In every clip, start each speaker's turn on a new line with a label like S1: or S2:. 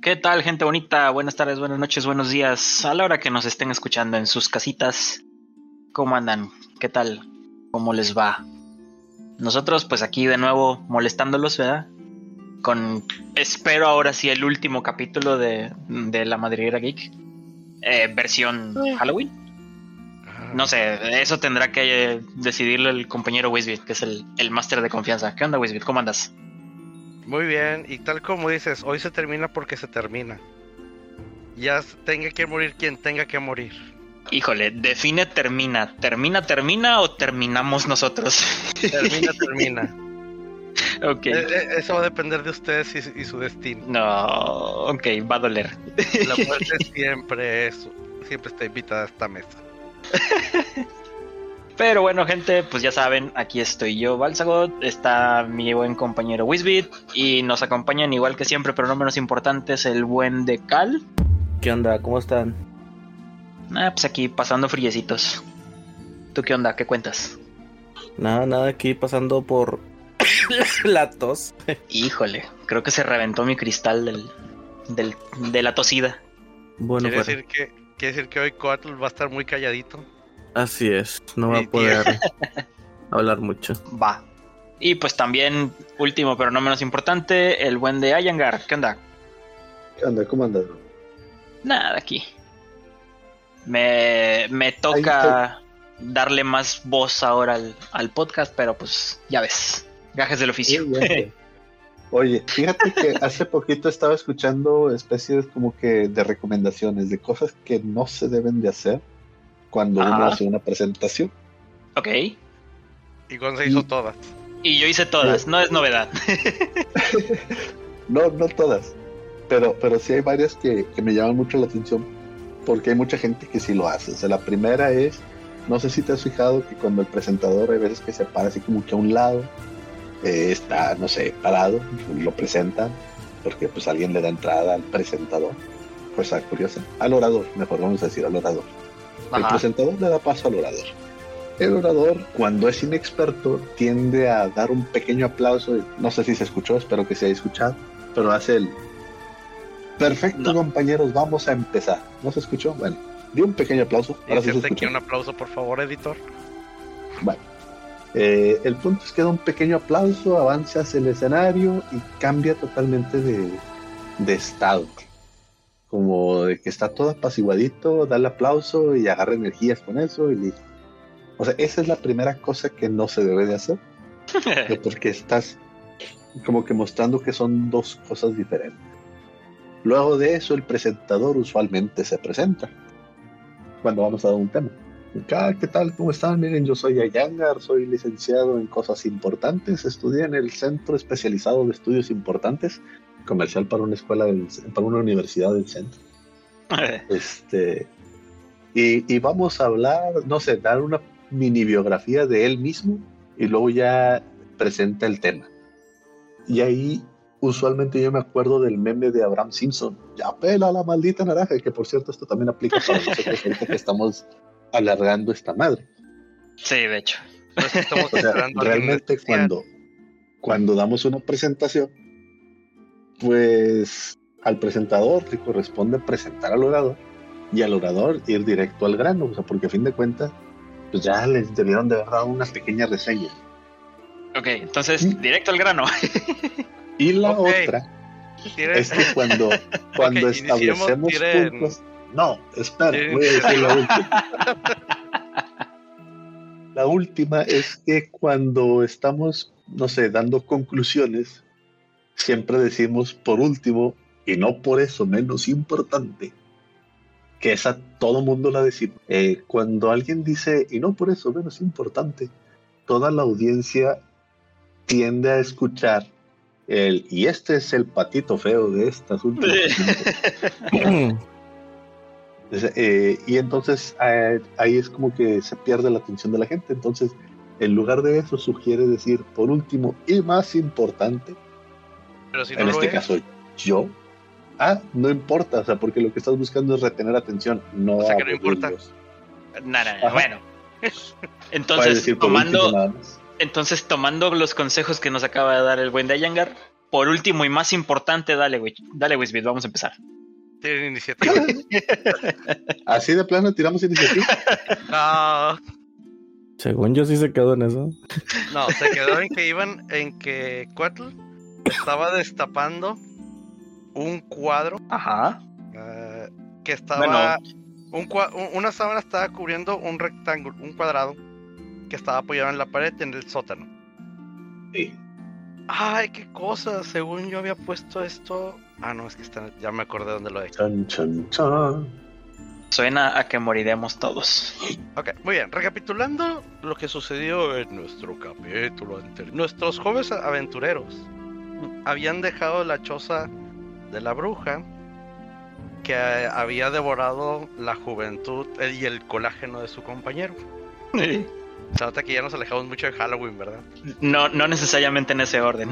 S1: ¿Qué tal, gente bonita? Buenas tardes, buenas noches, buenos días. A la hora que nos estén escuchando en sus casitas, ¿cómo andan? ¿Qué tal? ¿Cómo les va? Nosotros, pues aquí de nuevo molestándolos, ¿verdad? Con, espero ahora sí, el último capítulo de, de La Madriguera Geek. Eh, versión Halloween. No sé, eso tendrá que eh, decidirlo el compañero Wisbit, que es el, el máster de confianza. ¿Qué onda, Wisbit? ¿Cómo andas?
S2: Muy bien, y tal como dices, hoy se termina porque se termina. Ya s- tenga que morir quien tenga que morir.
S1: Híjole, define termina. ¿Termina, termina o terminamos nosotros?
S2: Termina, termina.
S1: ok.
S2: E- e- Eso va a depender de ustedes y, y su destino.
S1: No, ok, va a doler.
S2: La muerte siempre es, siempre está invitada a esta mesa.
S1: Pero bueno, gente, pues ya saben, aquí estoy yo, Balsagot, está mi buen compañero Wisbit, y nos acompañan igual que siempre, pero no menos importantes, el buen de Cal.
S3: ¿Qué onda? ¿Cómo están?
S1: Ah, pues aquí pasando friecitos. ¿Tú qué onda? ¿Qué cuentas?
S3: Nada, nada, aquí pasando por la tos.
S1: Híjole, creo que se reventó mi cristal del, del, de la tosida.
S3: Bueno,
S2: Quiere
S3: pues
S2: decir que, quiere decir que hoy Coatl va a estar muy calladito.
S3: así es, no va
S2: Y-
S3: a
S2: y-
S3: poder hablar mucho.
S1: Va. Y pues también, último pero no menos importante, el buen de Ayangar. ¿Qué onda?
S4: ¿Qué onda? ¿Cómo andas? bro?
S1: Nada, aquí. Me, me toca darle más voz ahora al, al podcast, pero pues ya ves, gajes del oficio.
S4: Muy bien, bro. Oye, fíjate que hace poquito estaba escuchando especies como que de recomendaciones de cosas que no se deben de hacer cuando uno
S1: Ajá.
S4: hace una presentación.
S1: Ok.
S2: Y Gon se hizo
S4: Y-
S2: todas.
S1: Y yo hice todas, no es novedad.
S4: No, no todas, pero, pero sí hay varias que, que me llaman mucho la atención porque hay mucha gente que sí lo hace. O sea, la primera es, no sé si te has fijado que cuando el presentador hay veces que se para así como que a un lado, eh, está, no sé, parado, lo presentan, porque pues alguien le da entrada al presentador. Cosa curiosa. Al orador, mejor vamos a decir al orador. El
S1: Ajá.
S4: presentador le da paso al orador. El orador, cuando es inexperto, tiende a dar un pequeño aplauso. No sé si se escuchó, espero que se haya escuchado, pero hace el... Perfecto,
S1: No.
S4: compañeros, vamos a empezar. ¿No se escuchó? Bueno, di un pequeño aplauso. Ahora sí se
S2: Inserte aquí
S4: escuchó.
S2: un aplauso, por favor, editor.
S4: Eh, el punto es que da un pequeño aplauso, avanza hacia el escenario y cambia totalmente de, de estado. Como de que está todo apaciguadito, da el aplauso y agarra energías con eso y listo. O sea, esa es la primera cosa que no se debe de hacer, que porque estás como que mostrando que son dos cosas diferentes. Luego de eso, el presentador usualmente se presenta cuando vamos a dar un tema. Ah, ¿Qué tal? ¿Cómo están? Miren, yo soy Ayangar, soy licenciado en cosas importantes, estudié en el Centro Especializado de Estudios Importantes, comercial para una escuela, del- para una universidad del centro. Este, y, y vamos a hablar, no sé, dar una mini biografía de él mismo y luego ya presenta el tema. Y ahí usualmente yo me acuerdo del meme de Abraham Simpson, ya pela la maldita naranja, que por cierto esto también aplica para nosotros ahorita que estamos alargando esta madre.
S1: sí, de hecho.
S2: No es que Pues estamos
S4: O sea,
S2: esperando a alguien
S4: realmente
S2: especial.
S4: cuando, cuando damos una presentación, pues al presentador le corresponde presentar al orador y al orador ir directo al grano, o sea, porque a fin de cuentas, pues ya les debieron de haber dado una pequeña reseña.
S1: Ok, entonces, directo al grano.
S4: Y la
S2: Ok.
S4: otra
S2: Tiren-
S4: es que cuando, cuando
S2: Ok, iniciemos,
S4: establecemos
S2: tiren.
S4: puntos... No, espera,
S2: Tiren.
S4: voy a decir la última. La última es que cuando estamos, no sé, dando conclusiones, siempre decimos por último, y no por eso menos importante, que esa todo mundo la decimos. Eh, cuando alguien dice, y no por eso menos importante, toda la audiencia tiende a escuchar el, y este es el patito feo de estas últimas. cinco". Entonces, eh, y entonces eh, ahí es como que se pierde la atención de la gente. Entonces, en lugar de eso, sugiere decir, por último y más importante,
S2: Pero si no
S4: en
S2: lo
S4: este
S2: es,
S4: caso yo, ah, no importa, o sea, porque lo que estás buscando es retener atención, no.
S2: O sea, que no
S4: aburrirlos.
S2: importa.
S1: Nada,
S4: Ajá.
S1: bueno.
S4: Puedes
S1: Entonces,
S4: decir por último
S1: tomando,
S4: nada más.
S1: entonces, tomando los consejos que nos acaba de dar el buen de Ayangar, por último y más importante, dale, güey. Dale, Wisbit, vamos a empezar.
S2: Tienen iniciativa.
S4: Así de plano tiramos iniciativa.
S2: No,
S3: Según yo sí se quedó en eso.
S2: no, se quedó en que iban, en que Cuatl estaba destapando un cuadro
S1: Ajá.
S2: eh, que estaba. un cua- un- una sábana estaba cubriendo un rectángulo, un cuadrado que estaba apoyado en la pared en el sótano.
S4: Sí.
S2: Ay, qué cosa. Según yo había puesto esto. Ah, no, es que está, ya me acordé dónde lo dejé.
S4: Chan, chan, chan.
S1: Suena a que moriremos todos.
S2: Ok, muy bien. Recapitulando lo que sucedió en nuestro capítulo anterior. Nuestros jóvenes aventureros habían dejado la choza de la bruja que eh, había devorado la juventud eh, y el colágeno de su compañero. Se nota que ya nos alejamos mucho de Halloween, ¿verdad?
S1: No, no necesariamente en ese orden.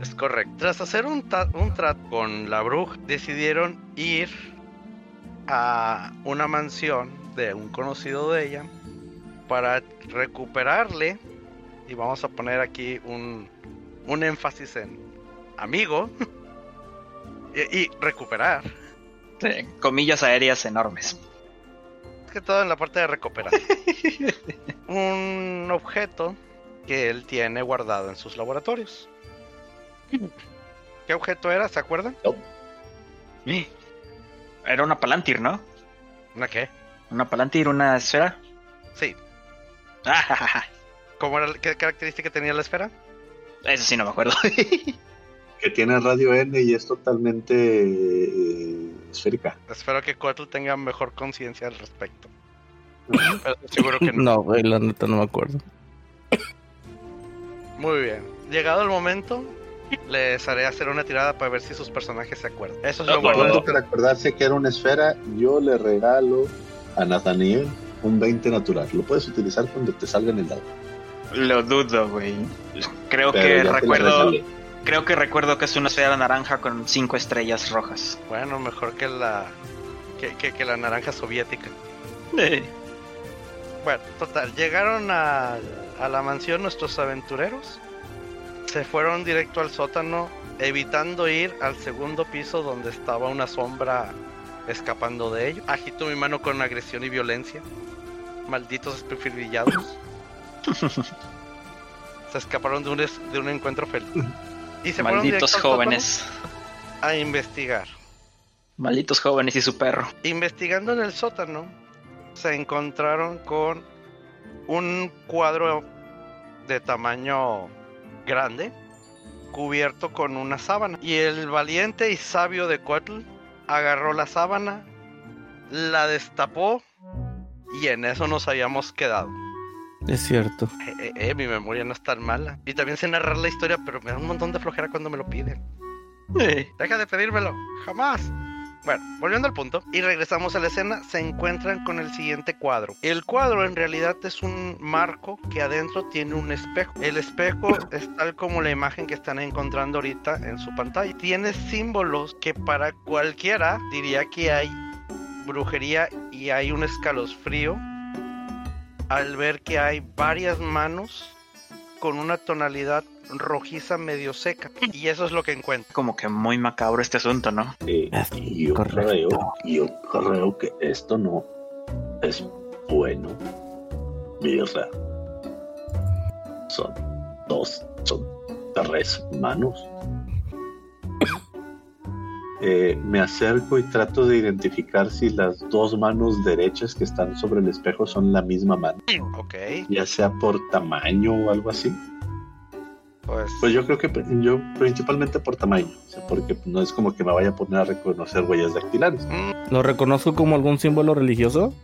S2: Es correcto. Tras hacer un, ta- un trato con la bruja, decidieron ir a una mansión de un conocido de ella para recuperarle. Y vamos a poner aquí un, un énfasis en amigo y, y recuperar.
S1: Sí, Comillas aéreas enormes.
S2: Más que todo en la parte de recuperar. un objeto que él tiene guardado en sus laboratorios. ¿Qué objeto era? ¿Se acuerdan?
S1: Sí. Era una palantir, ¿no?
S2: ¿Una qué?
S1: Una palantir, una esfera.
S2: Sí.
S1: Ah, ja, ja, ja.
S2: ¿Cómo era, ¿Qué característica tenía la esfera?
S1: Eso sí no me acuerdo.
S4: Que tiene radio N y es totalmente eh, esférica.
S2: Espero que Coatl tenga mejor conciencia al respecto. Pero estoy seguro que no.
S3: No, güey, la neta no me acuerdo.
S2: Muy bien. Llegado el momento, les haré hacer una tirada para ver si sus personajes se acuerdan. Eso es lo
S1: Ah,
S2: bueno.
S1: bueno.
S4: Tanto para acordarse que era una esfera, yo le regalo a Nathaniel un 20 natural. Lo puedes utilizar cuando te salga en el lado.
S1: Lo dudo, güey. Creo
S4: Pero
S1: que
S4: ya te lo
S1: recuerdo.
S4: regalé.
S1: Creo que recuerdo que es una esfera naranja con cinco estrellas rojas.
S2: Bueno, mejor que la que, que- que la naranja soviética. Bueno, total, llegaron a, a la mansión nuestros aventureros. Se fueron directo al sótano, evitando ir al segundo piso donde estaba una sombra escapando de ellos. Agito mi mano con agresión y violencia. Malditos esperfillados. se escaparon de un, es- de un encuentro feliz. Y se fueron
S1: Malditos
S2: directo al sótano
S1: jóvenes.
S2: A investigar.
S1: Malditos jóvenes y su perro.
S2: Investigando en el sótano, se encontraron con un cuadro de tamaño grande, cubierto con una sábana. Y el valiente y sabio de Cuatl agarró la sábana, la destapó, y en eso nos habíamos quedado.
S3: Es cierto.
S2: Eh, eh, eh, mi memoria no es tan mala. Y también sé narrar la historia, pero me da un montón de flojera cuando me lo piden. Deja de pedírmelo, jamás. Bueno, volviendo al punto, y regresamos a la escena, se encuentran con el siguiente cuadro. El cuadro en realidad es un marco que adentro tiene un espejo. El espejo es tal como la imagen que están encontrando ahorita en su pantalla. Tiene símbolos que para cualquiera diría que hay brujería y hay un escalofrío al ver que hay varias manos con una tonalidad rojiza medio seca. Y eso es lo que encuentran.
S1: Como que muy macabro este asunto, ¿no?
S4: Eh,
S3: Es
S4: y yo
S3: correcto.
S4: creo, yo creo que esto no es bueno. Mira, son dos, son tres manos. Eh, me acerco y trato de identificar si las dos manos derechas que están sobre el espejo son la misma mano,
S2: Ok,
S4: ya sea por tamaño o algo así.
S2: pues.
S4: Pues yo creo que pri- yo principalmente por tamaño, o sea, porque no es como que me vaya a poner a reconocer huellas dactilares.
S2: mm,
S3: ¿Lo reconozco como algún símbolo religioso?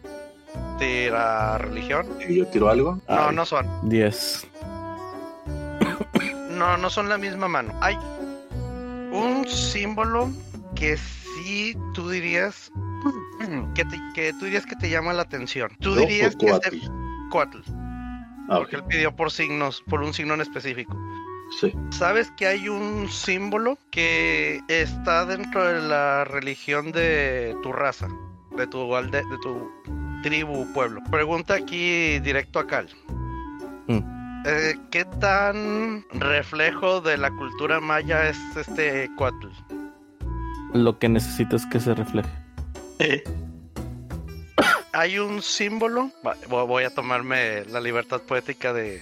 S2: ¿Tira religión?
S4: Y yo tiro algo.
S2: No,
S4: ay,
S2: no son.
S3: 10.
S2: No, no son la misma mano. Hay un símbolo que sí tú dirías. Que, te- que tú dirías que te llama la atención. Tú
S4: ¿no?
S2: dirías
S4: O
S2: que este es
S4: cuatro.
S2: de Coatl,
S4: Ah, ok,
S2: porque él pidió por signos, por un signo en específico.
S4: sí.
S2: ¿Sabes que hay un símbolo que está dentro de la religión de tu raza, de tu alde, de tu tribu, pueblo? Pregunta aquí directo a Cal.
S3: Mm.
S2: eh, ¿qué tan reflejo de la cultura maya es este Coatl?
S3: Lo que necesitas que se refleje.
S2: Hay un símbolo. va- vo- Voy a tomarme la libertad poética de,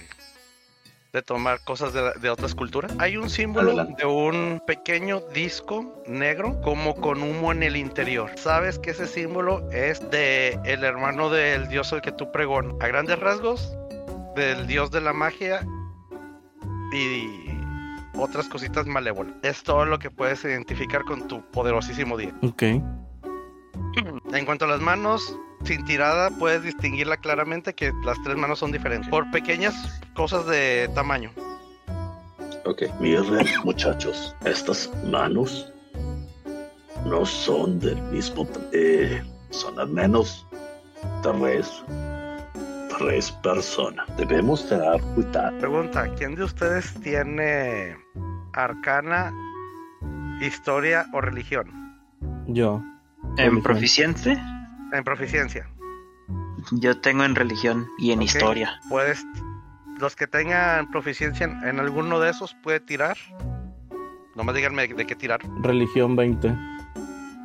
S2: de tomar cosas de, la- de otras culturas. Hay un símbolo
S5: Adelante.
S2: de un pequeño disco negro, como con humo en el interior. Sabes que ese símbolo es de el hermano del dios al que tú pregón. A grandes rasgos, del dios de la magia y otras cositas malévolas. Es todo lo que puedes identificar con tu poderosísimo día.
S3: Ok.
S2: En cuanto a las manos, sin tirada puedes distinguirla claramente que las tres manos son diferentes. Por pequeñas cosas de tamaño.
S5: Ok.
S4: Miren, muchachos, estas manos no son del mismo, ta- eh, son al menos tres, tres personas.
S5: Debemos tener cuidado.
S2: Pregunta, ¿quién de ustedes tiene arcana, historia o religión?
S3: Yo.
S1: En
S3: Religión.
S1: proficiente,
S2: En proficiencia.
S1: yo tengo en religión y en
S2: Ok.
S1: historia.
S2: Puedes... Los que tengan proficiencia en, en alguno de esos puede tirar. Nomás díganme de qué tirar.
S3: Religión 20.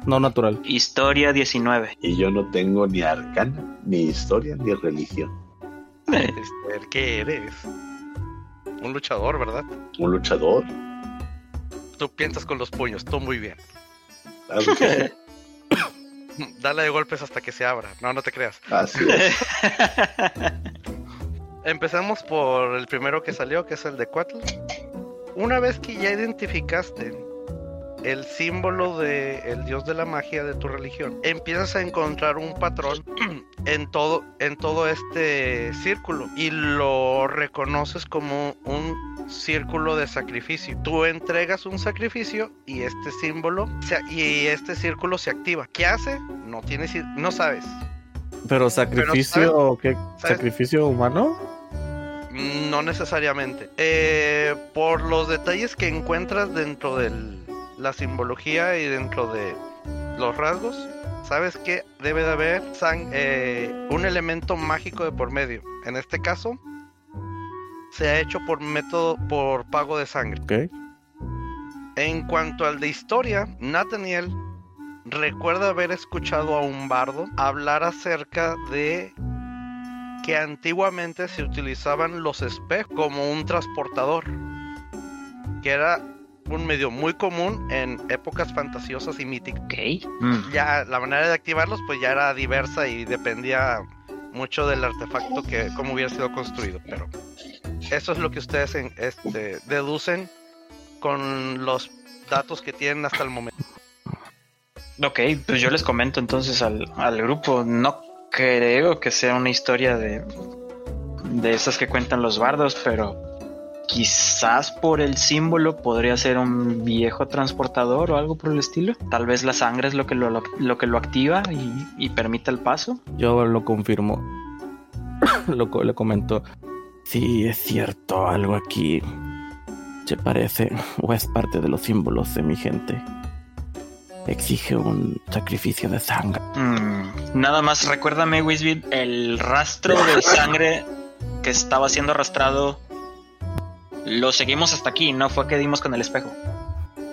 S3: No natural.
S1: Historia 19.
S5: Y yo no tengo ni arcana, ni historia, ni religión.
S1: Eh,
S2: Este, ¿Qué eres? Un luchador, ¿verdad?
S5: Un luchador.
S2: Tú piensas con los puños, tú muy bien.
S5: claro que sí.
S2: Dale de golpes hasta que se abra. No, no te creas.
S5: Así es.
S2: Empezamos por el primero que salió, que es el de Cuatl. Una vez que ya identificaste el símbolo del dios de la magia de tu religión, empiezas a encontrar un patrón en todo, en todo este círculo y lo reconoces como un círculo de sacrificio. Tú entregas un sacrificio y este símbolo se- y este círculo se activa. ¿Qué hace? No tienes, i- no sabes.
S3: Pero sacrificio o qué?
S2: ¿Sabes?
S3: ¿Sacrificio humano?
S2: No necesariamente. Eh, por los detalles que encuentras dentro de la simbología y dentro de los rasgos, sabes que debe de haber sang- eh, un elemento mágico de por medio. En este caso, se ha hecho por método por pago de sangre.
S3: Ok.
S2: En cuanto al de historia, Nathaniel recuerda haber escuchado a un bardo hablar acerca de que antiguamente se utilizaban los espejos como un transportador, que era un medio muy común en épocas fantasiosas y míticas.
S1: ok. Mm.
S2: Ya la manera de activarlos pues ya era diversa y dependía mucho del artefacto que cómo hubiera sido construido, pero eso es lo que ustedes en- este, deducen con los datos que tienen hasta el momento.
S1: Ok, pues yo les comento entonces al, al grupo. No creo que sea una historia de, de esas que cuentan los bardos, pero quizás por el símbolo podría ser un viejo transportador o algo por el estilo. Tal vez la sangre es lo que lo, lo, que lo activa y, y permite el paso.
S3: Yo lo confirmo. lo, co- le comento. Sí, es cierto, algo aquí se parece o es parte de los símbolos de mi gente. Exige un sacrificio de sangre.
S1: Mm, Nada más recuérdame, Wisbit, el rastro de sangre que estaba siendo arrastrado. Lo seguimos hasta aquí, no fue que dimos con el espejo.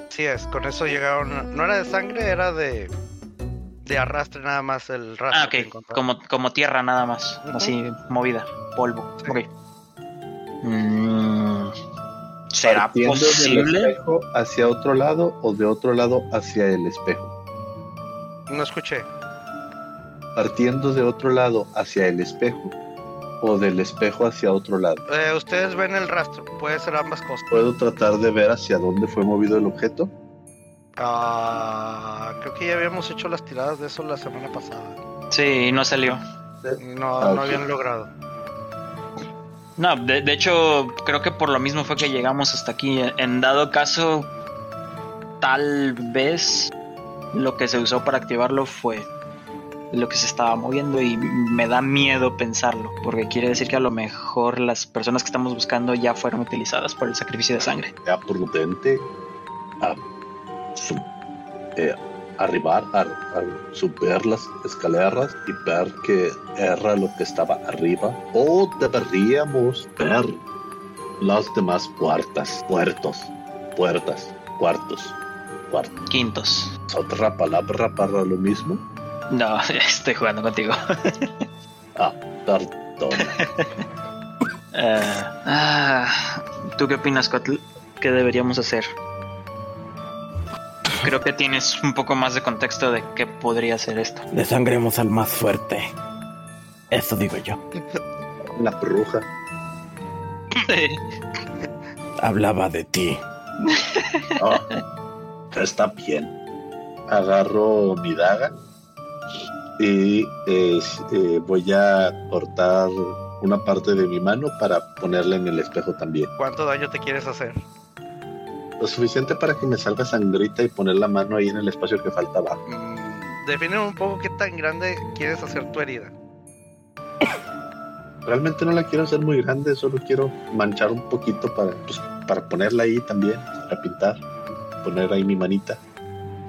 S2: Así es, con eso llegaron. No era de sangre, era de. de arrastre nada más el rastro.
S1: Ah,
S2: que
S1: ok,
S2: encontraron.
S1: como, como tierra nada más,
S2: Ujú.
S1: así movida, polvo.
S2: Sí.
S1: Ok. Mm, ¿Será
S5: Partiendo del
S1: posible?
S5: espejo hacia otro lado o de otro lado hacia el espejo.
S2: No escuché.
S5: Partiendo de otro lado hacia el espejo o del espejo hacia otro lado.
S2: Eh, ustedes ven el rastro, puede ser ambas cosas.
S5: ¿Puedo tratar de ver hacia dónde fue movido el objeto?
S2: Ah, creo que ya habíamos hecho las tiradas de eso la semana pasada.
S1: Sí, no salió.
S2: No,
S5: Ah,
S2: no
S5: ok.
S2: habían logrado.
S1: No, de, de hecho, creo que por lo mismo fue que llegamos hasta aquí. En dado caso, tal vez lo que se usó para activarlo fue lo que se estaba moviendo y me da miedo pensarlo, porque quiere decir que a lo mejor las personas que estamos buscando ya fueron utilizadas por el sacrificio de sangre.
S5: Era prudente a su- eh, arribar, a, a subir las escaleras y ver que era lo que estaba arriba. O deberíamos ver
S4: las demás puertas, puertos, puertas, cuartos, cuartos.
S1: Quintos.
S4: ¿Es otra palabra para lo mismo?
S1: No, estoy jugando contigo.
S4: Ah, perdona.
S1: Eh, ah, ¿Tú qué opinas, Cotl? ¿Qué deberíamos hacer? Creo que tienes un poco más de contexto de qué podría ser esto.
S3: Desangremos al más fuerte. Eso digo yo.
S5: La bruja.
S3: Hablaba de ti.
S4: Ah, está bien. Agarro mi daga y es- eh, voy a cortar una parte de mi mano para ponerla en el espejo también.
S2: ¿Cuánto daño te quieres hacer?
S4: Lo suficiente para que me salga sangrita y poner la mano ahí en el espacio que falta abajo.
S2: Mm, define un poco qué tan grande quieres hacer tu herida.
S4: Realmente no la quiero hacer muy grande, solo quiero manchar un poquito para, pues, para ponerla ahí también, para pintar, poner ahí mi manita.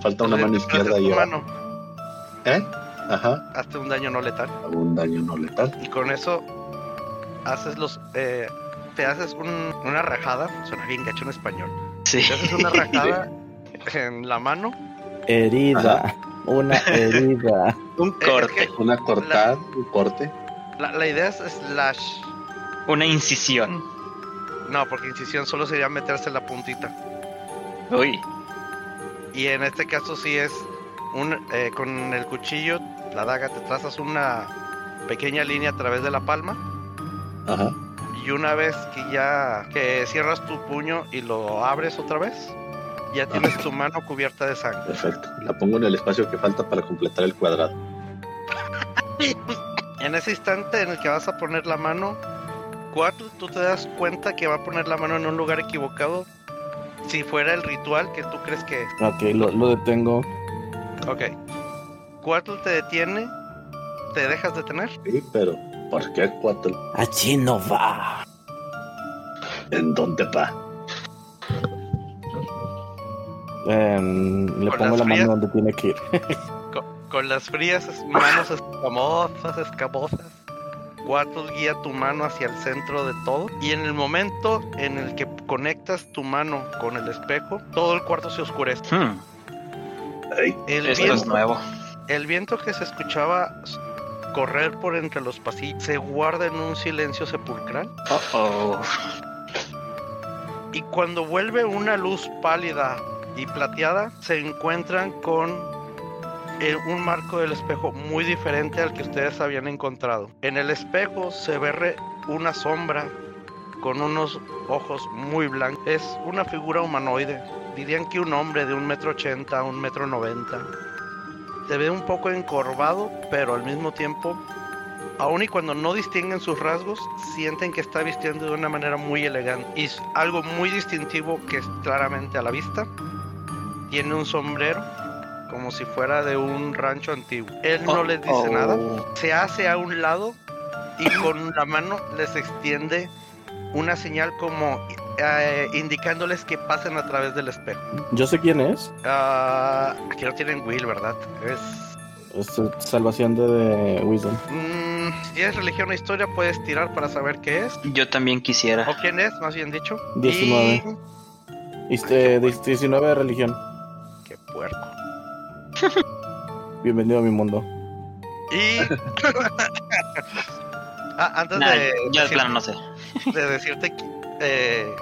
S4: Falta una
S2: Entonces,
S4: mano
S2: haces
S4: izquierda
S2: tu
S4: ahí abajo.
S2: mano,
S4: ¿Eh? Ajá.
S2: hazte un daño no letal.
S4: Hago Un daño no letal.
S2: Y con eso haces los. eh, te haces un- una rajada. Suena bien gacho en español.
S1: Sí.
S2: Te haces una rajada en la mano.
S3: Herida. Una herida.
S1: Un
S2: Eh, es
S1: corte.
S2: que
S4: Una cortada, un corte.
S2: la, la idea es slash.
S1: Una incisión.
S2: No, porque incisión solo sería meterse la puntita.
S1: Uy.
S2: Y en este caso sí es un eh, con el cuchillo, la daga, te trazas una pequeña línea a través de la palma.
S4: Ajá.
S2: Y una vez que ya que cierras tu puño y lo abres otra vez, ya tienes tu mano cubierta de sangre.
S4: Perfecto. La pongo en el espacio que falta para completar el cuadrado.
S2: En ese instante en el que vas a poner la mano, Cuatl, tú te das cuenta que va a poner la mano en un lugar equivocado. Si fuera el ritual que tú crees que es.
S3: Ok, lo, lo detengo.
S2: Ok. Cuatl te detiene, te dejas detener.
S4: Sí, pero ¿por qué cuatro?
S3: Allí no va.
S4: ¿En dónde va?
S3: Em, le
S2: Con
S3: pongo
S2: las
S3: la mano
S2: frías.
S3: donde tiene que ir.
S2: Con las frías es- manos escamosas, escabosas. Cuatl guía tu mano hacia el centro de todo. Y en el momento en el que conectas tu mano con el espejo, todo el cuarto se oscurece.
S1: Hmm,
S4: Ay,
S2: El
S1: Esto
S2: viento-
S1: es nuevo.
S2: El viento que se escuchaba s- correr por entre los pasillos se guarda en un silencio sepulcral
S1: Oh, oh.
S2: y cuando vuelve una luz pálida y plateada se encuentran con eh, un marco del espejo muy diferente al que ustedes habían encontrado. En el espejo se ve re- una sombra con unos ojos muy blancos. Es una figura humanoide. Dirían que un hombre de un metro ochenta a un metro noventa. Se ve un poco encorvado, pero al mismo tiempo, aun y cuando no distinguen sus rasgos, sienten que está vistiendo de una manera muy elegante. Y es algo muy distintivo que es claramente a la vista. Tiene un sombrero como si fuera de un rancho antiguo. Él no
S1: Oh,
S2: les dice
S1: oh.
S2: nada se hace a un lado y con la mano les extiende una señal como eh, indicándoles que pasen a través del espejo.
S3: Yo sé quién es.
S2: Ah, aquí no tienen Will, ¿verdad? Es.
S3: Es eh, salvación de, de Wisdom.
S2: mm, si tienes religión o historia, puedes tirar para saber qué es.
S1: Yo también
S2: O
S1: quisiera.
S2: quién es, más bien dicho.
S3: 19.
S2: Y-
S3: Este, 19 de religión.
S2: Qué puerco.
S3: Bienvenido a mi mundo.
S2: Y. Ah, antes
S1: Nah,
S2: de.
S1: yo de
S2: decir-
S1: plano no sé.
S2: de decirte que, eh,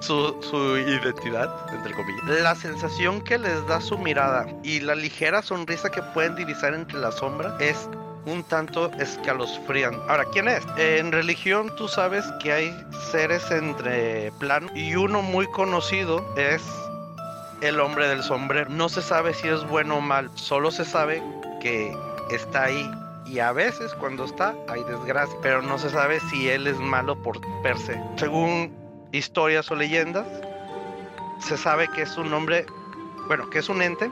S2: su, su identidad, entre comillas. La sensación que les da su mirada y la ligera sonrisa que pueden divisar entre las sombras es un tanto escalofriante. Ahora, ¿quién es? En religión tú sabes que hay seres entre plano y uno muy conocido es el hombre del sombrero. No se sabe si es bueno o mal, solo se sabe que está ahí y a veces cuando está hay desgracia, pero no se sabe si él es malo por per se. Según historias o leyendas, se sabe que es un hombre, bueno, que es un ente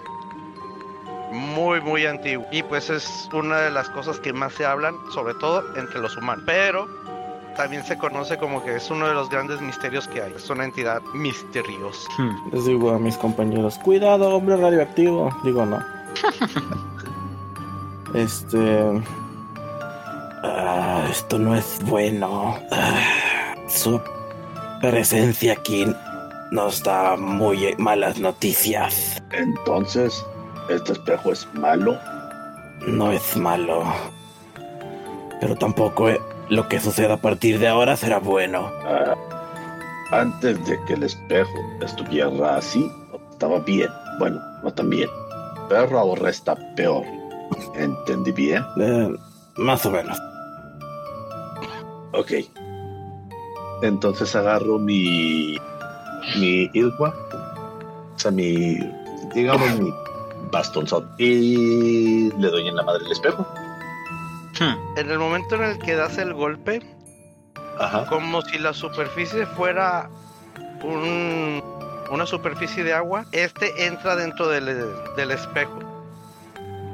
S2: muy muy antiguo y pues es una de las cosas que más se hablan, sobre todo entre los humanos, pero también se conoce como que es uno de los grandes misterios que hay. Es una entidad misteriosa.
S1: Hmm.
S3: Les digo a mis compañeros, cuidado, hombre radioactivo. Digo, no. este... ah, esto no es bueno. Ah, Su presencia aquí nos da muy malas noticias.
S4: Entonces, ¿este espejo es malo?
S3: No es malo. Pero tampoco eh, lo que suceda a partir de ahora será bueno.
S4: Ah, antes de que el espejo estuviera así, estaba bien. Bueno, no tan bien. Pero ahora está peor. ¿Entendí bien?
S3: Eh, más o menos.
S4: Ok. Entonces agarro mi. mi Ilgua. O sea, mi. digamos mi bastonzón. Y le doy en la madre el espejo.
S1: Hmm.
S2: En el momento en el que das el golpe,
S4: Ajá.
S2: como si la superficie fuera un- una superficie de agua, este entra dentro del, del espejo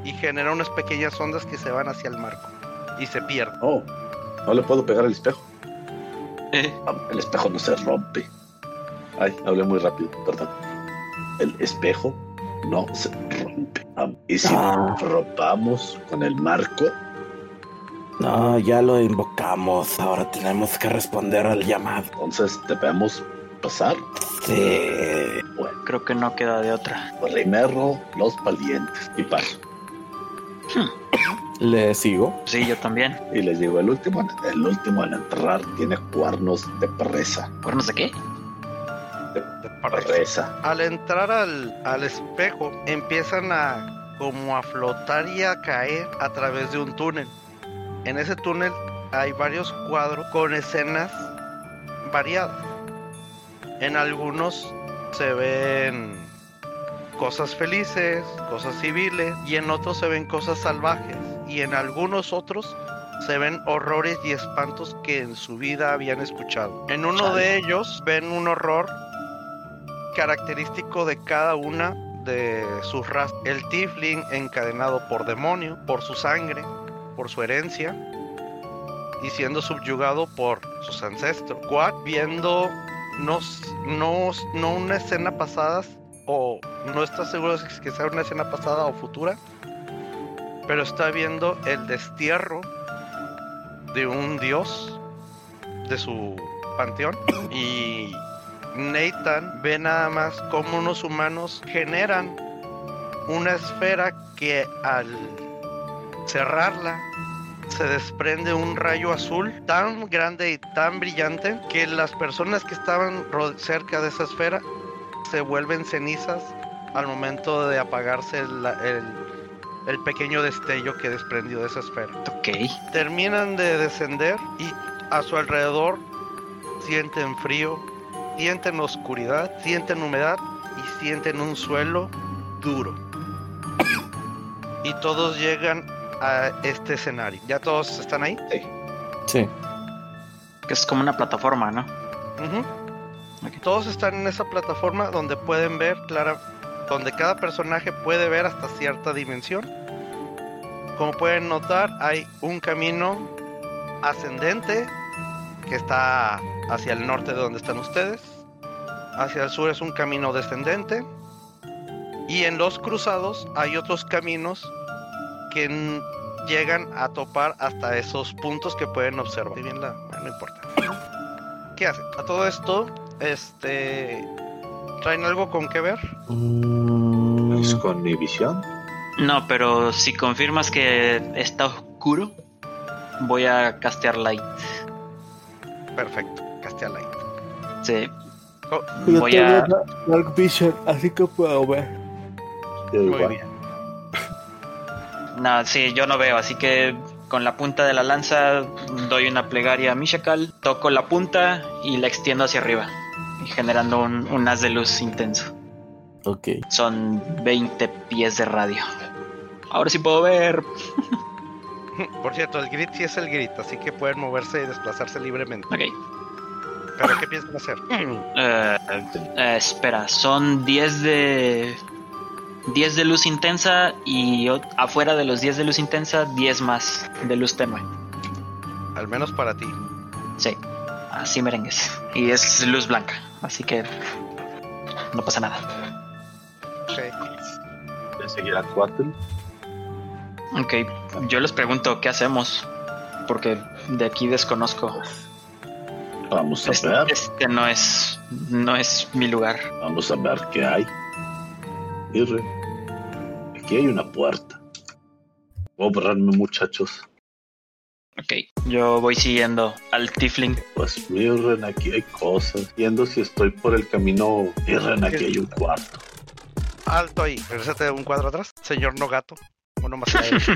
S2: y genera unas pequeñas ondas que se van hacia el marco y se pierde.
S4: Oh, no le puedo pegar al espejo.
S1: Eh,
S4: Ah, El espejo no se rompe. Ay, hablé muy rápido, perdón. El espejo no se rompe. Ah, Y si
S3: Ah.
S4: rompamos con el marco,
S3: No, ya lo invocamos. Ahora tenemos que responder al llamado.
S4: entonces debemos pasar.
S3: Sí.
S4: Bueno,
S1: creo que no queda de otra.
S4: primero los valientes. Y paso.
S3: Le sigo.
S1: Sí, yo también.
S4: Y les digo, el último, el último al entrar tiene cuernos de presa.
S1: ¿Por no sé qué?
S4: Presa.
S2: Al entrar al, al espejo, empiezan a como a flotar y a caer a través de un túnel. En ese túnel hay varios cuadros con escenas variadas. En algunos se ven cosas felices, cosas civiles, y en otros se ven cosas salvajes, y en algunos otros se ven horrores y espantos que en su vida habían escuchado. En uno de ellos ven un horror característico de cada una de sus razas. El Tifling encadenado por demonio, por su sangre, por su herencia y siendo subyugado por sus ancestros. Quad viendo no, s- no, s- no una escena pasada o no está seguro si es que sea una escena pasada o futura, pero está viendo el destierro de un dios de su panteón y Nathan ve nada más cómo unos humanos generan una esfera que al cerrarla se desprende un rayo azul tan grande y tan brillante que las personas que estaban ro- cerca de esa esfera se vuelven cenizas al momento de apagarse el, el- el pequeño destello que desprendió de esa esfera
S1: Ok.
S2: terminan de descender y a su alrededor sienten frío, sienten oscuridad, sienten humedad y sienten un suelo duro. Y todos llegan a este escenario. ¿Ya todos están ahí?
S3: Sí.
S1: Que es como una plataforma, ¿no?
S2: Ujú.
S1: Ok.
S2: Todos están en esa plataforma donde pueden ver clara, donde cada personaje puede ver hasta cierta dimensión. Como pueden notar, hay un camino ascendente que está hacia el norte de donde están ustedes. Hacia el sur es un camino descendente. Y en los cruzados hay otros caminos que n- llegan a topar hasta esos puntos que pueden observar. Si bien la- no importa. ¿Qué hacen? A todo esto, este. ¿Traen algo con qué ver?
S3: Mm,
S1: Pues,
S4: Es con mi visión.
S1: No, pero si confirmas que está oscuro, voy a castear light.
S2: Perfecto, Castia Light.
S1: Sí.
S2: Oh,
S5: Yo
S1: Voy a.
S5: tengo Dark Vision, así que puedo ver.
S4: Yo
S2: Muy
S4: igual.
S2: bien.
S1: No, sí, yo no veo, así que con la punta de la lanza doy una plegaria a Mishakal, toco la punta y la extiendo hacia arriba, y generando un, un haz de luz intenso.
S3: Ok.
S1: Son 20 pies de radio. Ahora sí puedo ver.
S2: Por cierto, el grit sí es el grit, así que pueden moverse y desplazarse libremente.
S1: Ok.
S2: ¿Pero qué piensan hacer?
S1: Eh, eh, espera, son 10 de. 10 de luz intensa y o- afuera de los 10 de luz intensa, 10 más de luz tenue.
S2: Al menos para ti.
S1: Sí, así merengues. Y es luz blanca, así que no pasa nada.
S2: Ok.
S4: Voy a seguir a Cuatl.
S1: Ok, yo les pregunto qué hacemos, porque de aquí desconozco.
S4: Vamos a
S1: Este,
S4: ver,
S1: este no es. No es mi lugar.
S4: vamos a ver qué hay. Irre, aquí hay una puerta. Voy a borrarme, muchachos.
S1: Ok. Yo voy siguiendo al Tifling.
S4: Pues miren, aquí hay cosas. Viendo si estoy por el camino, miren, aquí hay un cuarto.
S2: Alto ahí, regresate un cuadro atrás, señor no gato. Uno más allá de eso.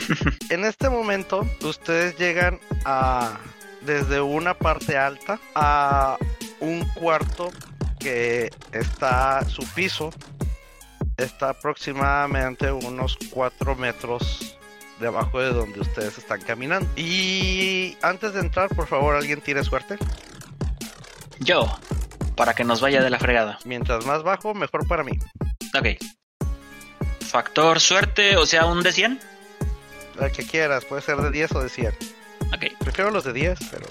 S2: En este momento, ustedes llegan a. Desde una parte alta a un cuarto que está. Su piso está aproximadamente unos 4 metros debajo de donde ustedes están caminando. Y antes de entrar, por favor, alguien tire suerte.
S1: Yo. Para que nos vaya de la fregada.
S2: Mientras más bajo, mejor para mí.
S1: Ok. Factor suerte, o sea, un de 100.
S2: La que quieras, puede ser de 10 o de 100.
S1: Ok.
S2: Prefiero los de 10, pero.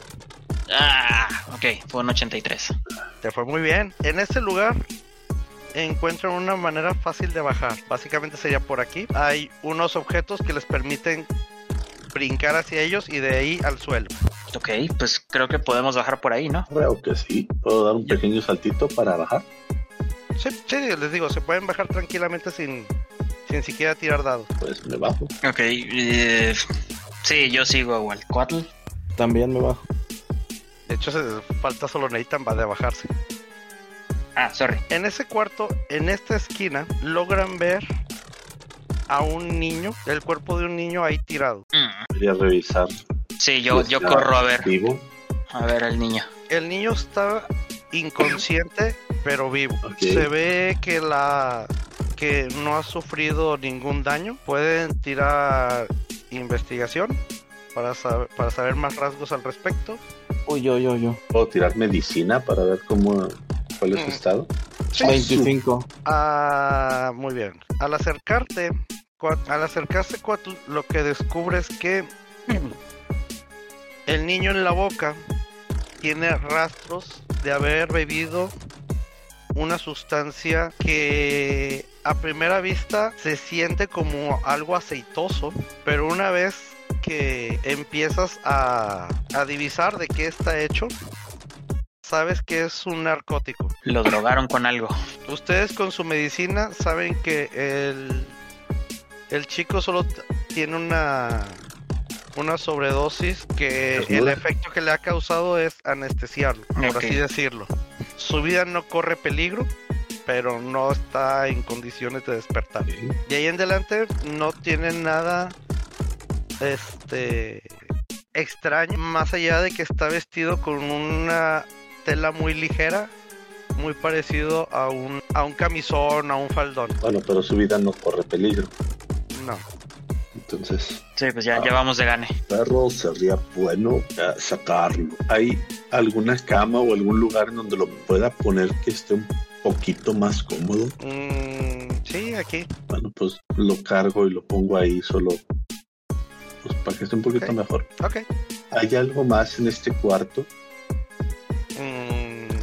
S1: Ah, ok. Fue un 83.
S2: Te fue muy bien. En este lugar encuentran una manera fácil de bajar. Básicamente sería por aquí. Hay unos objetos que les permiten brincar hacia ellos y de ahí al suelo.
S1: Ok, pues creo que podemos bajar por ahí, ¿no?
S4: Creo que sí. Puedo dar un pequeño saltito para bajar.
S2: Sí, sí, les digo, se pueden bajar tranquilamente sin, sin siquiera tirar dados.
S4: Pues me bajo.
S1: Ok. eh, sí, yo sigo a Walcoatl.
S3: También me bajo.
S2: De hecho, se falta solo necesitan va de bajarse.
S1: Ah, sorry.
S2: En ese cuarto, en esta esquina, logran ver a un niño, el cuerpo de un niño ahí tirado.
S1: Mm,
S4: Quería revisar.
S1: Sí, yo,
S4: si
S1: yo
S4: está
S1: corro a ver.
S4: Vivo.
S1: A ver al niño.
S2: El niño está inconsciente, pero vivo.
S4: Ok.
S2: Se ve que la que no ha sufrido ningún daño. Pueden tirar investigación para saber, para saber más rasgos al respecto.
S3: Uy, yo, yo, yo.
S4: Puedo tirar medicina para ver cómo cuál es su
S2: Mm.
S4: estado.
S2: Sí.
S3: 25.
S2: Ah, muy bien. Al acercarte, cua- al acercarse Coatl, lo que descubres que el niño en la boca tiene rastros de haber bebido una sustancia que a primera vista se siente como algo aceitoso, pero una vez que empiezas a, a divisar de qué está hecho, sabes que es un narcótico.
S1: Lo drogaron con algo.
S2: Ustedes con su medicina saben que el, el chico solo t- tiene una, una sobredosis que
S4: Desnuda.
S2: el efecto que le ha causado es anestesiarlo, por
S1: Ok.
S2: así decirlo. Su vida no corre peligro, pero no está en condiciones de despertar. De ahí en adelante no tienen nada este extraño, más allá de que está vestido con una tela muy ligera, muy parecido a un a un camisón, a un faldón.
S4: Bueno, pero su vida no corre peligro.
S2: No.
S4: Entonces,
S1: Sí, pues ya, ya vamos de gane.
S4: perro sería bueno eh, sacarlo. ¿Hay alguna cama o algún lugar en donde lo pueda poner que esté un poquito más cómodo?
S2: Mm, sí, aquí.
S4: Bueno, pues lo cargo y lo pongo ahí solo. Pues para que esté un poquito
S2: Ok.
S4: mejor.
S2: Ok.
S4: ¿Hay algo más en este cuarto?
S2: Mm,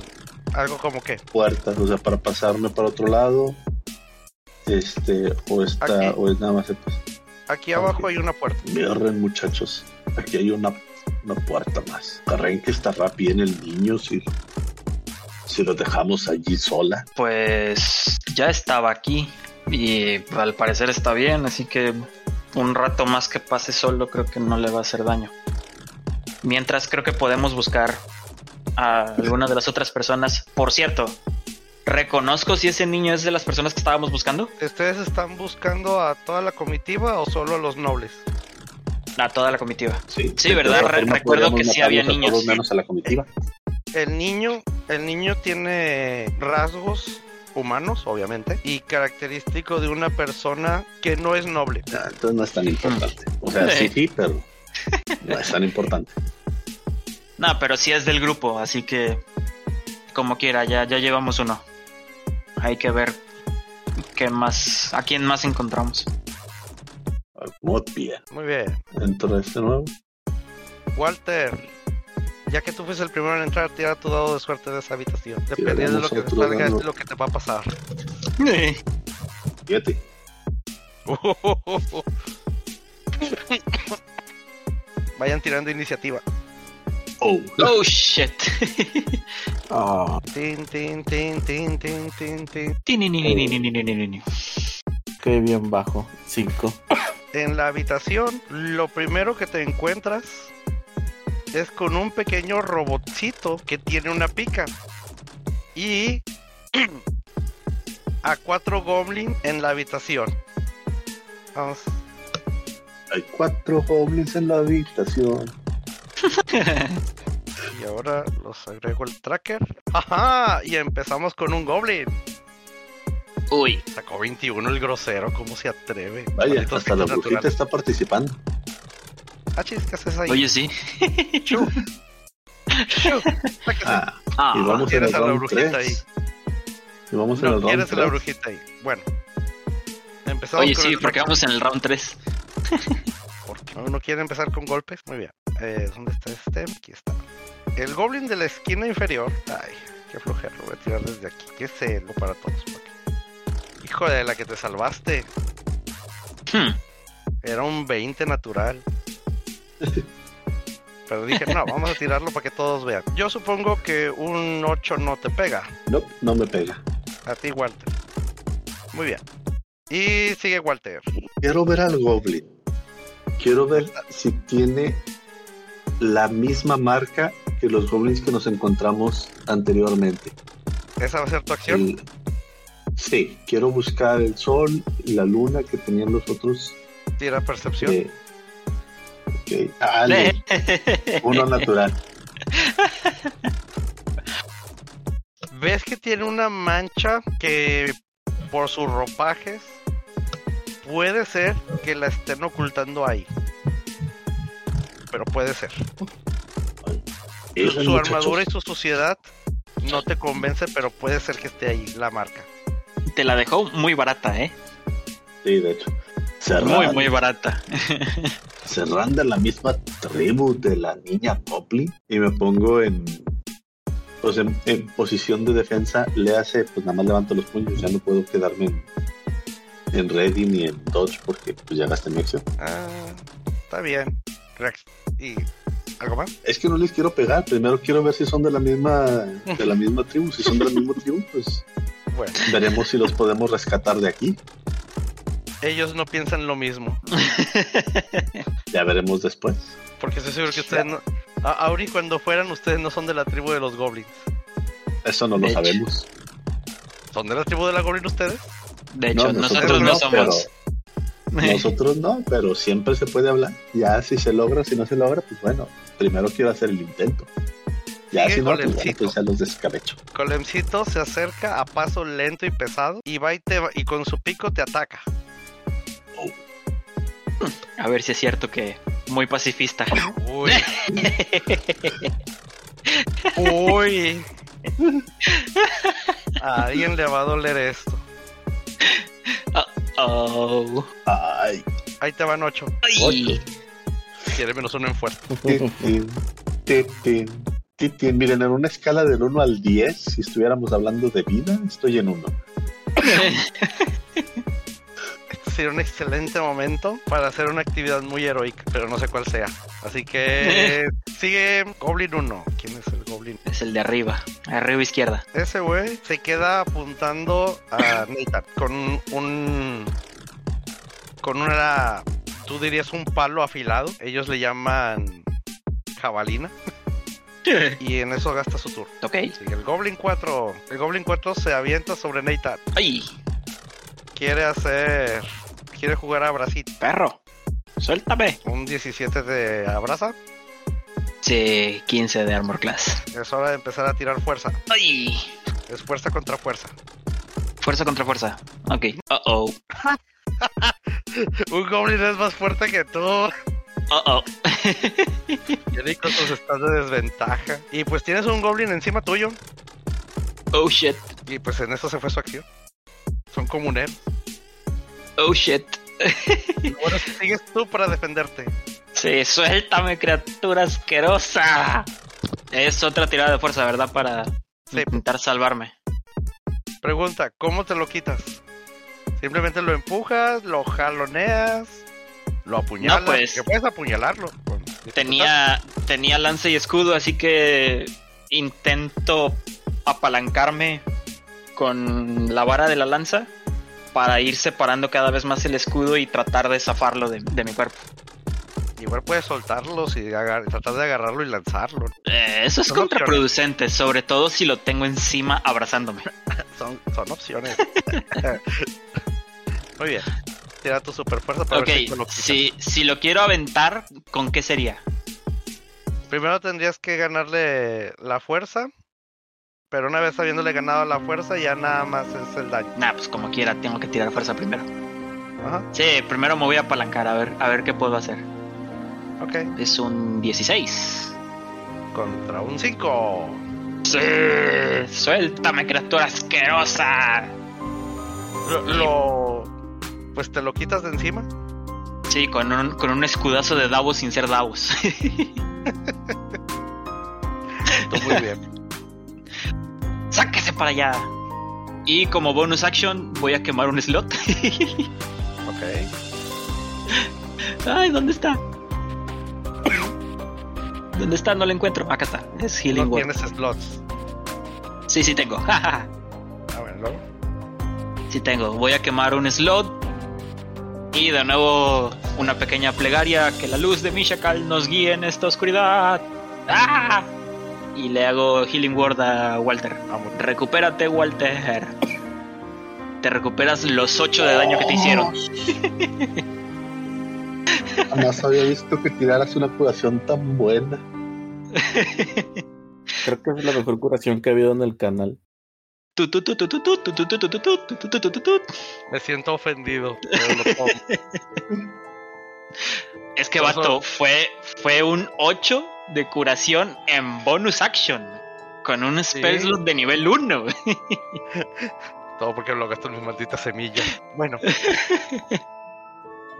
S2: algo como que.
S4: Puertas, o sea, para pasarme para otro lado. Este, o está,
S2: Aquí.
S4: o es nada más. Pues,
S2: Aquí
S4: Ok.
S2: abajo hay una puerta.
S4: miren, muchachos, aquí hay una, una puerta más. Carren que estará bien el niño si, si lo dejamos allí sola.
S1: Pues ya estaba aquí y al parecer está bien, así que un rato más que pase solo creo que no le va a hacer daño. Mientras creo que podemos buscar a alguna de las otras personas. Por cierto, reconozco si ese niño es de las personas que estábamos buscando.
S2: ¿Ustedes están buscando a toda la comitiva o solo a los nobles?
S1: A Ah, toda la comitiva.
S4: Sí,
S1: Sí,
S4: de
S1: ¿verdad?
S4: todas
S1: Re-
S4: formas,
S1: recuerdo
S4: podríamos
S1: que sí
S4: matarlos
S1: había
S4: a todos
S1: niños.
S4: menos a la comitiva.
S2: El niño, el niño tiene rasgos humanos, obviamente, y característico de una persona que no es noble.
S4: Ah, entonces no es tan importante. O sea, sí, sí, pero no es tan importante.
S1: No, pero sí es del grupo, así que como quiera, ya, ya llevamos uno. Hay que ver qué más, a quién más encontramos.
S4: Muy bien.
S2: Muy bien.
S4: Entro de este nuevo.
S2: Walter, ya que tú fuiste el primero en entrar, tira tu dado de suerte de esa habitación. Dependiendo de lo que te
S4: otro
S2: salga, este
S4: dado.
S2: es lo que te va a pasar.
S4: Fíjate.
S2: Vayan tirando iniciativa.
S4: Oh,
S1: Oh shit.
S3: Ah,
S2: Tin, tin, tin, tin, tin, tin, tin.
S1: Tininininininininini.
S3: qué bien bajo. Cinco.
S2: En la habitación, lo primero que te encuentras es con un pequeño robotcito que tiene una pica. Y a cuatro goblins en la habitación. Vamos.
S4: hay cuatro goblins en la habitación.
S2: Y ahora los agrego el tracker. ¡Ajá! Y empezamos con un goblin.
S1: Uy,
S2: Sacó 21 el grosero, ¿cómo se atreve?
S4: Vaya,
S2: Maldito
S4: hasta la
S2: natural.
S4: brujita está participando.
S2: Ah, chis, ¿qué haces ahí?
S1: oye sí.
S2: Chu. Chu. Sáquese.
S4: Ah, y
S1: Ah,
S4: vamos en
S2: tienes
S4: el
S2: a la
S4: round
S2: brujita
S4: 3. Y vamos en
S2: No
S4: el round
S2: quieres a la
S4: 3.
S2: brujita ahí. Bueno. Empezamos
S1: oye
S2: con
S1: sí,
S2: el
S1: porque
S2: tracker.
S1: vamos en el round 3.
S2: ¿Por qué? ¿No, no quiere empezar con golpes? Muy bien. Eh, ¿Dónde está este? Aquí está. El goblin de la esquina inferior. Ay, qué flojera. Lo voy a tirar desde aquí. Qué celo para todos. porque- Hijo de la que te salvaste.
S1: Hmm.
S2: Era un 20 natural. Pero dije, no, vamos a tirarlo para que todos vean. Yo supongo que un 8 no te pega.
S4: No, no me pega.
S2: A ti, Walter. Muy bien. Y sigue Walter.
S4: Quiero ver al goblin. Quiero ver si tiene la misma marca que los goblins que nos encontramos anteriormente.
S2: Esa va a ser tu acción.
S4: El- sí, quiero buscar el sol y la luna que tenían los otros.
S2: Tira percepción.
S4: eh, ok. Ah, no, uno natural.
S2: Ves que tiene una mancha que por sus ropajes puede ser que la estén ocultando ahí. Pero puede ser. Su,
S4: Esos
S2: su
S4: muchachos,
S2: armadura y su suciedad no te convence, pero puede ser que esté ahí la marca.
S1: Te la dejó muy barata, ¿eh?
S4: Sí, de hecho.
S1: Muy,
S4: Cerrada,
S1: muy barata.
S4: cerrando la misma tribu de la niña Poplin y me pongo en pues en, en posición de defensa le hace pues nada más levanto los puños ya no puedo quedarme en, en ready ni en dodge porque pues ya gasté mi acción
S2: Ah, está bien. Rex. ¿Y algo más?
S4: es que no les quiero pegar primero quiero ver si son de la misma de la misma tribu si son de la misma tribu pues
S2: Bueno,
S4: veremos si los podemos rescatar de aquí
S2: ellos no piensan lo mismo.
S4: ya veremos después
S2: Porque estoy seguro que ustedes no. A- Ahora y cuando fueran, ustedes no son de la tribu de los goblins.
S4: eso no lo
S1: De hecho.
S4: sabemos
S2: ¿Son de la tribu de la goblin ustedes?
S1: De hecho,
S4: No,
S1: nosotros, no, somos.
S4: pero- nosotros no, pero siempre se puede hablar. Ya si se logra, si no se logra, pues bueno, primero quiero hacer el intento. Ya
S2: Sigue
S4: si no,
S2: con
S4: pues,
S2: el
S4: bueno,
S2: ciclo.
S4: pues ya los descabecho.
S2: Colemcito se acerca a paso lento y pesado y va y, te, va- y con su pico te ataca.
S1: A ver si es cierto que muy pacifista.
S2: Uy. Uy. A alguien le va a doler esto.
S1: Oh.
S4: Ay,
S2: Ahí te van ocho.
S1: Ay.
S4: Ocho.
S2: Quiere menos uno en fuerza.
S4: titín, titín, titín. Miren, en una escala del 1 al 10, si estuviéramos hablando de vida, estoy en 1.
S2: Este sería un excelente momento para hacer una actividad muy heroica, pero no sé cuál sea. Así que sigue Goblin 1. ¿Quién es el Goblin?
S1: Es el de arriba, arriba izquierda.
S2: Ese güey se queda apuntando a Nathan con un. con una. tú dirías un palo afilado. Ellos le llaman. jabalina. Y en eso gasta su turno.
S1: Ok.
S2: Sigue el Goblin 4. El Goblin 4 se avienta sobre Nathan.
S1: Ay,
S2: Quiere hacer. quiere jugar a Brasil.
S1: perro. Suéltame.
S2: Un 17 de abraza.
S1: Sí, 15 de armor class.
S2: Es hora de empezar a tirar fuerza.
S1: Ay.
S2: Es fuerza contra fuerza.
S1: Fuerza contra fuerza. Ok. Uh oh.
S2: Un goblin es más fuerte que tú.
S1: Uh oh.
S2: Y ahí con tus estás de desventaja. Y pues tienes un goblin encima tuyo.
S1: Oh shit.
S2: Y pues en eso se fue su acción. Son comuneros.
S1: Oh shit.
S2: Lo bueno es que sigues tú para defenderte.
S1: Sí, suéltame, criatura asquerosa. Es otra tirada de fuerza, ¿verdad? Para
S2: Sí.
S1: intentar salvarme.
S2: Pregunta, ¿cómo te lo quitas? Simplemente lo empujas, lo jaloneas, Lo apuñalas.
S1: No, pues.
S2: Que puedes apuñalarlo. con-
S1: Tenía, tenía lanza y escudo, así que intento apalancarme con la vara de la lanza para ir separando cada vez más el escudo y tratar de zafarlo de, de mi cuerpo.
S2: Igual puedes soltarlos y agar- tratar de agarrarlo y lanzarlo.
S1: Eh, eso es
S2: Son opciones.
S1: contraproducente, sobre todo si lo tengo encima abrazándome.
S2: Son, son opciones. Muy bien. Tira tu super fuerza para
S1: ok,
S2: ver si te lo quitas.
S1: si, si lo quiero aventar, ¿con qué sería?
S2: Primero tendrías que ganarle la fuerza. Pero una vez habiéndole ganado la fuerza, ya nada más es el daño.
S1: Nah, pues como quiera, tengo que tirar fuerza primero.
S2: Ajá,
S1: Sí, primero me voy a apalancar, a ver, a ver qué puedo hacer.
S2: ok.
S1: Es un 16.
S2: Contra un 5.
S1: Sí, suéltame, criatura asquerosa.
S2: Lo, lo- Pues te lo quitas de encima.
S1: Sí, con un, con un escudazo de Davos sin ser Davos.
S2: Tú muy bien.
S1: Sáquese para allá. Y como bonus action, voy a quemar un slot.
S2: Ok.
S1: Ay, ¿dónde está? ¿Dónde está? No lo encuentro. Acá está. Es Healing
S2: No
S1: Word.
S2: tienes slots.
S1: Sí, sí tengo.
S2: A ver, luego.
S1: sí tengo. Voy a quemar un slot. Y de nuevo, una pequeña plegaria. Que la luz de Mishakal nos guíe en esta oscuridad. ¡Ah! Y le hago Healing Word a Walter.
S2: Vamos.
S1: Recupérate, Walter. Te recuperas los 8 de daño que te hicieron.
S5: Jamás había visto que tiraras una curación tan buena.
S3: Creo que es la mejor curación que ha habido en el canal.
S1: Tu, tu, tu, tu, tu, tu, tu, tu, tu, tu, tu, tu, tu, tu, tu, tu, tu, tu.
S2: Me siento ofendido. pero lo tomo.
S1: Es que,
S2: Por
S1: vato,
S2: favor.
S1: fue, fue un 8 de curación en bonus action. Con un spell
S2: Sí.
S1: slot de nivel 1.
S2: Todo porque lo gasto en mis malditas semillas. Bueno.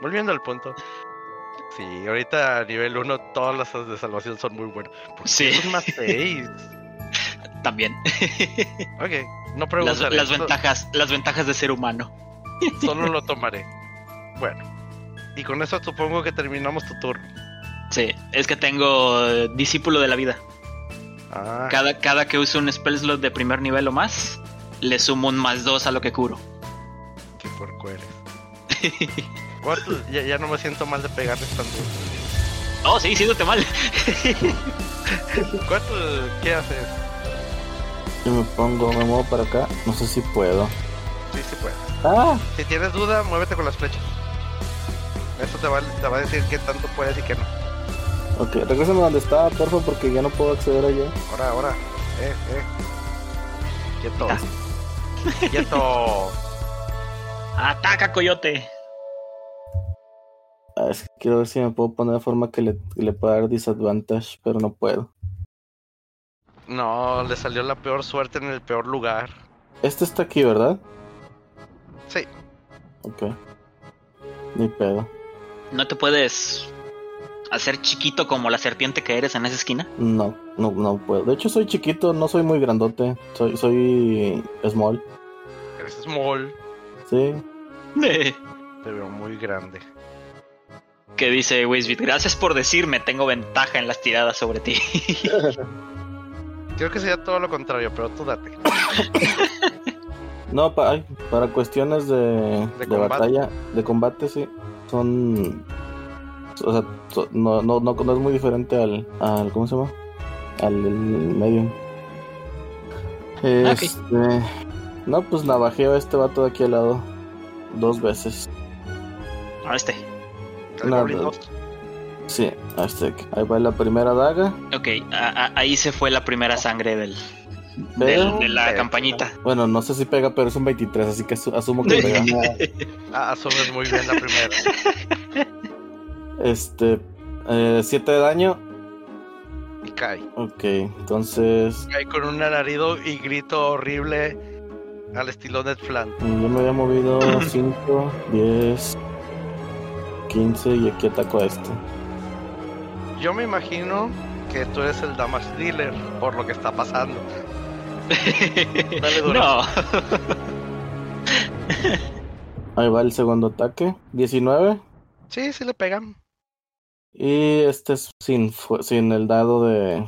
S2: Volviendo al punto. Sí, ahorita a nivel 1 todas las de salvación son muy buenas. Porque
S1: Sí.
S2: Es un más 6.
S1: También.
S2: Ok, no
S1: Las,
S2: preguntaré.
S1: las
S2: so-
S1: ventajas, las ventajas de ser humano.
S2: Solo lo tomaré. Bueno. Y con eso supongo que terminamos tu turno.
S1: Sí, es que tengo eh, discípulo de la vida.
S2: Ah,
S1: Cada, cada que uso un spell slot de primer nivel o más, le sumo un más 2 a lo que curo.
S2: qué porco eres. ¿Cuánto? Ya, ya no me siento mal de pegarles tan duro.
S1: Oh, sí, siéndote mal.
S2: ¿Cuánto? ¿Qué haces?
S3: Yo me pongo, me muevo para acá. No sé si puedo.
S2: Sí, sí puedes.
S3: ¡Ah!
S2: Si tienes duda, muévete con las flechas. Eso te va, te va a decir qué tanto puedes y qué no.
S3: Ok, regrésame donde estaba, porfa, porque ya no puedo acceder allá.
S2: Ahora, ahora. Eh, eh. Quieto. Quieto.
S1: Ataca, coyote.
S3: Ah, es que quiero ver si me puedo poner de forma que le, que le pueda dar disadvantage, pero no puedo.
S2: No, le salió la peor suerte en el peor lugar.
S3: Este está aquí, ¿verdad?
S2: Sí.
S3: Ok. Ni pedo.
S1: ¿No te puedes hacer chiquito como la serpiente que eres en esa esquina?
S3: No, no, no puedo. De hecho, soy chiquito, no soy muy grandote. Soy, soy small.
S2: Eres small.
S3: Sí.
S2: Te veo muy grande.
S1: que dice Wisbit, gracias por decirme, tengo ventaja en las tiradas sobre ti.
S2: Creo que sería todo lo contrario, pero tú date.
S3: No, pa- ay, para cuestiones de, de
S2: combate.
S3: batalla, de combate, sí. Son. O sea, so- no, no, no, no es muy diferente al, al. ¿Cómo se llama? Al medio. Este, No, pues navajeo a este vato de aquí al lado. Dos veces.
S1: A este.
S2: Al
S3: No,
S2: Goblin
S3: no.
S2: Ghost.
S3: Sí, hasta que- Ahí va la primera daga.
S1: Ok, a- a- ahí se fue la primera sangre del,
S3: Pega.
S1: del- de la
S2: Pero-
S1: campañita.
S3: Bueno, no sé si pega, pero es un 23, así que asu- asumo que pega.
S2: Ah, asumes muy bien la primera.
S3: Este. 7 de daño.
S2: Y cae.
S3: Ok, entonces.
S2: Cae con un alarido y grito horrible al estilo Ned Flan.
S3: Yo me había movido 5, 10, 15 y aquí ataco a este.
S2: Yo me imagino que tú eres el damage dealer por lo que está pasando. Dale duro.
S1: no,
S3: Ahí va el segundo ataque. 19.
S2: Sí, sí le pegan.
S3: Y este es sin, fu- sin el dado de.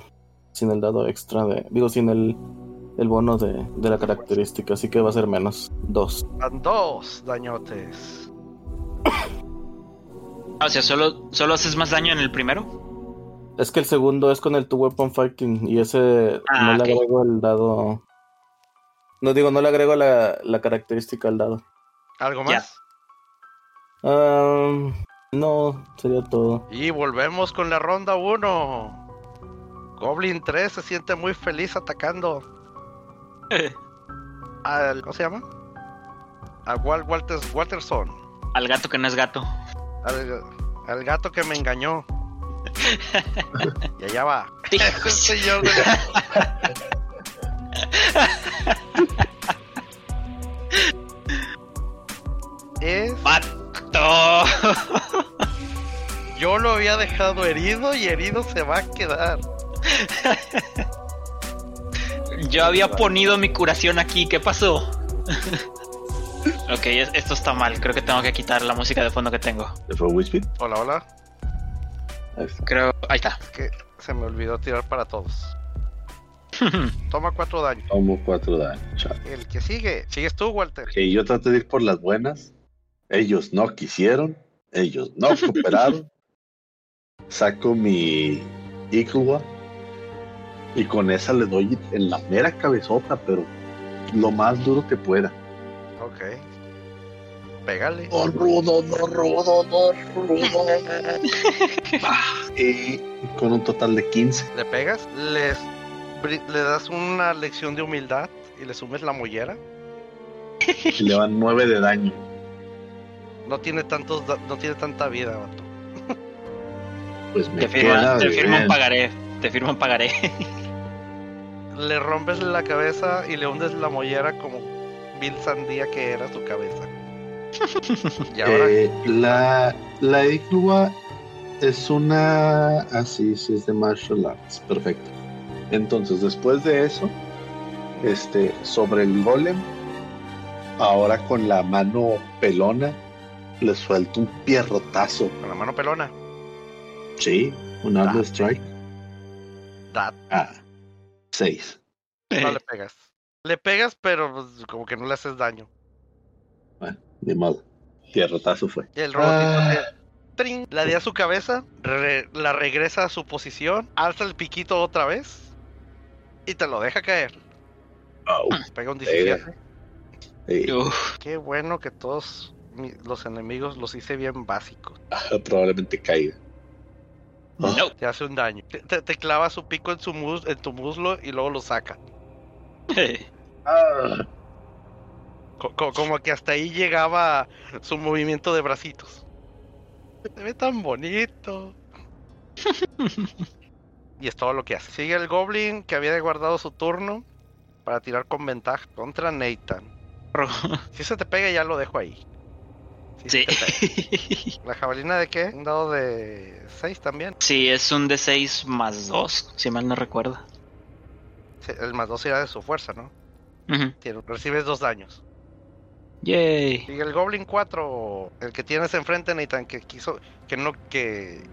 S3: Sin el dado extra de. Digo, sin el, el bono de, de la característica. Así que va a ser menos. Dos.
S2: Van dos dañotes.
S1: Ah, O sea, solo, solo haces más daño en el primero.
S3: Es que el segundo es con el Two Weapon Fighting. Y ese.
S1: Ah,
S3: no le
S1: ok.
S3: agrego el dado. No digo, no le agrego la, la característica al dado.
S2: ¿Algo
S1: Ya.
S2: más?
S3: Ah, no, sería todo.
S2: Y volvemos con la ronda 1. Goblin 3 se siente muy feliz atacando al. ¿Cómo se llama? A Wal Walters Walterson.
S1: Al gato que no es gato.
S2: Al, al gato que me engañó. y allá va.
S1: Hijo,
S2: señor de la- Es.
S1: ¡Pato!
S2: Yo lo había dejado herido y herido se va a quedar.
S1: Yo había ponido mi curación aquí, ¿qué pasó? ok, es- esto está mal. Creo que tengo que quitar la música de fondo que tengo.
S4: ¿Le fue Wisby?
S2: Hola, hola.
S1: Creo. Ahí está.
S2: Que se me olvidó tirar para todos. Toma cuatro daños.
S4: Tomo cuatro daños. chao.
S2: El que sigue. Sigues tú, Walter.
S4: Ok, yo traté de ir por las buenas. Ellos no quisieron. Ellos no cooperaron. Saco mi Ikuwa. Y con esa le doy en la mera cabezota, pero lo más duro que pueda.
S2: Ok. Pégale.
S4: No rudo, no rudo, no rudo. Ah, y con un total de 15.
S2: Le pegas. Les, bri- le das una lección de humildad y le sumes la mollera.
S4: y Le van 9 de daño.
S2: No tiene tantos da- no tiene tanta vida, vato.
S4: Pues me
S1: Te firman,
S4: queda
S1: te firman
S4: bien.
S1: pagaré. Te firman pagaré.
S2: Le rompes la cabeza y le hundes la mollera como Bill Sandía que era su cabeza. y ahora
S4: Eh, la, la Iglua es una. Así, sí, es de martial arts. Perfecto. Entonces, después de eso, este, sobre el golem, ahora con la mano pelona, le suelto un pierrotazo.
S2: con la mano pelona.
S4: Sí, un arm
S2: Ah.
S4: strike.
S2: Da-
S4: Ah, 6.
S2: no le pegas. Le pegas, pero pues, como que no le haces daño.
S4: Ni modo. Pierrotazo fue.
S2: Y el robotito
S4: Ah.
S2: te- ¡Tring! la de a su cabeza, re- la regresa a su posición, alza el piquito otra vez y te lo deja caer.
S4: Au.
S2: Pega un 17.
S4: Sí,
S1: Uf,
S2: Qué bueno que todos mi- los enemigos los hice bien básicos.
S4: probablemente caiga. Ah,
S1: no.
S2: Te hace un daño. Te, te- te clava su pico en, su mus- en tu muslo y luego lo saca.
S4: ah.
S2: Co- co- como que hasta ahí llegaba su movimiento de bracitos. Se ve tan bonito. y es todo lo que hace. Sigue el goblin que había guardado su turno para tirar con ventaja contra Nathan. Si se te pega ya lo dejo ahí. Si
S1: Sí.
S2: se te pega. ¿La jabalina de qué? Un dado de 6 también.
S1: Sí, es un D6 más 2, si mal no recuerdo.
S2: Sí, El más 2 era de su fuerza, ¿no?
S1: Ujú.
S2: Tiene- Recibes dos daños.
S1: Yay.
S2: Y el Goblin 4, el que tienes enfrente, Nathan, que quiso, que no, que,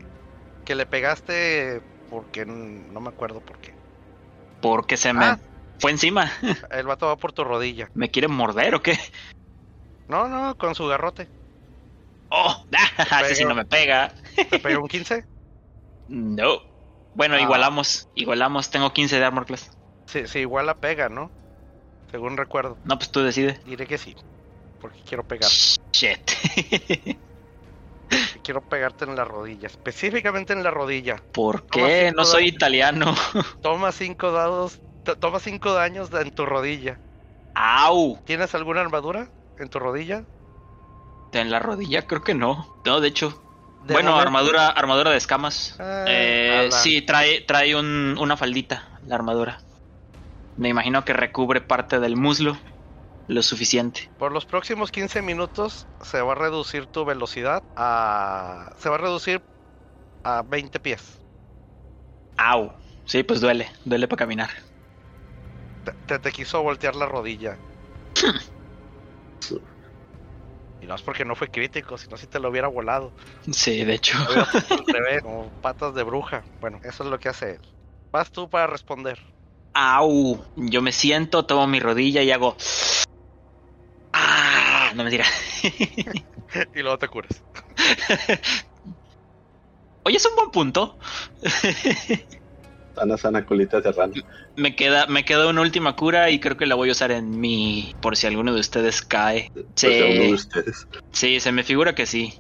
S2: que le pegaste porque n- no me acuerdo por qué.
S1: Porque se me
S2: Ah.
S1: fue encima.
S2: El vato va por tu rodilla.
S1: ¿Me quieren morder o qué?
S2: No, no, con su garrote.
S1: Oh, así si
S2: pega.
S1: no me pega.
S2: Te pegó un 15.
S1: No. Bueno,
S2: Ah.
S1: igualamos. Igualamos. Tengo 15 de armor class.
S2: Sí, sí, igual la pega, ¿no? Según recuerdo.
S1: No, pues tú decides.
S2: Diré que sí. Porque quiero pegar.
S1: Shit.
S2: Quiero pegarte en la rodilla. Específicamente en la rodilla.
S1: ¿Por
S2: Toma
S1: qué?
S2: cinco
S1: No soy
S2: daños.
S1: italiano.
S2: Toma 5 dados. to- Toma 5 daños en tu rodilla.
S1: ¡Au!
S2: ¿Tienes alguna armadura en tu rodilla?
S1: En la rodilla creo que no. No, de hecho.
S2: De
S1: bueno,
S2: momento-
S1: armadura, armadura de escamas.
S2: Ah,
S1: Eh,
S2: ala.
S1: sí, trae, trae un- una faldita, la armadura. Me imagino que recubre parte del muslo lo suficiente.
S2: Por los próximos 15 minutos se va a reducir tu velocidad a. Se va a reducir a 20 pies.
S1: ¡Au! Sí, pues duele, duele para caminar.
S2: Te, te- te quiso voltear la rodilla. Y no es porque no fue crítico, sino si te lo hubiera volado.
S1: Sí, de hecho.
S2: Lo hubiera puesto al revés, como patas de bruja. Bueno, eso es lo que hace él. Vas tú para responder.
S1: Au. Yo me siento, tomo mi rodilla y hago. Ah, no mentira.
S2: Y luego te curas.
S1: Oye, es un buen punto.
S4: Sana, sana colita de rana.
S1: Me queda, me queda una última cura y creo que la voy a usar en mi. por si alguno de ustedes cae.
S4: Pues a uno de
S1: Sí,
S4: ustedes.
S1: sí, se me figura que sí.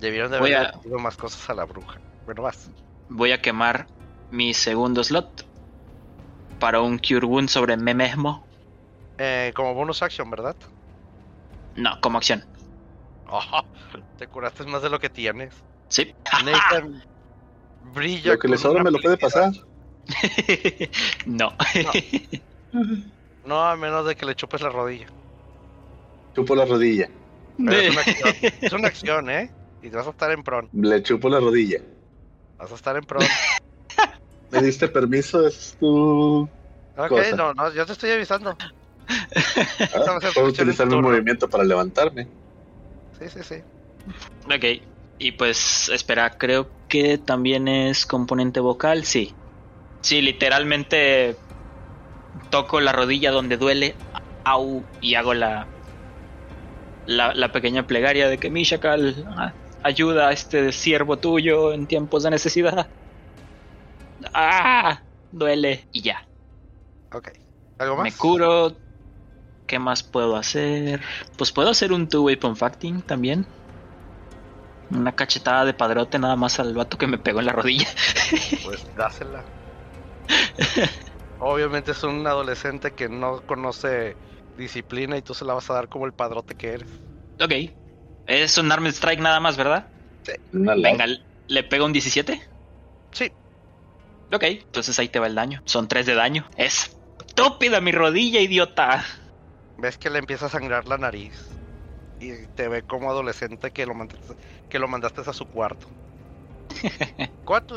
S2: Debieron de
S1: Voy
S2: haber
S1: a-
S2: metido más cosas a la bruja. Bueno, vas.
S1: Voy a quemar mi segundo slot para un Cure Wound sobre mí mismo.
S2: Eh, como bonus action, ¿verdad?
S1: No, como acción.
S2: Ojo, te curaste más de lo que tienes.
S1: Sí.
S2: Nathan brilla.
S4: Lo que le
S2: con
S4: sobra
S2: una
S4: me lo puede
S2: felicidad.
S4: pasar.
S1: no.
S2: No, a menos de que le chupes la rodilla.
S4: Chupo la rodilla.
S2: Pero es, una acción, es una acción, ¿eh? Y te vas a estar en pron.
S4: Le chupo la rodilla.
S2: Vas a estar en pron.
S4: ¿Me diste permiso? Es tu.
S2: Ok,
S4: Cosa.
S2: no, no, yo te estoy avisando.
S4: Ah,
S2: vas a
S4: puedo
S2: escuchar
S4: utilizar
S2: el
S4: mi
S2: turno.
S4: movimiento para levantarme.
S2: Sí, sí, sí.
S1: Ok. Y pues, espera, creo que también es componente vocal, sí. Sí, literalmente toco la rodilla donde duele, au, y hago la, la, la pequeña plegaria de que Mishakal ah, ayuda a este siervo tuyo en tiempos de necesidad. ¡Ah! Duele, y ya.
S2: Ok. ¿Algo más?
S1: Me curo. ¿Qué más puedo hacer? Pues puedo hacer un two-way facting también. Una cachetada de padrote nada más al vato que me pegó en la rodilla.
S2: Pues dásela. Obviamente es un adolescente que no conoce disciplina y tú se la vas a dar como el padrote que eres.
S1: Ok. Es un arm strike nada más, ¿verdad?
S4: Una lava.
S1: Venga, le pego un 17.
S2: Sí.
S1: Ok, entonces ahí te va el daño. Son 3 de daño. Estúpida mi rodilla, idiota.
S2: Ves que le empieza a sangrar la nariz y te ve como adolescente que lo mandaste, que lo mandaste a su cuarto. Cuatl.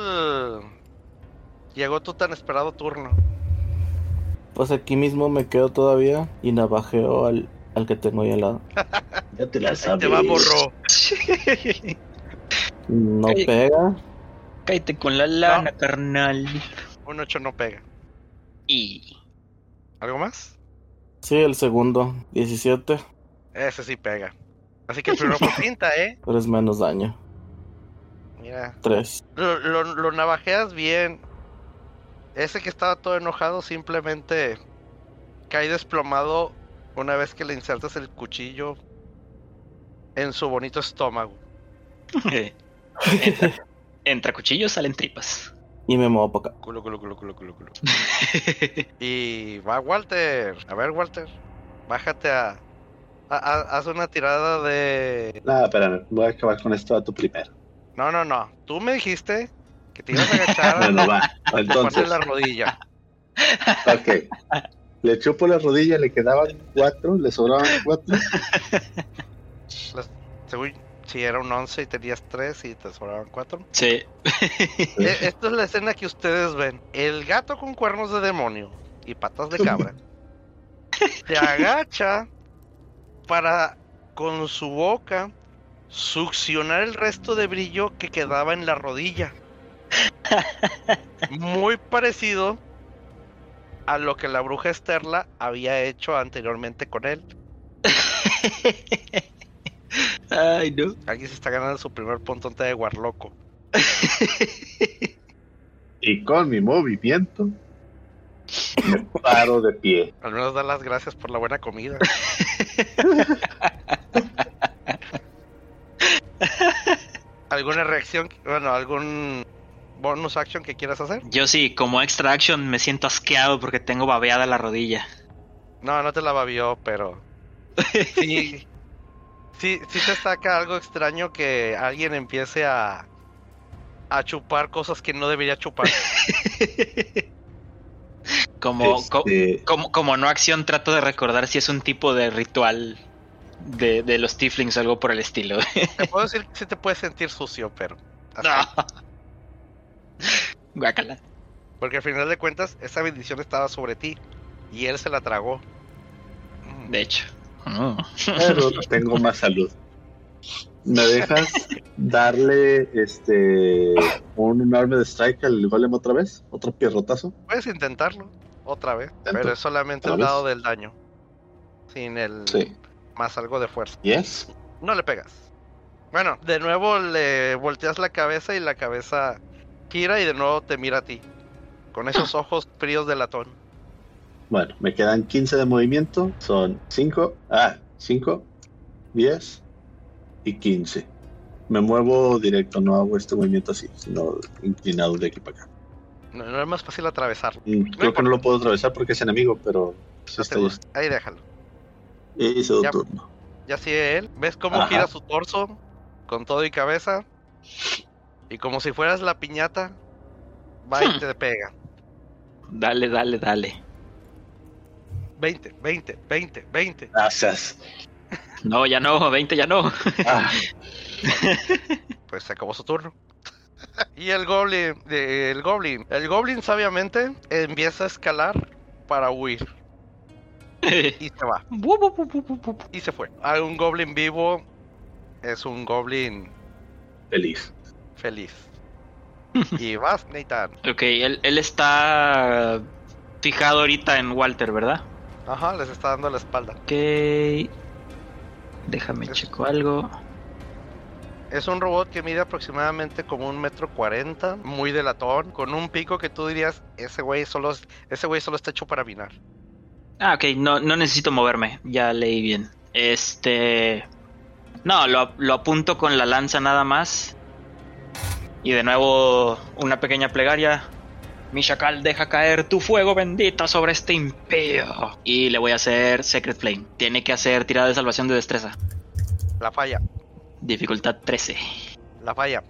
S2: Llegó tu tan esperado turno.
S3: Pues aquí mismo me quedo todavía y navajeo al, al que tengo ahí al lado.
S5: Ya te la
S2: Ahí te va, morro.
S3: No
S1: Oye.
S3: pega.
S1: Cállate con la lana, carnal.
S2: Un 8 no pega.
S1: Y.
S2: ¿Algo más?
S3: Sí, el segundo. 17.
S2: Ese sí pega. Así que el primero fue pinta, ¿eh?
S3: Pero es menos daño.
S2: Mira.
S3: 3.
S2: Lo, lo- lo navajeas bien. Ese que estaba todo enojado simplemente cae desplomado una vez que le insertas el cuchillo en su bonito estómago.
S1: eh, entra, entra cuchillo, salen tripas.
S3: Y me muevo para acá.
S2: Culo, culo, culo, culo, culo, culo. Y va Walter. A ver, Walter. Bájate a. a- a- haz una tirada de.
S4: Nada, espérame. Voy a acabar con esto a tu primero.
S2: No, no, no. Tú me dijiste que te ibas a agachar a
S4: Bueno, va.
S2: parte
S4: Entonces,
S2: Ah. la rodilla.
S4: ok. Le chupo la rodilla, le quedaban cuatro, le sobraban cuatro.
S2: Según si era un 11 y tenías 3 y te sobraban 4.
S1: Sí.
S2: Eh, Esta es la escena que ustedes ven. El gato con cuernos de demonio y patas de cabra se agacha para con su boca succionar el resto de brillo que quedaba en la rodilla. Muy parecido a lo que la bruja Esterla había hecho anteriormente con él.
S1: Ay, no.
S2: Alguien se está ganando su primer puntonte de guarloco.
S4: Y con mi movimiento, me paro de pie.
S2: Al menos da las gracias por la buena comida. ¿Alguna reacción? Bueno, ¿algún bonus action que quieras hacer?
S1: Yo sí, como extra action me siento asqueado porque tengo babeada la rodilla.
S2: No, no te la babió, pero. Sí. Sí, sí te saca algo extraño que alguien empiece a. a chupar cosas que no debería chupar.
S1: Como, co-
S4: Este,
S1: como, como no acción trato de recordar si es un tipo de ritual de, de los tieflings o algo por el estilo.
S2: Te puedo decir que sí te puedes sentir sucio, pero. hasta ahí.
S1: Guácala.
S2: Porque al final de cuentas, esa bendición estaba sobre ti. Y él se la tragó. Mm.
S1: De hecho. Oh.
S4: pero tengo más salud. ¿Me dejas darle este un, un arma de strike al golem otra vez? ¿Otro pierrotazo?
S2: Puedes intentarlo otra vez,
S4: Intento.
S2: pero es solamente
S4: ¿Otra
S2: el
S4: vez?
S2: lado del daño. Sin el
S4: Sí.
S2: más algo de fuerza.
S4: Yes.
S2: No le pegas. Bueno, de nuevo le volteas la cabeza y la cabeza gira y de nuevo te mira a ti. Con esos ojos fríos de latón.
S4: Bueno, me quedan 15 de movimiento. Son 5. Ah, 5, 10 y 15. Me muevo directo, no hago este movimiento así, sino inclinado de aquí para acá.
S2: No, no es más fácil atravesarlo.
S4: Mm, Creo que no lo puedo atravesar porque es enemigo, pero sí
S2: No te
S4: está
S2: gusta. Ahí déjalo.
S4: Hice
S2: Ya.
S4: turno.
S2: Ya sigue él. ¿Ves cómo
S4: Ajá.
S2: gira su torso? Con todo y cabeza. Y como si fueras la piñata, va y te pega.
S1: Dale, dale, dale.
S2: 20, 20, 20, 20.
S4: Gracias.
S1: No, ya no, 20 ya no.
S4: Ah,
S2: Pues se acabó su turno. y el goblin, eh, el goblin, el goblin sabiamente empieza a escalar para huir y se va
S1: Bu, bu, bu, bu, bu, bu.
S2: y se fue. Hay un goblin vivo, es un goblin
S4: feliz.
S2: feliz. y vas, Nathan.
S1: ok, él, él está fijado ahorita en Walter, ¿verdad?
S2: Ajá, les está dando la espalda.
S1: Ok. Déjame
S2: Es-
S1: checo algo.
S2: Es un robot que mide aproximadamente como un metro cuarenta, muy de latón, con un pico que tú dirías, ese güey solo, es- ese güey solo está hecho para minar.
S1: Ah, ok, no, no necesito moverme, ya leí bien. Este... No, lo, ap- lo apunto con la lanza nada más. Y de nuevo una pequeña plegaria. Mi chacal deja caer tu fuego bendita sobre este impío. Y le voy a hacer Secret Flame. Tiene que hacer tirada de salvación de destreza.
S2: La falla,
S1: Dificultad 13.
S2: la falla.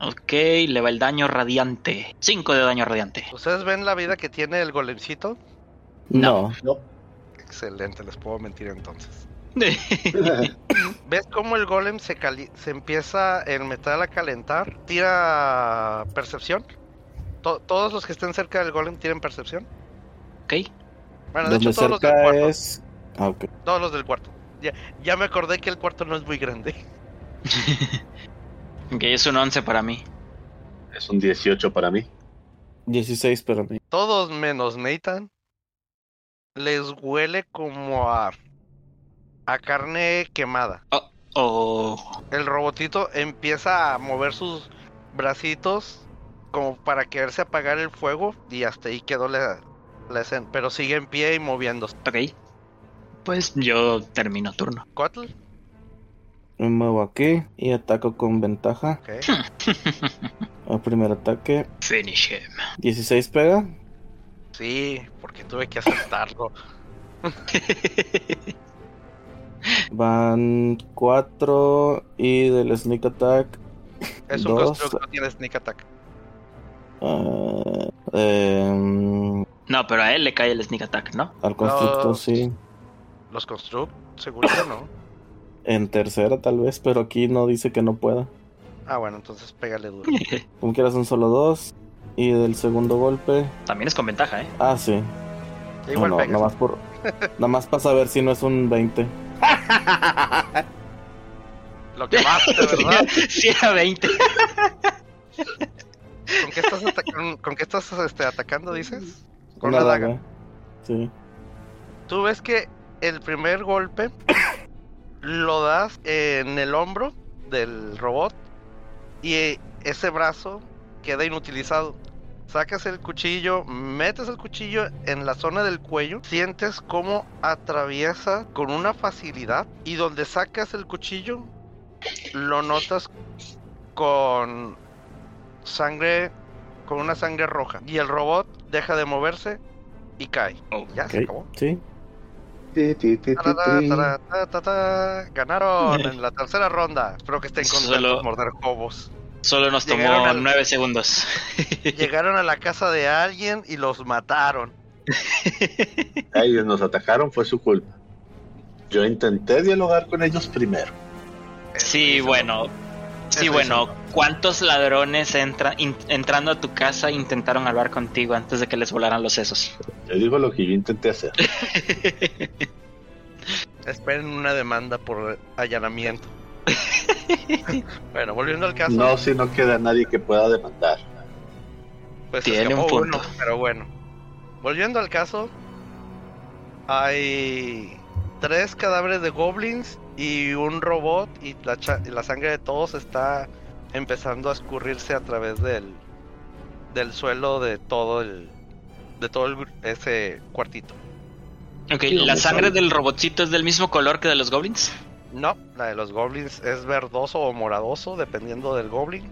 S1: Ok, le va el daño radiante. 5 de daño radiante.
S2: ¿Ustedes ven la vida que tiene el golemcito?
S3: No.
S4: No.
S2: Excelente, les puedo mentir entonces. ¿Ves cómo el golem se, cali- se empieza el metal a calentar? Tira percepción. To- todos los que estén cerca del golem tienen percepción.
S1: Ok.
S2: Bueno, de
S3: Donde
S2: hecho todos los del
S3: cerca
S2: cuarto.
S3: es. Ah, ok.
S2: Todos los del cuarto. Ya, ya me acordé que el cuarto no es muy grande.
S1: Ok, es un 11 para mí.
S4: Es un 18 para mí.
S3: 16 para mí.
S2: Todos menos Nathan. Les huele como a, a carne quemada.
S1: Oh,
S2: El robotito empieza a mover sus bracitos como para quererse apagar el fuego y hasta ahí quedó la, la escena. Pero sigue en pie y moviéndose.
S1: ok. Pues yo termino turno.
S2: Cotl,
S3: Me muevo aquí y ataco con ventaja.
S2: ok.
S3: El primer ataque.
S1: Finish him.
S3: 16 pega.
S2: Sí, porque tuve que aceptarlo.
S3: Van 4 y del sneak attack.
S2: Es un
S3: Dos.
S2: constructo, no tiene sneak attack.
S3: ah, em,
S1: No, pero a él le cae el sneak attack, ¿no?
S3: al constructo
S2: No.
S3: sí.
S2: Los construct, seguro que no.
S3: En tercera tal vez, pero aquí no dice que no pueda.
S2: Ah, bueno, entonces pégale duro.
S3: Como quieras son solo dos. Y del segundo golpe.
S1: También es con ventaja, ¿eh?
S3: Ah, sí.
S2: Igual
S3: no,
S2: pegas.
S3: nada más por. nada más para saber si no es un 20.
S2: Lo quemaste, ¿verdad?
S1: Sí, era 20.
S2: ¿Con qué estás, ata- con- con qué estás, este, atacando, dices? Con
S3: Una
S2: la daga.
S3: daga. Sí.
S2: Tú ves que el primer golpe lo das en el hombro del robot y eh, ese brazo queda inutilizado. Sacas el cuchillo, metes el cuchillo en la zona del cuello, sientes cómo atraviesa con una facilidad y donde sacas el cuchillo lo notas con sangre, con una sangre roja y el robot deja de moverse y cae.
S1: Oh,
S2: ya se
S3: ok.
S2: acabó.
S3: Sí.
S5: Ti, ti, ti, ti,
S2: Tarara,
S5: ti.
S2: tarara, ta, ta, ta. Ganaron en la tercera ronda. Espero que estén contentos
S1: Solo-
S2: de morder hobos.
S1: Solo nos tomó
S2: Llegaron al-
S1: 9 segundos.
S2: Llegaron a la casa de alguien y los mataron.
S4: A Ellos nos atacaron, fue su culpa. Yo intenté dialogar con ellos primero.
S1: Sí,
S2: Eso-
S1: bueno. Sí,
S2: eso
S1: bueno.
S2: hizo-
S1: ¿Cuántos ladrones entra- in- entrando a tu casa intentaron hablar contigo antes de que les volaran los sesos?
S4: Yo digo lo que yo intenté hacer.
S2: Esperen una demanda por allanamiento. bueno, volviendo al caso,
S4: No, si no queda nadie que pueda demandar.
S2: pues se
S1: tiene un
S2: escapó
S1: punto.
S2: uno, pero bueno. Volviendo al caso, hay tres cadáveres de goblins y un robot y la, cha- y la sangre de todos está empezando a escurrirse a través del, del suelo de todo el de todo el gru- ese cuartito.
S1: Ok,
S4: Sí,
S1: ¿la
S4: vamos
S1: sangre
S4: al-
S1: del robotcito es del mismo color que de los goblins?
S2: No, la de los goblins es verdoso o moradoso, dependiendo del goblin.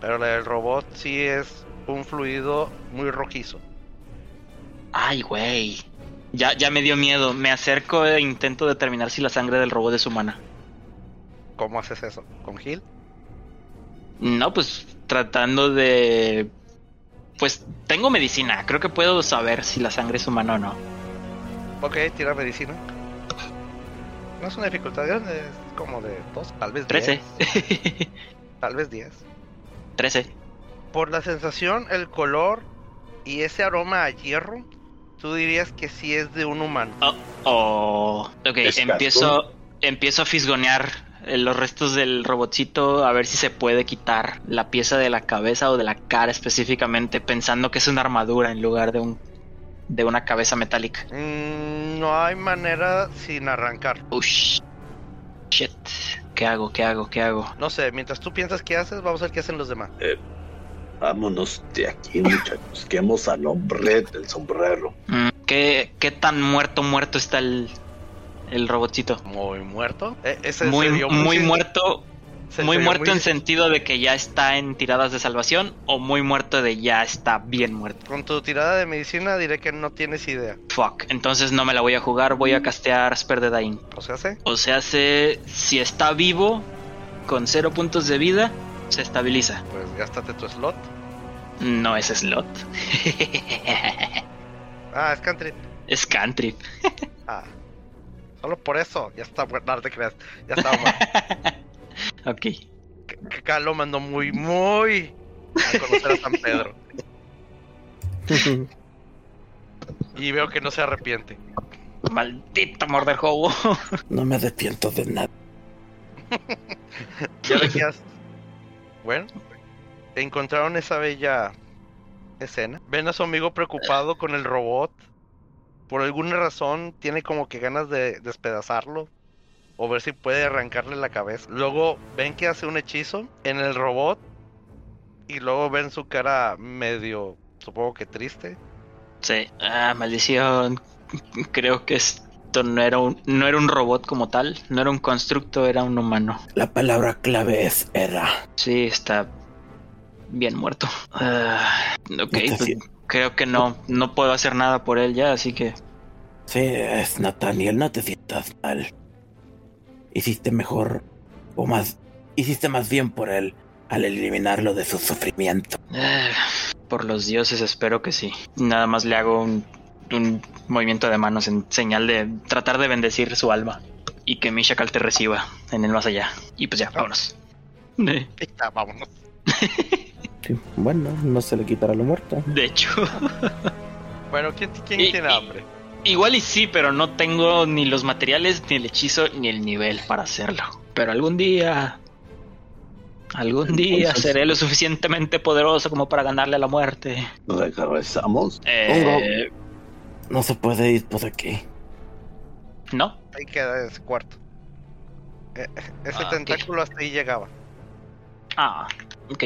S2: Pero la del robot sí es un fluido muy rojizo.
S1: Ay, güey. Ya, ya me dio miedo. Me acerco e intento determinar si la sangre del robot es humana.
S2: ¿Cómo haces eso? ¿Con Gil?
S1: No, pues tratando de... Pues tengo medicina. Creo que puedo saber si la sangre es humana o no.
S2: Ok, tira medicina. No es una dificultad grande, es como de dos, tal vez
S1: 13.
S2: 10. Tal vez 10.
S1: 13.
S2: Por la sensación, el color y ese aroma a hierro, tú dirías que sí es de un humano.
S1: Oh, ok,
S4: Escaso.
S1: empiezo, empiezo a fisgonear eh, los restos del robotcito a ver si se puede quitar la pieza de la cabeza o de la cara específicamente, pensando que es una armadura en lugar de un de una cabeza metálica.
S2: Mm, no hay manera sin arrancar.
S1: Ush. Oh, Shit. ¿Qué hago? ¿Qué hago? ¿Qué hago?
S2: No sé, mientras tú piensas qué haces, vamos a ver qué hacen los demás.
S4: Vámonos de aquí, muchachos. Quemos al hombre del sombrero.
S1: Mm, ¿Qué, qué tan muerto muerto está el, el robotcito?
S2: Muy muerto. Eh, ese
S1: Muy,
S2: se vio
S1: muy
S2: sin-
S1: muerto,
S2: se-
S1: muy
S2: se vio
S1: muerto en
S2: sin-
S1: sentido de que ya está en tiradas de salvación o muy muerto de ya está bien muerto.
S2: Con tu tirada de medicina diré que no tienes idea.
S1: Fuck, entonces no me la voy a jugar, voy a castear Asper de Dain.
S2: O sea, sé.
S1: O sea, se, si está vivo, con cero puntos de vida, se estabiliza.
S2: Pues gástate tu slot.
S1: No es slot.
S2: Ah, es country.
S1: es cantrip.
S2: Ah. Solo por eso. Ya está muerto. No te creas. Ya está muerto.
S1: Ok.
S2: Acá lo mandó muy, muy a conocer a San Pedro. Y veo que no se arrepiente.
S1: Maldito morder hobo.
S3: No me arrepiento de nada.
S2: ¿Y ahora qué haces? Bueno, encontraron esa bella escena. Ven a su amigo preocupado con el robot. Por alguna razón tiene como que ganas de despedazarlo. O ver si puede arrancarle la cabeza. Luego ven que hace un hechizo en el robot. Y luego ven su cara medio, supongo que triste.
S1: Sí. Ah, maldición. Creo que esto no era un, no era un robot como tal, no era un constructo, era un humano.
S3: La palabra clave es era.
S1: Sí, está bien muerto. Ah, ok, pues creo que no, no puedo hacer nada por él ya, así que
S3: Sí, es Nathaniel, no te sientas mal. Hiciste mejor, o más, hiciste más bien por él al eliminarlo de su sufrimiento.
S1: Eh, Por los dioses, espero que sí. Nada más le hago un, un movimiento de manos en señal de tratar de bendecir su alma y que Mishakal te reciba en el más allá. Y pues ya, vámonos. Eh,
S2: Ya, vámonos.
S3: bueno, no se le quitará lo muerto.
S1: De hecho,
S2: Bueno, ¿quién, quién
S1: Y-
S2: tiene
S1: y-
S2: hambre?
S1: igual y sí, pero no tengo ni los materiales, ni el hechizo, ni el nivel para hacerlo. Pero algún día. Algún día
S4: Entonces-
S1: seré lo suficientemente poderoso como para ganarle a la muerte.
S4: Regresamos.
S1: Eh,
S3: No se puede ir por aquí.
S1: no,
S2: Ahí queda ese cuarto. Eh, Ese
S1: Ah, ok.
S2: tentáculo hasta ahí llegaba.
S1: Ah, ok.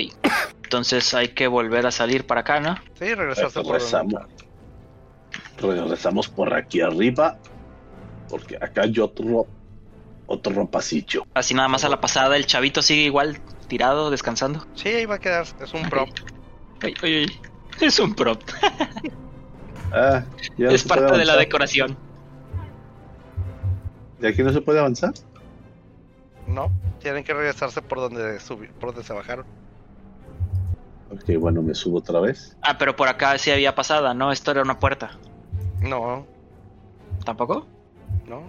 S1: Entonces hay que volver a salir para acá, ¿no?
S2: Sí, regresaste por donde
S4: Regresamos. Regresamos por aquí arriba. Porque acá hay otro, otro pasillo.
S1: Así nada más a la pasada, el chavito sigue igual, tirado, descansando.
S2: Sí, ahí va a quedar. Es un prop.
S1: Ay, ay, ay. Es un prop.
S4: Ah, ya no
S1: es
S4: se puede
S1: parte de la
S4: avanzar.
S1: decoración.
S4: ¿De aquí no se puede avanzar?
S2: No, tienen que regresarse por donde subi- por donde se bajaron.
S4: Ok, bueno, me subo otra vez.
S1: Ah, pero por acá sí había pasada, ¿no? Esto era una puerta.
S2: No,
S1: ¿Tampoco?
S2: no.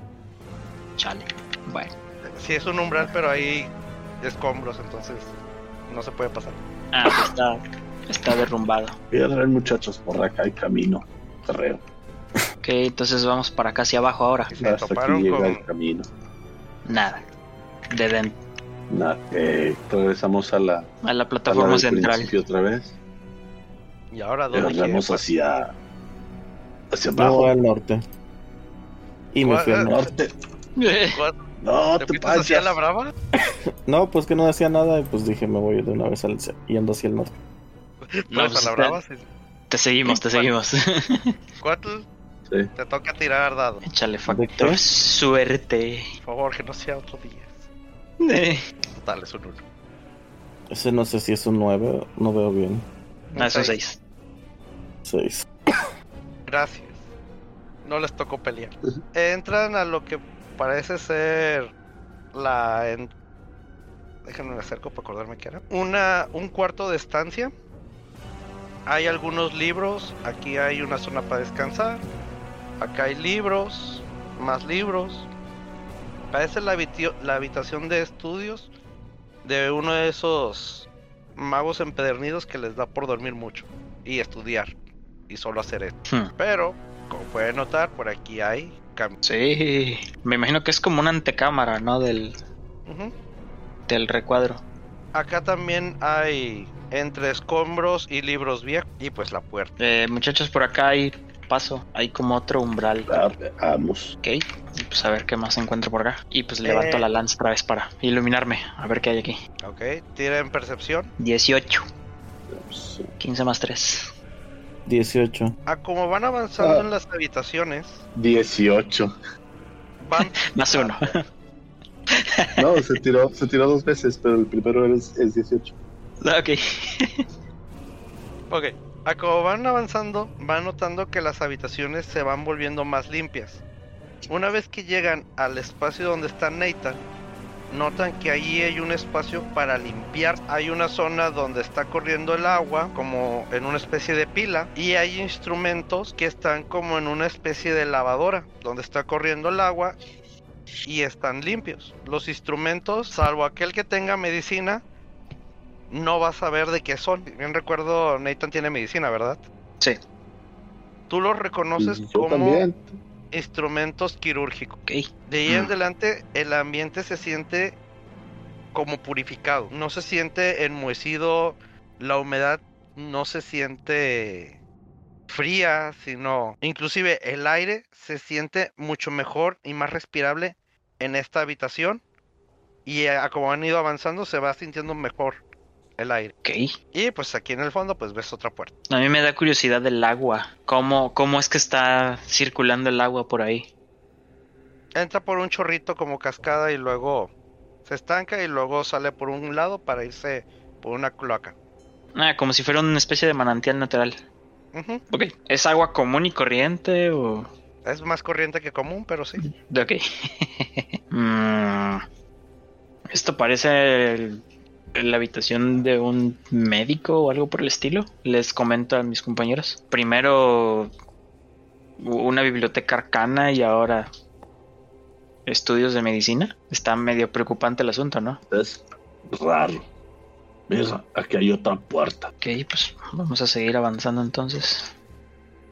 S1: Chale. Bueno.
S2: Sí es un umbral, pero hay escombros, entonces no se puede pasar.
S1: Ah, pues está, está derrumbado.
S4: Voy a traer muchachos por acá hay camino, correo.
S1: Ok, entonces vamos para acá hacia abajo ahora.
S2: Y se
S4: Hasta aquí
S2: toparon
S4: llega
S2: con.
S4: el camino.
S1: Nada. De den-
S4: Nada, eh, regresamos a la, a
S1: a la
S4: la
S1: plataforma
S4: del
S1: central.
S4: principio otra vez.
S2: Y ahora dónde
S4: Regresamos
S2: queda?
S4: hacia hacia
S3: Bajo
S4: abajo.
S3: al norte. Y me fui al norte.
S4: Norte.
S1: Eh,
S4: No
S2: ¿Te
S4: te
S2: fuiste hacia
S4: pases.
S2: la brava?
S3: No, pues que no decía nada y pues dije, me voy de una vez al, yendo hacia el norte.
S1: No,
S2: No,
S1: pues está-
S2: a la brava. sí.
S1: te seguimos, te
S2: Bueno.
S1: seguimos.
S2: Cuatl,
S4: Sí.
S2: te toca tirar dado.
S1: Échale
S3: Víctor.
S1: factor suerte.
S2: Por favor, que no sea otro día.
S1: Eh,
S2: Total, es un uno.
S3: Ese no sé si es un 9, no veo bien.
S1: No, es un
S2: Seis.
S1: 6.
S3: 6.
S2: Gracias. No les tocó pelear. Entran a lo que parece ser la. en- Déjenme me acerco para acordarme qué era. Una, un cuarto de estancia. Hay algunos libros. Aquí hay una zona para descansar. Acá hay libros. Más libros. Parece la, habitio- la habitación de estudios de uno de esos magos empedernidos que les da por dormir mucho y estudiar y solo hacer esto.
S1: Hmm.
S2: Pero, como pueden notar, por aquí hay cam-
S1: Sí. Me imagino que es como una antecámara, ¿no? Del,
S2: Ujú.
S1: del recuadro.
S2: Acá también hay entre escombros y libros viejos. Y pues la puerta.
S1: Eh, muchachos, por acá hay paso. Hay como otro umbral.
S4: Ah, Vamos.
S1: Ok. Y pues a ver qué más encuentro por acá. Y pues levanto la lanza otra vez para iluminarme. A ver qué hay aquí.
S2: Ok, tiren percepción.
S1: 18.
S4: Vamos.
S1: 15 más 3.
S3: 18.
S2: A como van avanzando
S4: Ah.
S2: en las habitaciones,
S4: 18.
S2: van.
S1: Más 1.
S4: No, se tiró, se tiró dos veces, pero el primero es, es 18.
S1: Ah, ok.
S2: Ok, a como van avanzando, van notando que las habitaciones se van volviendo más limpias. Una vez que llegan al espacio donde está Nathan, notan que allí hay un espacio para limpiar. Hay una zona donde está corriendo el agua, como en una especie de pila, y hay instrumentos que están como en una especie de lavadora, donde está corriendo el agua y están limpios. Los instrumentos, salvo aquel que tenga medicina, no vas a ver de qué son. Bien recuerdo, Nathan tiene medicina, ¿verdad?
S1: Sí.
S2: Tú los reconoces
S4: Y yo
S2: como
S4: también.
S2: instrumentos quirúrgicos.
S1: Ok.
S2: De ahí en
S1: Mm.
S2: adelante el ambiente se siente como purificado. No se siente enmohecido, la humedad no se siente fría, sino inclusive el aire se siente mucho mejor y más respirable en esta habitación. Y a como han ido avanzando se va sintiendo mejor el aire.
S1: Ok.
S2: Y pues aquí en el fondo pues ves otra puerta.
S1: A mí me da curiosidad el agua. ¿Cómo, cómo es que está circulando el agua por ahí?
S2: Entra por un chorrito como cascada y luego se estanca y luego sale por un lado para irse por una cloaca.
S1: Ah, como si fuera una especie de manantial natural.
S2: Ujú.
S1: Ok. ¿Es agua común y corriente o...?
S2: Es más corriente que común, pero sí.
S1: De- Ok. Mm. Esto parece el- la habitación de un médico o algo por el estilo. Les comento a mis compañeros. Primero u- una biblioteca arcana y ahora estudios de medicina. Está medio preocupante el asunto, ¿no?
S4: Es raro. Mira, aquí hay otra puerta.
S1: Ok, pues vamos a seguir avanzando entonces.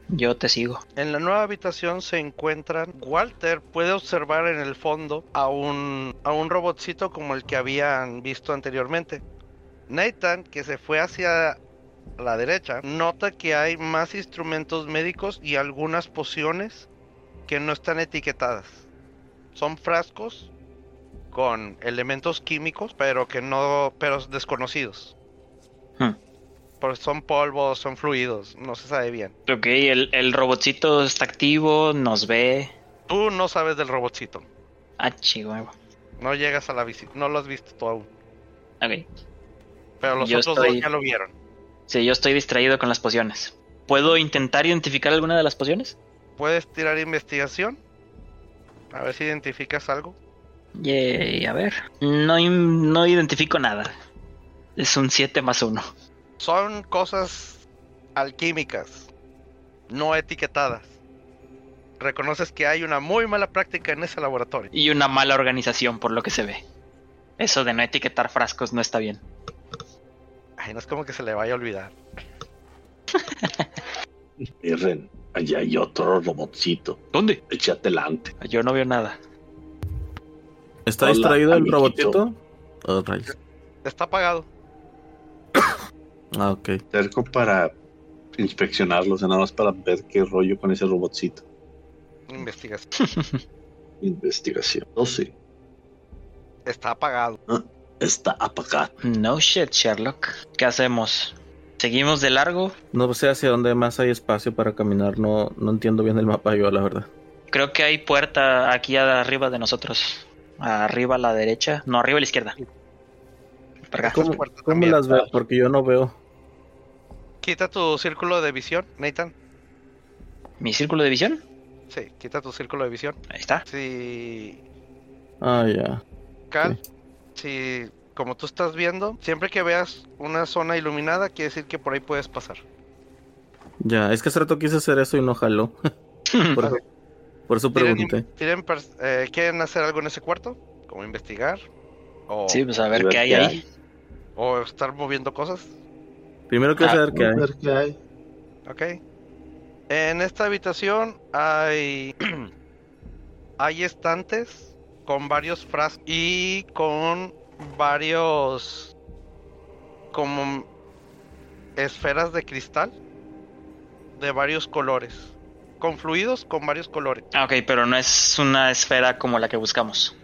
S1: Yo te sigo.
S2: En la nueva habitación se encuentran. Walter puede observar en el fondo a un, a un robotcito como el que habían visto anteriormente. Nathan, que se fue hacia la derecha, nota que hay más instrumentos médicos y algunas pociones que no están etiquetadas. Son frascos con elementos químicos, pero que no, pero desconocidos.
S1: Hmm.
S2: Porque son polvos, son fluidos, no se sabe bien.
S1: Ok, el, el robotcito está activo, nos ve.
S2: Tú no sabes del robotcito.
S1: Ah, chihuahua.
S2: No llegas a la visita. No lo has visto tú aún.
S1: Ok.
S2: Pero los
S1: Yo
S2: otros
S1: estoy-
S2: dos ya lo vieron.
S1: Sí, yo estoy distraído con las pociones. ¿Puedo intentar identificar alguna de las pociones?
S2: Puedes tirar investigación. A ver si identificas algo.
S1: Yay, a ver. No, im- no identifico nada. Es un 7 más 1.
S2: Son cosas alquímicas. No etiquetadas. Reconoces que hay una muy mala práctica en ese laboratorio.
S1: Y una mala organización, por lo que se ve. Eso de no etiquetar frascos no está bien.
S2: Ay, no es como que se le vaya a olvidar.
S4: Miren, allá hay otro robotcito.
S1: ¿Dónde?
S4: Échate adelante.
S1: Yo no veo nada.
S3: ¿Está
S4: Hola,
S3: distraído el
S4: amiguito.
S3: robotito? Oh, rayos.
S2: Está apagado.
S3: Ah, ok.
S4: Cerco para inspeccionarlos, nada más para ver qué rollo con ese robotcito.
S2: Investigación.
S4: Investigación. 12.
S2: Está apagado.
S4: Está apagado.
S1: No shit, Sherlock. ¿Qué hacemos? ¿Seguimos de largo?
S3: No sé hacia dónde más hay espacio para caminar. No, no entiendo bien el mapa yo, la verdad.
S1: Creo que hay puerta aquí arriba de nosotros. Arriba a la derecha. No, arriba a la izquierda. Para acá.
S3: ¿Cómo,
S2: puertas
S3: cómo
S2: también.
S3: las veo? Porque yo no veo.
S2: Quita tu círculo de visión, Nathan.
S1: ¿Mi círculo de visión?
S2: Sí, quita tu círculo de visión.
S1: Ahí está.
S2: Si
S3: Ah, ya.
S2: Cal, si como tú estás viendo, siempre que veas una zona iluminada, quiere decir que por ahí puedes pasar.
S3: Ya, es que hace rato quise hacer eso y no jaló. Por eso, por eso pregunté.
S2: ¿Tienen- tienen pers- eh, ¿Quieren hacer algo en ese cuarto? ¿Como investigar? ¿O,
S1: Sí, pues a ver
S4: ver
S1: qué hay
S4: qué
S1: ahí.
S2: o estar moviendo cosas?
S3: Primero quiero
S1: Ah,
S3: saber qué hay.
S4: ver qué hay.
S2: Ok. En esta habitación hay. hay estantes con varios frascos y con varios. como. esferas de cristal de varios colores. Con fluidos con varios colores.
S1: Ah, ok, pero no es una esfera como la que buscamos.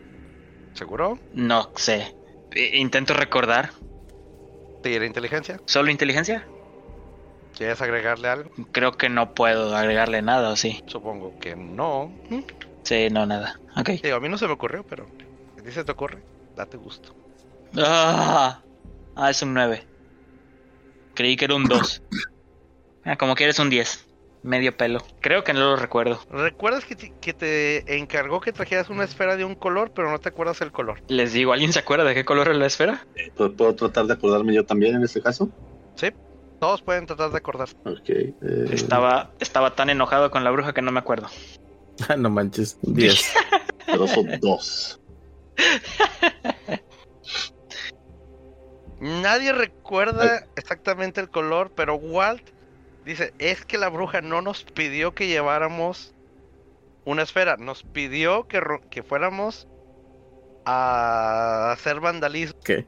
S2: ¿Seguro?
S1: No sé. I- Intento recordar.
S2: ¿Tiene inteligencia?
S1: ¿Solo inteligencia?
S2: ¿Quieres agregarle algo?
S1: Creo que no puedo agregarle nada, ¿o sí?
S2: Supongo que no.
S1: Sí, no, nada. Ok.
S2: Digo, a mí no se me ocurrió, pero. ¿A ti se te ocurre? Date gusto.
S1: Ah, ah, es un 9. Creí que era un 2. Ah, como quieres un 10. Medio pelo. Creo que no lo recuerdo.
S2: ¿Recuerdas que te, que te encargó que trajeras una esfera de un color, pero no te acuerdas el color?
S1: Les digo, ¿alguien se acuerda de qué color era la esfera?
S4: Eh, ¿Puedo, puedo tratar de acordarme yo también en este caso?
S2: Todos pueden tratar de acordarse.
S4: Ok. eh,
S1: Estaba, estaba tan enojado con la bruja que no me acuerdo.
S3: Ah, no manches. 10.
S4: Pero son dos.
S2: Nadie recuerda exactamente el color, pero Walt dice, es que la bruja no nos pidió que lleváramos una esfera, nos pidió que, ro- que fuéramos a hacer vandalismo.
S3: ¿Qué?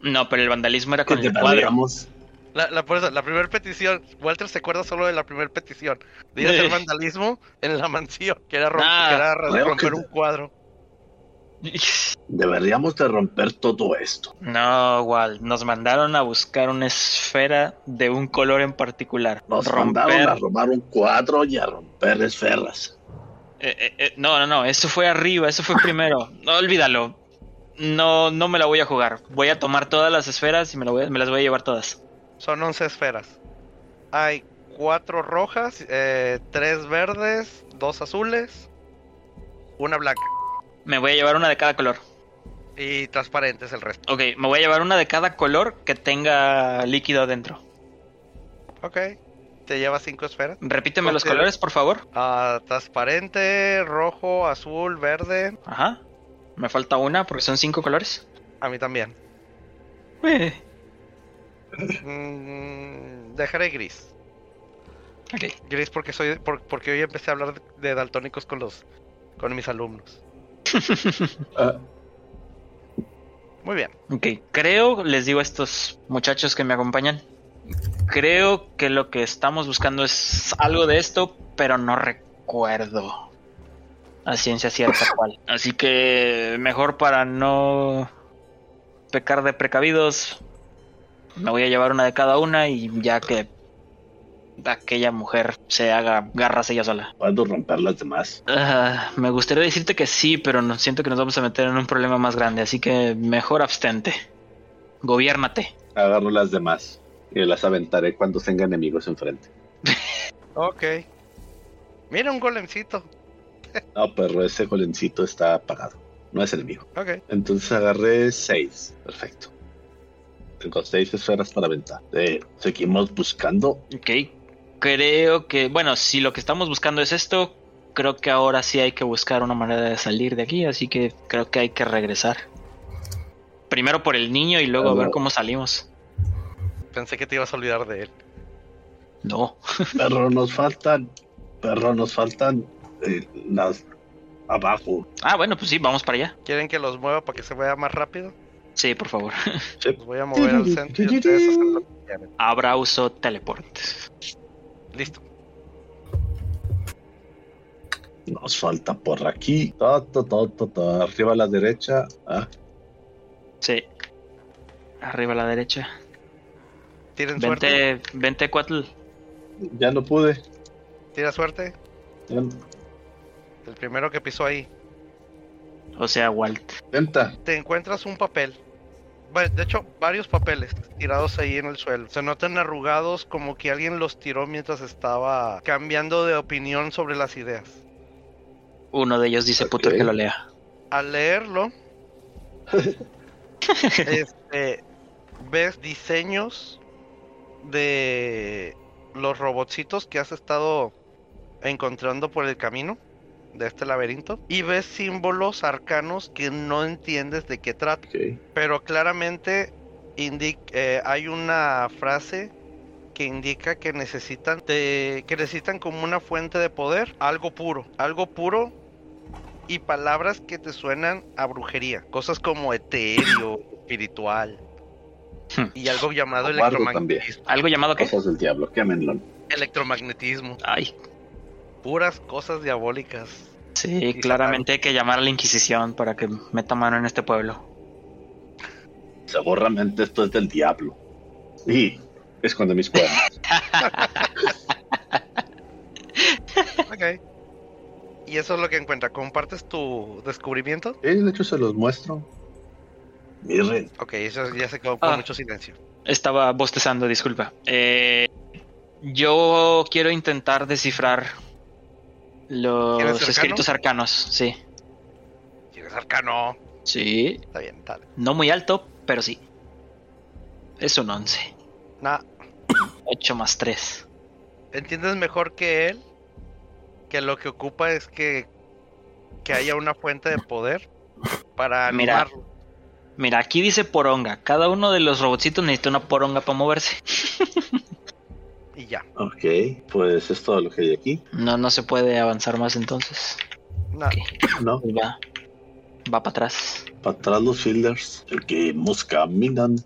S1: No, pero el vandalismo era con
S4: Que
S1: el cuadro.
S4: digamos,
S2: La, la, por eso, la primera petición, Walter se acuerda solo de la primera petición, de ir a hacer vandalismo en la mansión, que era, rom-
S1: Ah,
S2: que era
S4: creo que
S2: romper
S4: te-
S2: un cuadro.
S4: Deberíamos de romper todo esto.
S1: No, Wal, nos mandaron a buscar una esfera de un color en particular.
S4: Nos mandaron a
S1: Romper.
S4: robar un cuadro y a romper esferas.
S1: Eh, eh, eh, no, no, no, eso fue arriba, eso fue primero. No, olvídalo. No, no me la voy a jugar. Voy a tomar todas las esferas y me, la voy a- me las voy a llevar todas.
S2: Son 11 esferas. Hay cuatro rojas, eh, tres verdes, dos azules, una blanca.
S1: Me voy a llevar una de cada color.
S2: Y transparentes el resto.
S1: Ok, me voy a llevar una de cada color que tenga líquido adentro.
S2: Ok. Te lleva cinco esferas.
S1: Repíteme los
S2: Ok.
S1: colores, por favor.
S2: Ah, transparente, rojo, azul, verde.
S1: Ajá. Me falta una porque son cinco colores.
S2: A mí también.
S1: Eh,
S2: Mm, dejaré gris.
S1: Ok.
S2: Gris porque soy por- porque hoy empecé a hablar de, de daltónicos con los con mis alumnos.
S4: Ah,
S2: Muy bien.
S1: Ok, creo, les digo a estos muchachos que me acompañan, creo que lo que estamos buscando es algo de esto, pero no recuerdo a ciencia cierta cuál. Así que mejor para no pecar de precavidos, me voy a llevar una de cada una y ya que aquella mujer se haga garras ella sola.
S4: ¿Cuándo romper las demás?
S1: Ah, me gustaría decirte que sí, pero no, siento que nos vamos a meter en un problema más grande, así que mejor abstente. Gobiérnate.
S4: Agarro las demás y las aventaré cuando tenga enemigos enfrente.
S2: Ok. Mira un golemcito.
S4: No, pero ese golencito está apagado. No es enemigo.
S2: Ok.
S4: Entonces agarré seis. Perfecto. Tengo seis esferas para aventar. Eh, seguimos buscando.
S1: Ok. Creo que, bueno, si lo que estamos buscando es esto, creo que ahora sí hay que buscar una manera de salir de aquí, así que creo que hay que regresar. Primero por el niño y luego a ver cómo salimos.
S2: Pensé que te ibas a olvidar de él.
S1: No.
S4: Pero nos faltan, pero nos faltan eh, las abajo.
S1: Ah, bueno, pues sí, vamos para allá.
S2: ¿Quieren que los mueva para que se vaya más rápido?
S1: Sí, por favor.
S2: Los voy a mover al centro y ustedes hacen lo que quieran.
S1: Abrauso teleport.
S2: Listo.
S4: Nos falta por aquí. Ta, ta, ta, ta, ta. Arriba a la derecha. Ah,
S1: Sí. Arriba a la derecha.
S2: Tienen suerte.
S1: Vente, vente, Cuatl.
S4: ya no pude.
S2: Tira suerte.
S4: Ya no-
S2: El primero que pisó ahí.
S1: O sea, Walt.
S4: Venta.
S2: te encuentras un papel. Va- De hecho, varios papeles tirados ahí en el suelo. Se notan arrugados como que alguien los tiró mientras estaba cambiando de opinión sobre las ideas.
S1: Uno de ellos dice puto
S4: Ok.
S1: que lo lea.
S2: Al leerlo, este, ves diseños de los robotcitos que has estado encontrando por el camino de este laberinto y ves símbolos arcanos que no entiendes de qué trata.
S4: Ok.
S2: Pero claramente indi- eh, hay una frase que indica que necesitan de- que necesitan como una fuente de poder, algo puro, algo puro y palabras que te suenan a brujería, cosas como etéreo, espiritual
S1: Hmm.
S2: y algo llamado
S4: Amargo también.
S2: electromagnetismo,
S1: ¿Algo llamado qué?
S4: Cosas del diablo. Quémenlo.
S2: electromagnetismo,
S1: Ay,
S2: puras cosas diabólicas.
S1: sí,
S2: Sí,
S1: claramente hay que llamar a la Inquisición para que meta mano en este pueblo.
S4: Seguramente esto es del diablo. Y esconde mis cuernos.
S2: Ok. Y eso es lo que encuentra. ¿Compartes tu descubrimiento?
S4: Eh, de hecho, se los muestro. Miren,
S2: Ok, eso ya se quedó con
S1: Ah.
S2: mucho silencio.
S1: Estaba bostezando, disculpa. Eh, yo quiero intentar descifrar
S2: ¿Quieres
S1: los
S2: arcano?
S1: escritos arcanos. Sí,
S2: ¿Quieres arcano?
S1: sí.
S2: Está bien, dale.
S1: No muy alto, pero sí. Es un 11.
S2: Nah,
S1: 8 más 3.
S2: entiendes mejor que él que lo que ocupa es que, que haya una fuente de poder para
S1: Mira.
S2: animarlo.
S1: Mira, aquí dice poronga. Cada uno de los robotcitos necesita una poronga para moverse.
S2: Y ya.
S4: ok, pues es todo lo que hay aquí.
S1: No, no se puede avanzar más entonces.
S2: Nah,
S1: Ok.
S4: No,
S1: Va. Va para atrás.
S4: para atrás los fielders. Seguimos caminando.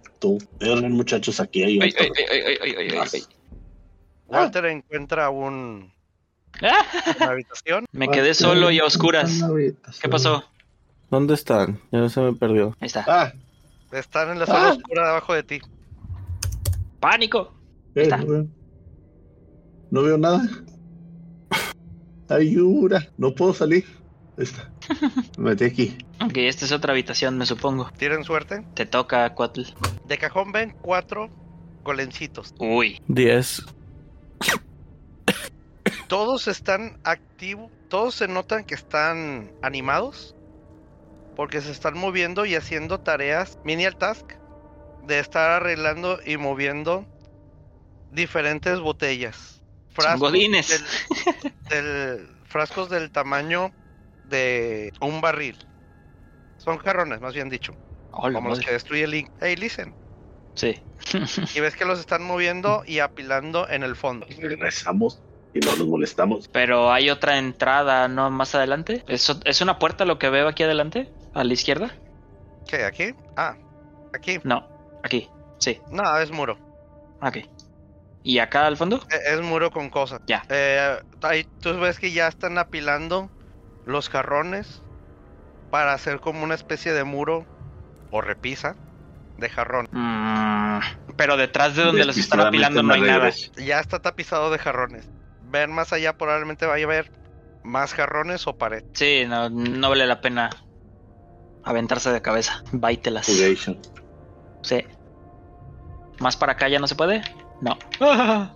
S4: Miren, muchachos, aquí hay otro. Más.
S2: Walter encuentra un,
S1: Ah,
S2: una habitación.
S1: me
S4: Ah,
S1: quedé solo y a oscuras. ¿Qué pasó?
S3: ¿Dónde están? Ya se me perdió.
S1: Ahí está.
S4: Ah,
S2: Están en la zona
S4: Ah.
S2: oscura debajo de ti.
S1: ¡Pánico!
S4: eh,
S1: Está.
S4: no, veo. No veo nada. Ayuda, no puedo salir. Ahí Está. Me metí aquí.
S1: Ok, esta es otra habitación, me supongo.
S2: Tienen suerte.
S1: Te toca, Cuatl.
S2: De cajón ven cuatro golencitos.
S1: Uy.
S3: 10.
S2: Todos están activos. Todos se notan que están animados. Porque se están moviendo y haciendo tareas menial task. De estar arreglando y moviendo diferentes botellas.
S1: godines.
S2: Del, del- frascos del tamaño de un barril. Son jarrones, más bien dicho.
S1: Hola,
S2: Como los
S1: madre.
S2: que destruye Link. Hey, listen.
S1: Sí.
S2: Y ves que los están moviendo y apilando en el fondo.
S4: Regresamos y no nos molestamos.
S1: Pero hay otra entrada, ¿no? Más adelante. ¿Es, o- es una puerta lo que veo aquí adelante? ¿A la izquierda?
S2: ¿Qué? ¿Aquí? Ah, aquí.
S1: No. Aquí. Sí.
S2: No, es muro.
S1: Ok. ¿Y acá al fondo?
S2: E- Es, muro con cosas.
S1: Ya.
S2: Eh, ahí tú ves que ya están apilando los jarrones para hacer como una especie de muro o repisa de jarrón.
S1: Mm, pero detrás de donde los están
S4: Despistadamente
S1: apilando no
S4: me
S1: hay nada.
S4: regreso.
S2: Ya está tapizado de jarrones. Ver más allá probablemente vaya a haber más jarrones o pared.
S1: Sí, no, no vale la pena aventarse de cabeza. Váitelas.
S4: Fugation.
S1: Sí. ¿Más para acá ya no se puede? No. Ah,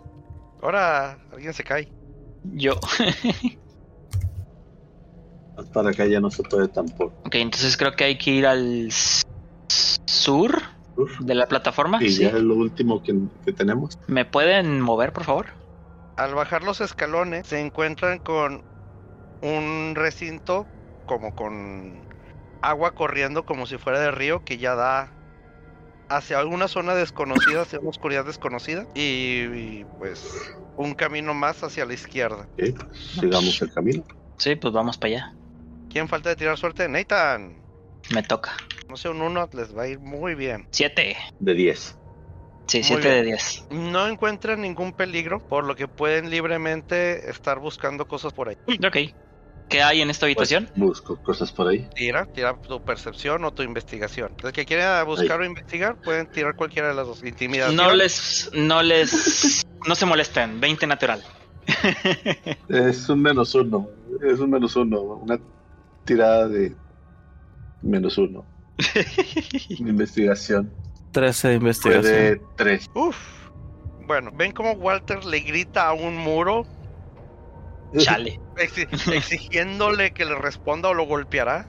S2: Ahora alguien se cae.
S1: Yo.
S4: Más Para acá ya no se puede tampoco.
S1: Ok, entonces creo que hay que ir al s- sur
S4: Uf.
S1: de la plataforma.
S4: Y
S1: Ah, Sí.
S4: ya es lo último que, que tenemos.
S1: ¿Me pueden mover, por favor?
S2: Al bajar los escalones se encuentran con un recinto como con agua corriendo como si fuera de río que ya da hacia alguna zona desconocida, hacia una oscuridad desconocida. Y, y, pues un camino más hacia la izquierda.
S4: Ok, sigamos el camino.
S1: Sí, pues vamos para allá.
S2: ¿Quién falta de tirar suerte? Nathan.
S1: Me toca.
S2: No sé, un 1 les va a ir muy bien.
S1: Siete.
S4: De 10.
S1: Sí,
S2: Muy
S1: siete
S2: bien.
S1: de diez.
S2: No encuentran ningún peligro, por lo que pueden libremente estar buscando cosas por ahí.
S1: Ok. ¿Qué hay en
S2: Pues,
S1: esta habitación?
S4: Busco cosas por ahí.
S2: Tira, tira tu percepción o tu investigación. El que quiera buscar o investigar, pueden tirar cualquiera de las dos. Intimidación.
S1: No les, no les, no se molesten. 20 natural.
S4: Es un menos uno. Es un menos uno. Una tirada de menos uno. Investigación.
S3: 13 de
S4: Fue
S3: investigación.
S4: de tres.
S2: Uf. Bueno, ven cómo Walter le grita a un muro
S1: Chale.
S2: exi- exigiéndole que le responda o lo golpeará.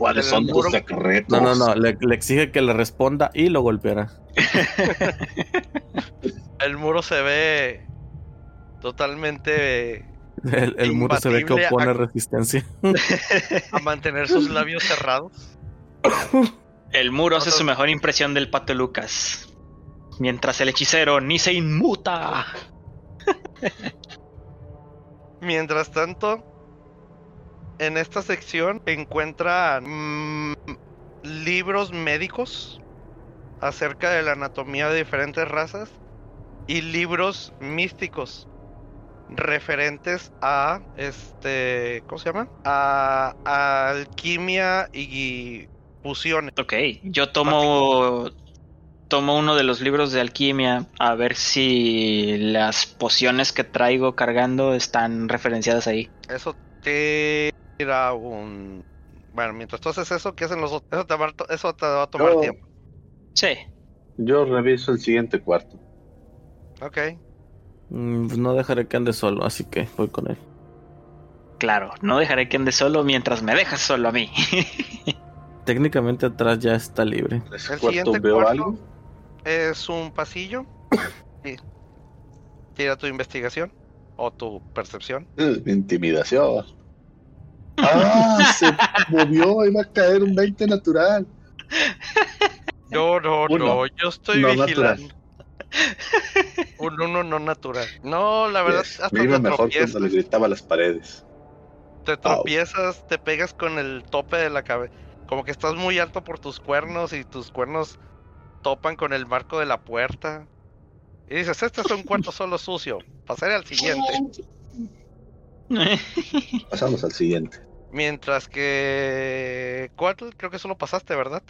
S4: ¿Cuáles son tus secretos?
S3: No, no, no. Le, le exige que le responda y lo golpeará.
S2: El muro se ve totalmente
S3: El, el muro se ve que
S2: Imbatible ah.
S3: opone
S2: a-
S3: resistencia.
S2: a mantener sus labios cerrados.
S1: El muro hace
S2: Otro-
S1: su mejor impresión del pato Lucas. Mientras el hechicero ni se inmuta.
S2: Mientras tanto, en esta sección encuentran mm, libros médicos acerca de la anatomía de diferentes razas y libros místicos referentes a este, ¿cómo se llama? A, a alquimia y fusiones.
S1: Ok, yo tomo tomo uno de los libros de alquimia a ver si las pociones que traigo cargando están referenciadas ahí.
S2: Eso te tira un bueno, mientras tú haces eso, ¿qué hacen los otros? Eso te va, a to- eso te va a tomar
S4: Yo-
S2: tiempo.
S1: Sí,
S4: Yo reviso el siguiente cuarto.
S2: Ok.
S3: Mm, pues no dejaré que ande solo, así que voy con él.
S1: claro, no dejaré que ande solo mientras me dejas solo a mí.
S3: Técnicamente atrás ya está libre.
S4: En ese
S2: El
S4: cuarto
S2: siguiente
S4: veo
S2: cuarto
S4: algo.
S2: Es un pasillo. Sí. Tira tu investigación o tu percepción.
S4: Eh, Intimidación. Ah, se movió, iba a caer un 20 natural.
S2: No, no, no,
S4: Uno.
S2: yo estoy
S4: No
S2: vigilando. Un uno no natural. No, la verdad,
S4: Yes,
S2: hasta
S4: Me iba
S2: te
S4: mejor cuando le
S2: tropiezas,
S4: gritaba a las paredes.
S2: te tropiezas, te pegas con el tope de la cabeza. Como que estás muy alto por tus cuernos y tus cuernos topan con el marco de la puerta. Y dices, este es un cuarto solo sucio. Pasaré al siguiente.
S4: Pasamos al siguiente.
S2: Mientras que... Cuatro, creo que solo pasaste, ¿verdad?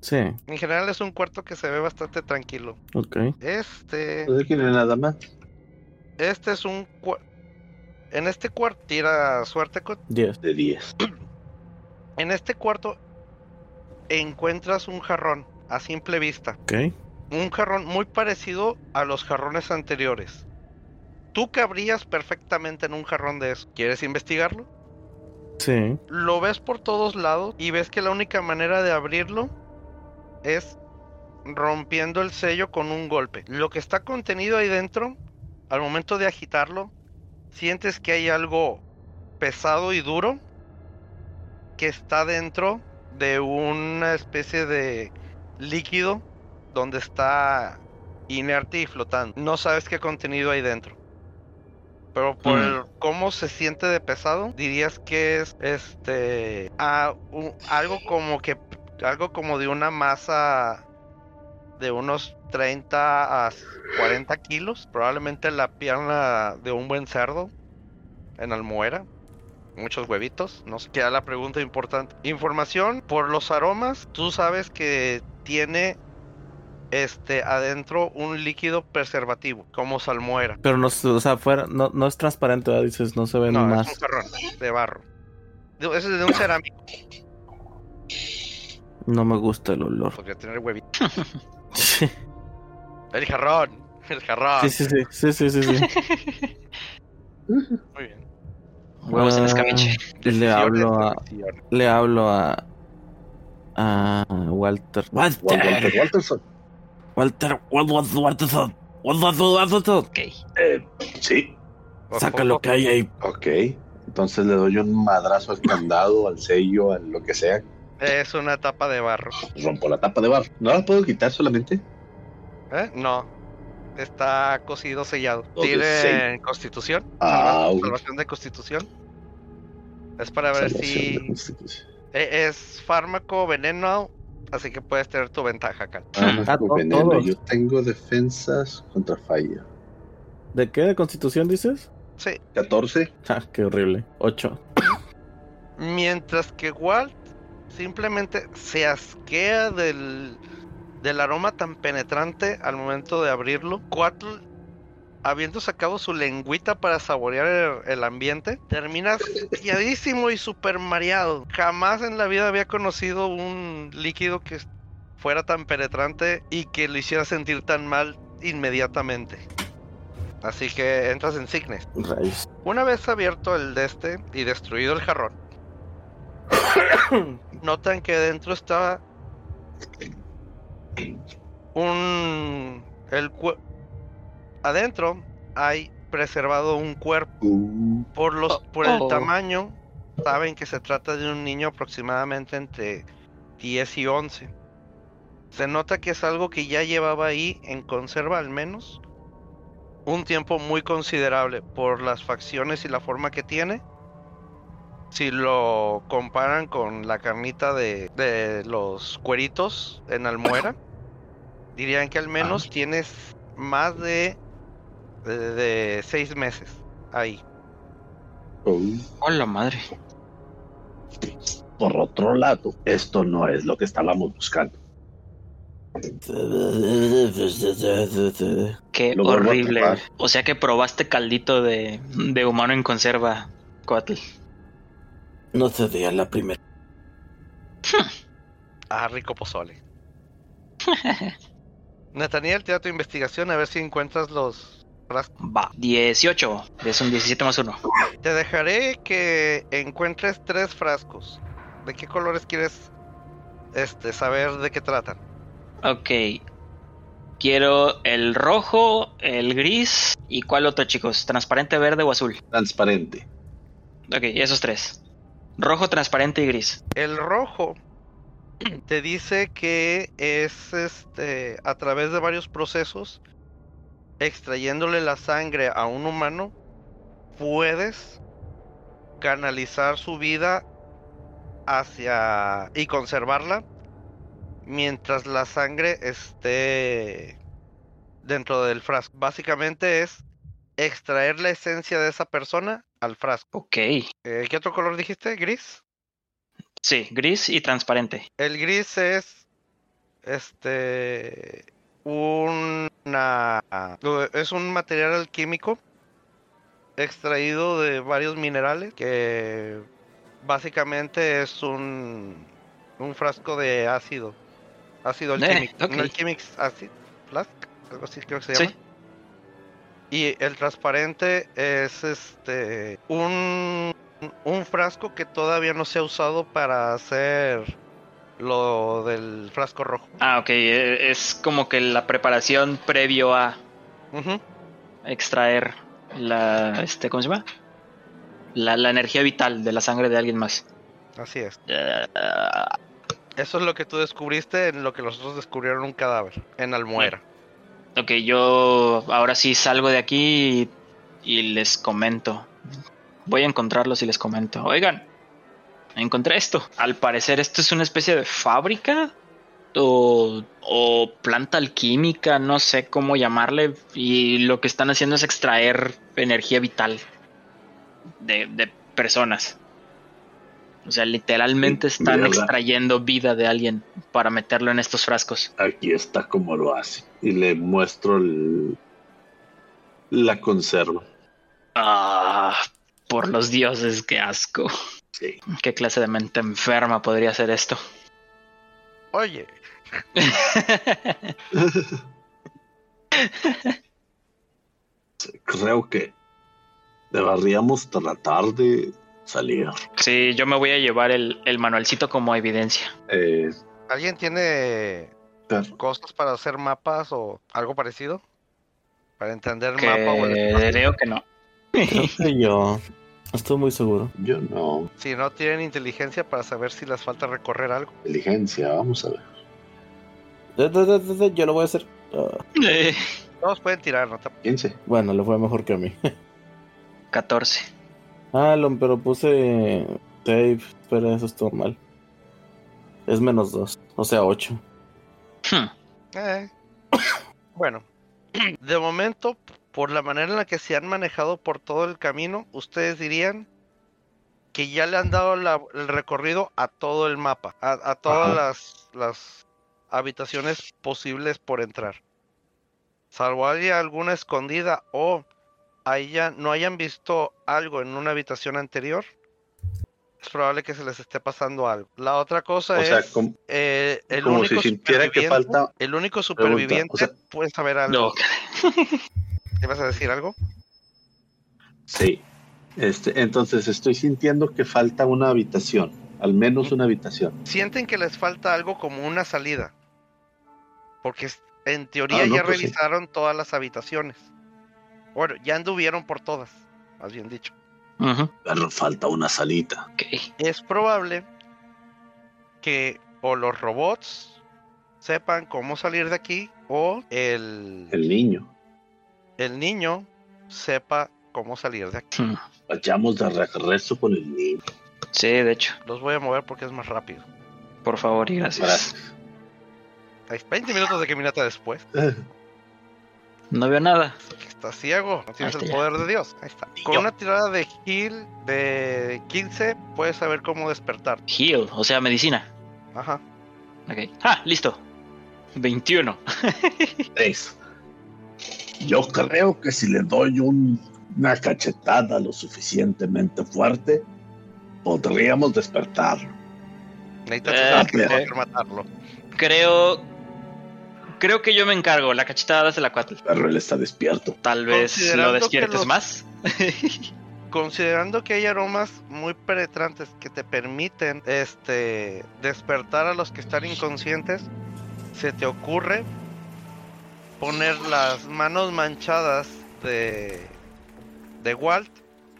S3: Sí,
S2: En general es un cuarto que se ve bastante tranquilo.
S3: ok.
S2: Este,
S4: Pues No tiene nada más.
S2: este es un cua- en este cuarto tira suerte Kot.
S3: 10.
S4: De 10.
S2: en este cuarto encuentras un jarrón a simple vista,
S3: Ok.
S2: un jarrón muy parecido a los jarrones anteriores. Tú cabrías perfectamente en un jarrón de eso. ¿Quieres investigarlo?
S3: Sí.
S2: Lo ves por todos lados y ves que la única manera de abrirlo es rompiendo el sello con un golpe. Lo que está contenido ahí dentro, al momento de agitarlo, sientes que hay algo pesado y duro que está dentro de una especie de líquido donde está inerte y flotando. No sabes qué contenido hay dentro. Pero por
S1: Mm.
S2: el cómo se siente de pesado, dirías que es este a- u- algo como que algo como de una masa de unos 30 a 40 kilos, probablemente la pierna de un buen cerdo en almuera, muchos huevitos, no sé, queda la pregunta importante. Información por los aromas, tú sabes que tiene este adentro un líquido preservativo, como salmuera.
S3: Pero no, se- o sea, fuera, no, no es transparente, ¿verdad? dices, no se ven
S2: No,
S3: más.
S2: es un jarrón de barro. Digo, Ese es de un cerámico,
S3: No me gusta el olor.
S2: podría tener huevito.
S3: Sí,
S2: El jarrón, el jarrón.
S3: sí, sí, sí, sí, sí, sí, sí.
S2: Muy bien.
S1: Huevos en escabeche.
S3: Ah, le hablo a,
S2: Decisiones.
S3: le hablo a, a Walter.
S4: Juan
S3: Walter,
S4: Walter Walterson.
S3: Walter, Walter, Walterson, Walter, Walterson.
S1: Ok.
S4: Eh, sí.
S3: Saca lo que hay ahí.
S4: Ok. Entonces le doy un madrazo al candado, al sello, a lo que sea.
S2: Es una tapa de barro.
S4: Rompo la tapa de barro. ¿No la puedo quitar solamente?
S2: ¿Eh? No. Está cosido, sellado.
S4: Todo
S2: Tiene
S4: seis.
S2: constitución.
S4: Ah,
S2: salva-
S4: ok.
S2: salvación de constitución. Es para ver si. e- Es fármaco, veneno. Así que puedes tener tu ventaja, Cal.
S4: Ah,
S3: Ah,
S4: por
S3: to-
S4: veneno.
S3: todos.
S4: Yo tengo defensas contra fire.
S3: ¿De qué? ¿De constitución dices?
S4: 14.
S3: Ah, qué horrible. 8.
S2: Mientras que Walt simplemente se asquea del, del aroma tan penetrante al momento de abrirlo. Quatl, habiendo sacado su lengüita para saborear el, el ambiente, termina asqueadísimo y super mareado. Jamás en la vida había conocido un líquido que fuera tan penetrante y que lo hiciera sentir tan mal inmediatamente. Así que entras en Cygnus.
S3: Rayos.
S2: Una vez abierto el de este y destruido el jarrón, notan que dentro estaba un el cue- adentro hay preservado un cuerpo
S4: Uh,
S2: por los por el
S1: Oh.
S2: tamaño saben que se trata de un niño aproximadamente entre 10 y 11. Se nota que es algo que ya llevaba ahí en conserva al menos un tiempo muy considerable por las facciones y la forma que tiene. Si lo comparan con la carnita de, de los cueritos en almuera, dirían que al
S1: Ah.
S2: menos tienes más de, de, de seis meses ahí.
S4: uh.
S1: Hola madre.
S4: Por otro lado, esto no es lo que estábamos buscando.
S1: Qué
S4: Lo vuelvo a
S1: horrible.
S4: probar.
S1: O sea que probaste caldito de, de humano en conserva, Coatl.
S3: No se veía la primera.
S2: Ah, rico pozole. Nathaniel, tira tu investigación a ver si encuentras los...
S1: Va. 18. Es un 17 más 1.
S2: Te dejaré que encuentres tres frascos. ¿De qué colores quieres este, saber de qué tratan?
S1: Ok. Quiero el rojo, el gris y cuál otro, chicos. Transparente, verde o azul.
S4: Transparente.
S1: Ok, esos tres. Rojo, transparente y gris.
S2: El rojo te dice que es este a través de varios procesos extrayéndole la sangre a un humano puedes canalizar su vida hacia y conservarla mientras la sangre esté dentro del frasco. Básicamente es extraer la esencia de esa persona al frasco.
S1: Ok.
S2: Eh, ¿Qué otro color dijiste? ¿Gris?
S1: Sí, gris y transparente.
S2: El gris es este una es un material alquímico extraído de varios minerales que básicamente es un un frasco de ácido, ácido
S1: Eh,
S2: alquímico, un
S1: ok.
S2: alchemix acid flask, algo así creo que se
S1: Sí.
S2: llama. Y el transparente es este un, un frasco que todavía no se ha usado para hacer lo del frasco rojo.
S1: Ah, ok. eh, Es como que la preparación previo a
S2: Ujú.
S1: extraer la. Este, ¿Cómo se llama? La, la energía vital de la sangre de alguien más.
S2: Así es.
S1: Eh,
S2: Eso es lo que tú descubriste en lo que los otros descubrieron un cadáver en Almuera.
S1: Ok, yo ahora sí salgo de aquí y, y les comento. Voy a encontrarlos y les comento. Oigan, encontré esto. Al parecer esto es una especie de fábrica o, o planta alquímica, no sé cómo llamarle. Y lo que están haciendo es extraer energía vital de, de personas. O sea, literalmente están
S4: mierda.
S1: extrayendo vida de alguien para meterlo en estos frascos.
S4: Aquí está como lo hace. Y le muestro el- la conserva.
S1: Ah, por los dioses, qué asco.
S4: Sí.
S1: ¿Qué clase de mente enferma podría ser esto?
S2: Oye,
S4: Creo que deberíamos tratar de salir.
S1: sí, yo me voy a llevar el, el manualcito como evidencia.
S4: Eh,
S2: ¿alguien tiene
S4: pero-
S2: cosas para hacer mapas o algo parecido? Para entender el
S1: Que
S2: mapa o el espacio?
S1: creo que no.
S3: Yo. Estoy muy seguro.
S4: Yo no.
S2: Si no tienen inteligencia para saber si les falta recorrer algo.
S4: Inteligencia, vamos a ver.
S3: Da, da, da, da, da, Yo lo voy a hacer. Ah,
S1: Eh,
S2: Todos pueden tirar, no te
S4: 15.
S3: bueno, lo fue mejor que a mí.
S1: 14.
S3: Ah, lo, pero puse save. Espera, eso estuvo mal. Es menos 2, o sea 8.
S1: Hmm.
S2: Eh. Bueno, de momento, por la manera en la que se han manejado por todo el camino, ustedes dirían que ya le han dado la- el recorrido a todo el mapa, a, a todas las, las habitaciones posibles por entrar. Salvo haya alguna escondida o haya- no hayan visto algo en una habitación anterior, es probable que se les esté pasando algo. La otra cosa
S4: O
S2: es
S4: sea, como,
S2: eh, el
S4: como
S2: único
S4: si sintiera que
S2: superviviente-
S4: falta.
S2: el único
S4: o
S2: superviviente
S4: sea-
S2: puede saber algo.
S1: No,
S2: ¿Te vas a decir algo?
S4: Sí. Este, entonces estoy sintiendo que falta una habitación. Al menos una habitación.
S2: Sienten que les falta algo como una salida. Porque es- en teoría
S4: Ah, no,
S2: ya
S4: pues sí.
S2: revisaron todas las habitaciones. Bueno, ya anduvieron por todas, más bien dicho.
S1: Ujú,
S4: Pero falta una salita.
S1: ok.
S2: Es probable que o los robots sepan cómo salir de aquí o el,
S4: El niño.
S2: el niño sepa cómo salir de aquí.
S1: Hmm.
S4: Vayamos de regreso con el niño.
S1: Sí, de hecho.
S2: Los voy a mover porque es más rápido.
S1: Por favor y gracias.
S4: Gracias.
S2: Hay 20 minutos de caminata después.
S1: No veo nada.
S2: que está ciego, no tienes
S1: está
S2: el
S1: ya.
S2: poder de Dios. Ahí está. Con
S1: Yo.
S2: una tirada de heal de 15 puedes saber cómo despertar.
S1: Heal, o sea, medicina.
S2: Ajá.
S1: Ok. Ah, listo. 21.
S4: Tres. Yo creo que si le doy un- una cachetada lo suficientemente fuerte, podríamos despertarlo.
S2: Necesitas
S1: Eh,
S2: usar que
S4: eh.
S2: poder matarlo.
S1: Creo. Creo que yo me encargo. La cachetada dásela a Cuatl.
S4: Pero él está despierto.
S1: Tal vez lo
S2: Considerando que
S1: despiertes
S2: los-
S1: más.
S2: Considerando que hay aromas muy penetrantes que te permiten este despertar a los que están inconscientes, se te ocurre poner las manos manchadas de de Walt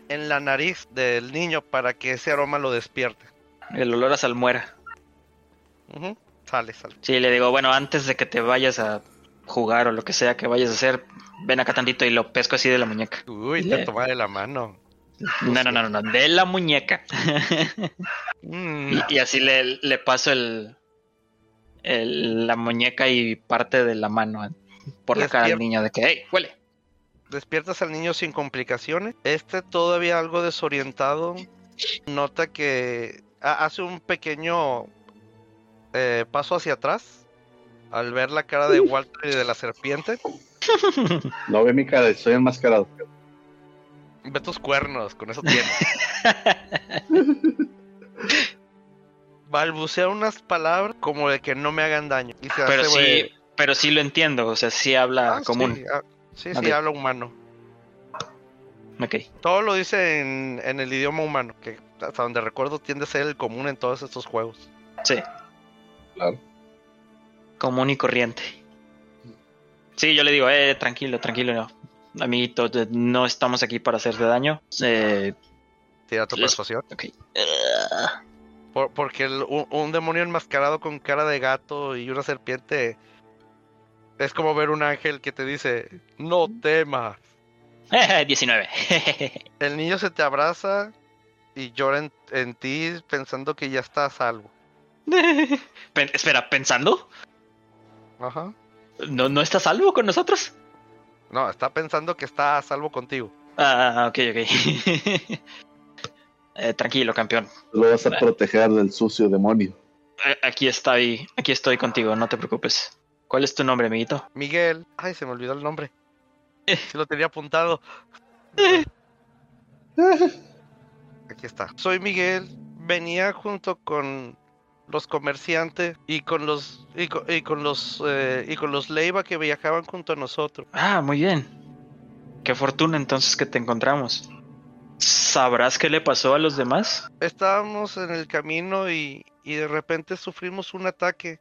S2: en la nariz del niño para que ese aroma lo despierte.
S1: El olor a salmuera.
S2: Ujú. Sale, sale.
S1: Sí, le digo, bueno, antes de que te vayas a jugar o lo que sea que vayas a hacer, ven acá tantito y lo pesco así de la muñeca.
S2: Uy,
S1: Le-
S2: te toma de la mano.
S1: No, no, no, no, no, de la muñeca.
S2: Mm,
S1: Y, y así le, le paso el, el- la muñeca y parte de la mano eh, por la cara al
S2: Despierta.
S1: niño de que, hey, huele.
S2: Despiertas al niño sin complicaciones. Este todavía algo desorientado. Nota que ha- hace un pequeño eh, paso hacia atrás al ver la cara de Walter y de la serpiente.
S5: No ve mi cara, estoy enmascarado.
S2: Ve tus cuernos, con eso tienes. Balbucea unas palabras como de que no me hagan daño. Y se
S1: pero
S2: hace,
S1: sí,
S2: güey,
S1: pero sí lo entiendo, o sea, sí habla
S2: ah,
S1: común.
S2: Sí, ah, sí, sí,
S1: Ok.
S2: habla humano.
S1: Ok.
S2: Todo lo dice en, en el idioma humano, que hasta donde recuerdo tiende a ser el común en todos estos juegos.
S1: Sí.
S5: Claro.
S1: Común y corriente. Sí, yo le digo, eh, tranquilo, tranquilo, no. Amiguito, te- no estamos aquí para hacerte daño. Eh,
S2: Tira tu
S1: Les-
S2: persuasión.
S1: ok. Ah,
S2: Por- porque el- un, un demonio enmascarado con cara de gato y una serpiente es como ver un ángel que te dice, no temas.
S1: eh, 19.
S2: El niño se te abraza y llora en, en ti pensando que ya está a salvo.
S1: Pen- espera, ¿pensando?
S2: Ajá.
S1: ¿No, ¿No está a salvo con nosotros?
S2: No, está pensando que está a salvo contigo.
S1: Ah, ok, ok. Eh, tranquilo, campeón.
S5: Lo vas a proteger del sucio demonio.
S1: A- Aquí estoy, aquí estoy contigo, no te preocupes. ¿Cuál es tu nombre, amiguito?
S2: Miguel. Ay, se me olvidó el nombre. Sí lo tenía apuntado. Aquí está. Soy Miguel. Venía junto con los comerciantes y con los y co- y con, los eh, y con los Leiva que viajaban junto a nosotros.
S1: Ah, muy bien. Qué fortuna entonces que te encontramos. ¿Sabrás qué le pasó a los demás?
S2: Estábamos en el camino y, y de repente sufrimos un ataque.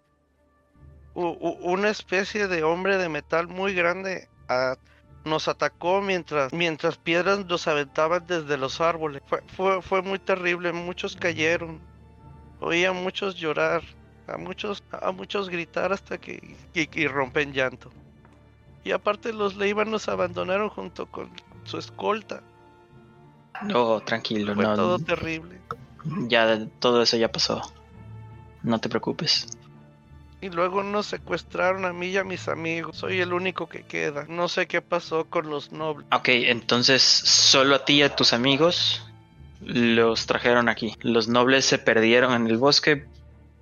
S2: U- u- una especie de hombre de metal muy grande a- nos atacó mientras, mientras piedras nos aventaban desde los árboles. Fue, fue, fue muy terrible, muchos cayeron. Oí a muchos llorar, a muchos, a muchos gritar hasta que y, y rompen llanto. Y aparte los Leiban nos abandonaron junto con su escolta.
S1: No, tranquilo,
S2: Fue
S1: no.
S2: todo terrible.
S1: Ya todo eso ya pasó. No te preocupes.
S2: Y luego nos secuestraron a mí y a mis amigos. Soy el único que queda. No sé qué pasó con los nobles.
S1: Ok, entonces solo a ti y a tus amigos los trajeron aquí. Los nobles se perdieron en el bosque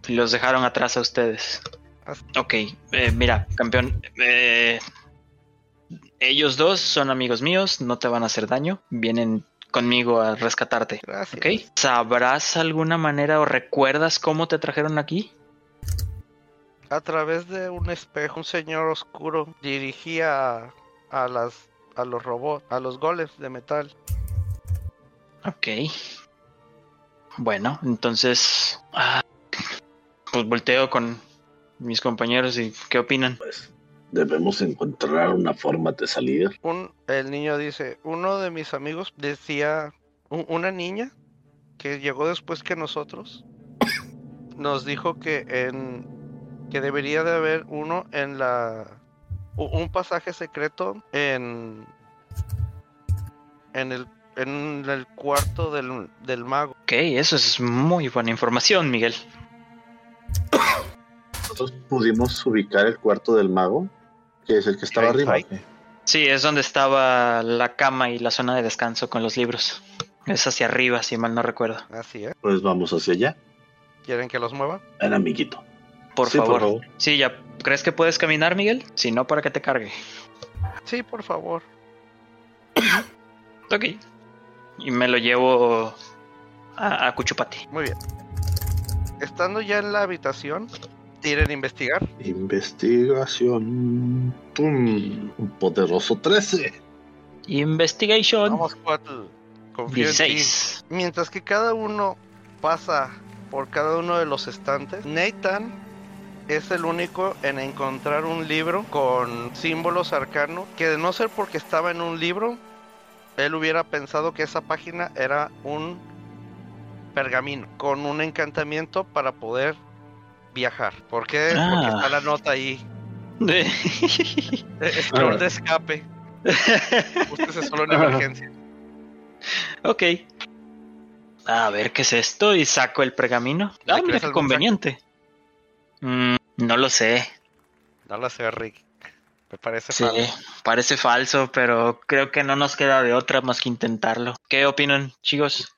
S1: y los dejaron atrás a ustedes.
S2: Así.
S1: Ok, eh, mira, campeón. eh, ellos dos son amigos míos, no te van a hacer daño. Vienen conmigo a rescatarte.
S2: Gracias.
S1: Ok, ¿sabrás alguna manera o recuerdas cómo te trajeron aquí?
S2: A través de un espejo, un señor oscuro dirigía a, a las a los robots, a los golems de metal.
S1: Ok. Bueno, entonces. ah, pues volteo con mis compañeros y ¿qué opinan?
S4: Pues debemos encontrar una forma de salir.
S2: Un el niño dice, uno de mis amigos decía u- una niña que llegó después que nosotros nos dijo que en que debería de haber uno en la u- un pasaje secreto en en el en el cuarto del, del mago.
S1: Ok, eso es muy buena información, Miguel.
S4: Nosotros pudimos ubicar el cuarto del mago, que es el que estaba arriba.
S1: Sí, es donde estaba la cama y la zona de descanso con los libros. Es hacia arriba, si mal no recuerdo.
S2: Así es.
S4: Pues vamos hacia allá.
S2: ¿Quieren que los mueva?
S4: Ven, amiguito.
S1: Por,
S4: Sí,
S1: favor. Sí, ya. ¿Crees que puedes caminar, Miguel? Si no, para que te cargue.
S2: Sí, por favor.
S1: Ok. Y me lo llevo a, a Cuchupati.
S2: Muy bien. Estando ya en la habitación, tiren a investigar.
S4: Investigación. ¡Pum! Un poderoso 13.
S1: Investigation
S2: Vamos, Cuatl. Confío en ti.
S1: 16.
S2: Mientras que cada uno pasa por cada uno de los estantes, Nathan es el único en encontrar un libro con símbolos arcanos que de no ser porque estaba en un libro, él hubiera pensado que esa página era un pergamino con un encantamiento para poder viajar. ¿Por qué?
S1: Ah.
S2: Porque está la nota ahí. Es
S4: Ah.
S2: un de escape. Úsese solo en emergencia.
S1: ok. A ver qué es esto y saco el pergamino.
S2: ¿Le
S1: Ah,
S2: crees
S1: mira qué
S2: algún
S1: conveniente. Mm, no lo sé.
S2: No la sé, Rick. Me parece
S1: Sí,
S2: padre.
S1: parece falso, pero creo que no nos queda de otra más que intentarlo. ¿Qué opinan, chicos?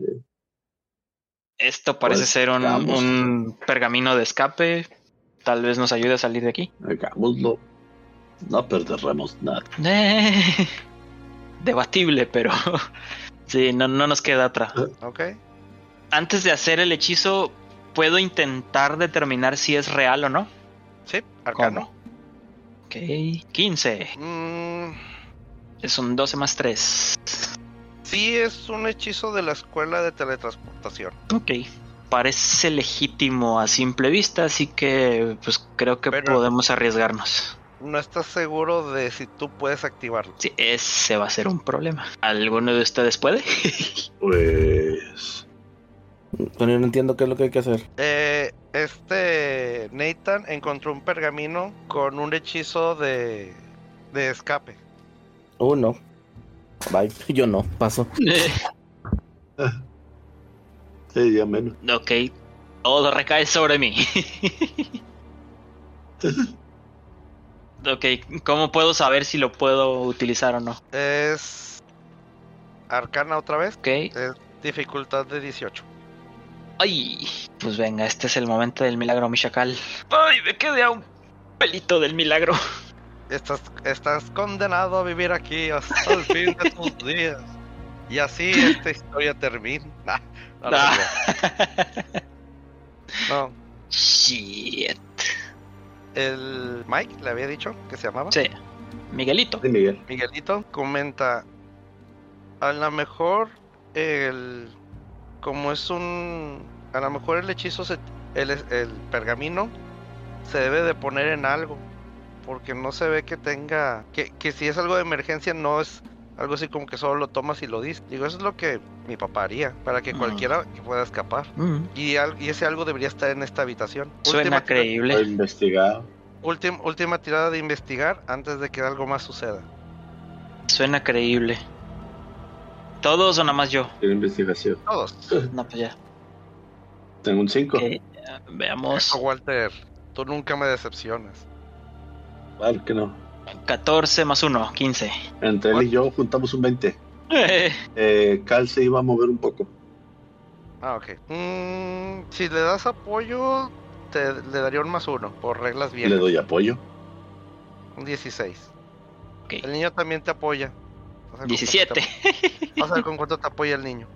S1: Esto parece
S4: Pues,
S1: ser un,
S4: vamos.
S1: un pergamino de escape. Tal vez nos ayude a salir de aquí.
S4: Hagámoslo. No perderemos nada.
S1: Eh, debatible, pero sí, no, no nos queda otra.
S2: Ok.
S1: antes de hacer el hechizo, puedo intentar determinar si es real o no.
S2: Sí, arcano.
S1: Ok, 15.
S2: Mm,
S1: Es un 12 más 3.
S2: sí, es un hechizo de la escuela de teletransportación.
S1: Ok. Parece legítimo a simple vista, así que pues creo que
S2: Pero-
S1: podemos arriesgarnos.
S2: No estás seguro de si tú puedes activarlo.
S1: Sí, ese va a ser un problema. ¿Alguno de ustedes puede?
S4: Pues.
S3: Tony, Pues no entiendo qué es lo que hay que hacer.
S2: Eh, este Nathan encontró un pergamino con un hechizo de, de escape.
S3: Oh, no. Bye. Yo no, paso.
S4: ah, Sí, ya menos.
S1: ok. Todo recae sobre mí. ok, ¿cómo puedo saber si lo puedo utilizar o no?
S2: Es arcana otra vez.
S1: Ok.
S2: Dificultad de 18.
S1: Ay, pues venga, este es el momento del milagro, mi chacal. Ay, me quedé a un pelito del milagro.
S2: Estás, estás condenado a vivir aquí hasta el fin de tus días. Y así esta historia termina. Nah, no, no,
S1: Ah.
S2: no. No,
S1: Shit.
S2: el Mike le había dicho que se llamaba.
S1: Sí, Miguelito.
S4: Sí, Miguel.
S2: Miguelito comenta, a lo mejor el, como es un, a lo mejor el hechizo, se- el, el pergamino se debe de poner en algo, porque no se ve que tenga, que, que si es algo de emergencia no es algo así como que solo lo tomas y lo dices. Digo, eso es lo que mi papá haría, para que
S1: Mm.
S2: cualquiera que pueda escapar.
S1: Mm,
S2: Y, al- y ese algo debería estar en esta habitación.
S1: Suena
S2: Última tira-
S4: Lo
S1: creíble.
S4: investigado.
S2: últim- última tirada de investigar antes de que algo más suceda.
S1: Suena creíble. ¿Todos o nada más yo?
S4: Tiene investigación.
S2: Todos.
S1: No, pues ya.
S4: Tengo un 5.
S1: Ok, eh, veamos.
S2: Eso, Walter, tú nunca me decepcionas.
S4: Claro que no.
S1: 14 más 1, 15.
S4: Entre él y yo juntamos un 20.
S1: Eh,
S4: Eh, Cal se iba a mover un poco.
S2: Ah, ok. Mm, si le das apoyo, te, le daría un más uno, por reglas
S4: Y le
S2: viejas.
S4: doy apoyo.
S2: Un 16.
S1: Ok.
S2: El niño también te apoya. Vas a ver con
S1: 17.
S2: cuánto te- Vas a ver con cuánto te apoya el niño.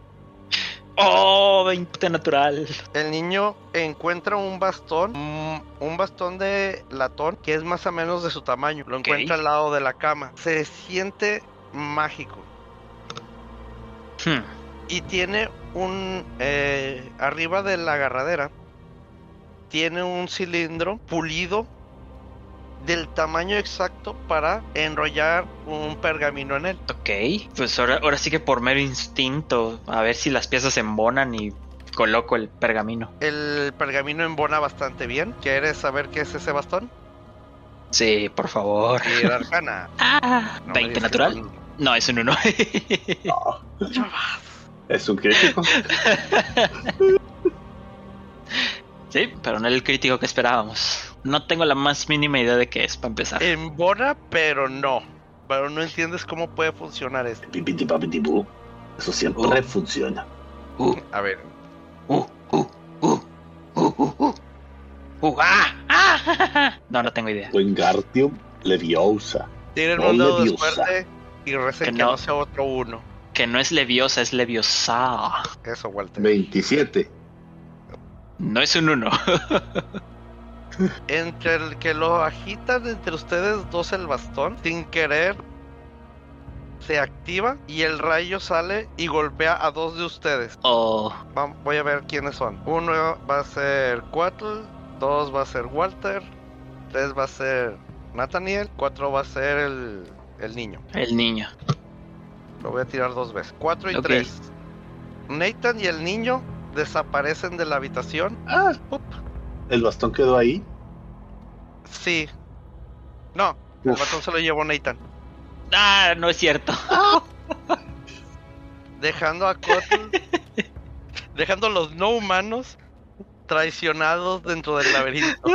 S1: Oh, 20 natural.
S2: El niño encuentra un bastón, mm, un bastón de latón, que es más o menos de su tamaño. Lo
S1: Ok.
S2: encuentra al lado de la cama. Se siente mágico.
S1: Hmm,
S2: Y tiene un. eh, arriba de la agarradera. Tiene un cilindro pulido. Del tamaño exacto para enrollar un pergamino en él.
S1: Ok, pues ahora, ahora sí que por mero instinto, a ver si las piezas se embonan y coloco el pergamino.
S2: El pergamino embona bastante bien. ¿Quieres saber qué es ese bastón?
S1: Sí, por favor.
S2: Y era arcana.
S1: Ah,
S2: No me
S1: 20
S2: digas
S1: natural.
S2: que
S1: No, es un 1.
S4: No,
S2: es un-
S4: es un crítico.
S1: sí, pero no era el crítico que esperábamos. No tengo la más mínima idea de qué es para empezar.
S2: Embona, pero no. Pero no entiendes cómo puede funcionar esto.
S4: Pipiti papiti, pu. Eso siempre funciona.
S1: Uh,
S2: A ver,
S1: uh, uh, uh, uh, uh, uh. Uh, ah, ah. No, no tengo idea.
S4: Wingardium Leviosa.
S2: tienen
S4: No
S2: un
S4: le
S2: dado de
S4: dio sa-
S2: suerte y recen
S1: Que
S2: que
S1: no.
S2: no sea otro uno.
S1: Que no es leviosa, es leviosa.
S2: Eso, Walter.
S4: 27.
S1: No es un 1.
S2: Entre el que lo agitan entre ustedes dos el bastón, sin querer, se activa y el rayo sale y golpea a dos de ustedes.
S1: Oh,
S2: Va- voy a ver quiénes son. Uno va a ser Quattle, dos va a ser Walter, tres va a ser Nathaniel, cuatro va a ser el, el niño.
S1: el niño.
S2: Lo voy a tirar dos veces. Cuatro y
S1: Ok.
S2: tres. Nathan y el niño desaparecen de la habitación.
S4: Ah,
S2: Up.
S4: el bastón quedó ahí.
S2: Sí. No, el
S4: Uf.
S2: bastón se lo llevó Nathan.
S1: Ah, no es cierto.
S2: Dejando a Quattle. dejando a los no humanos traicionados dentro del laberinto.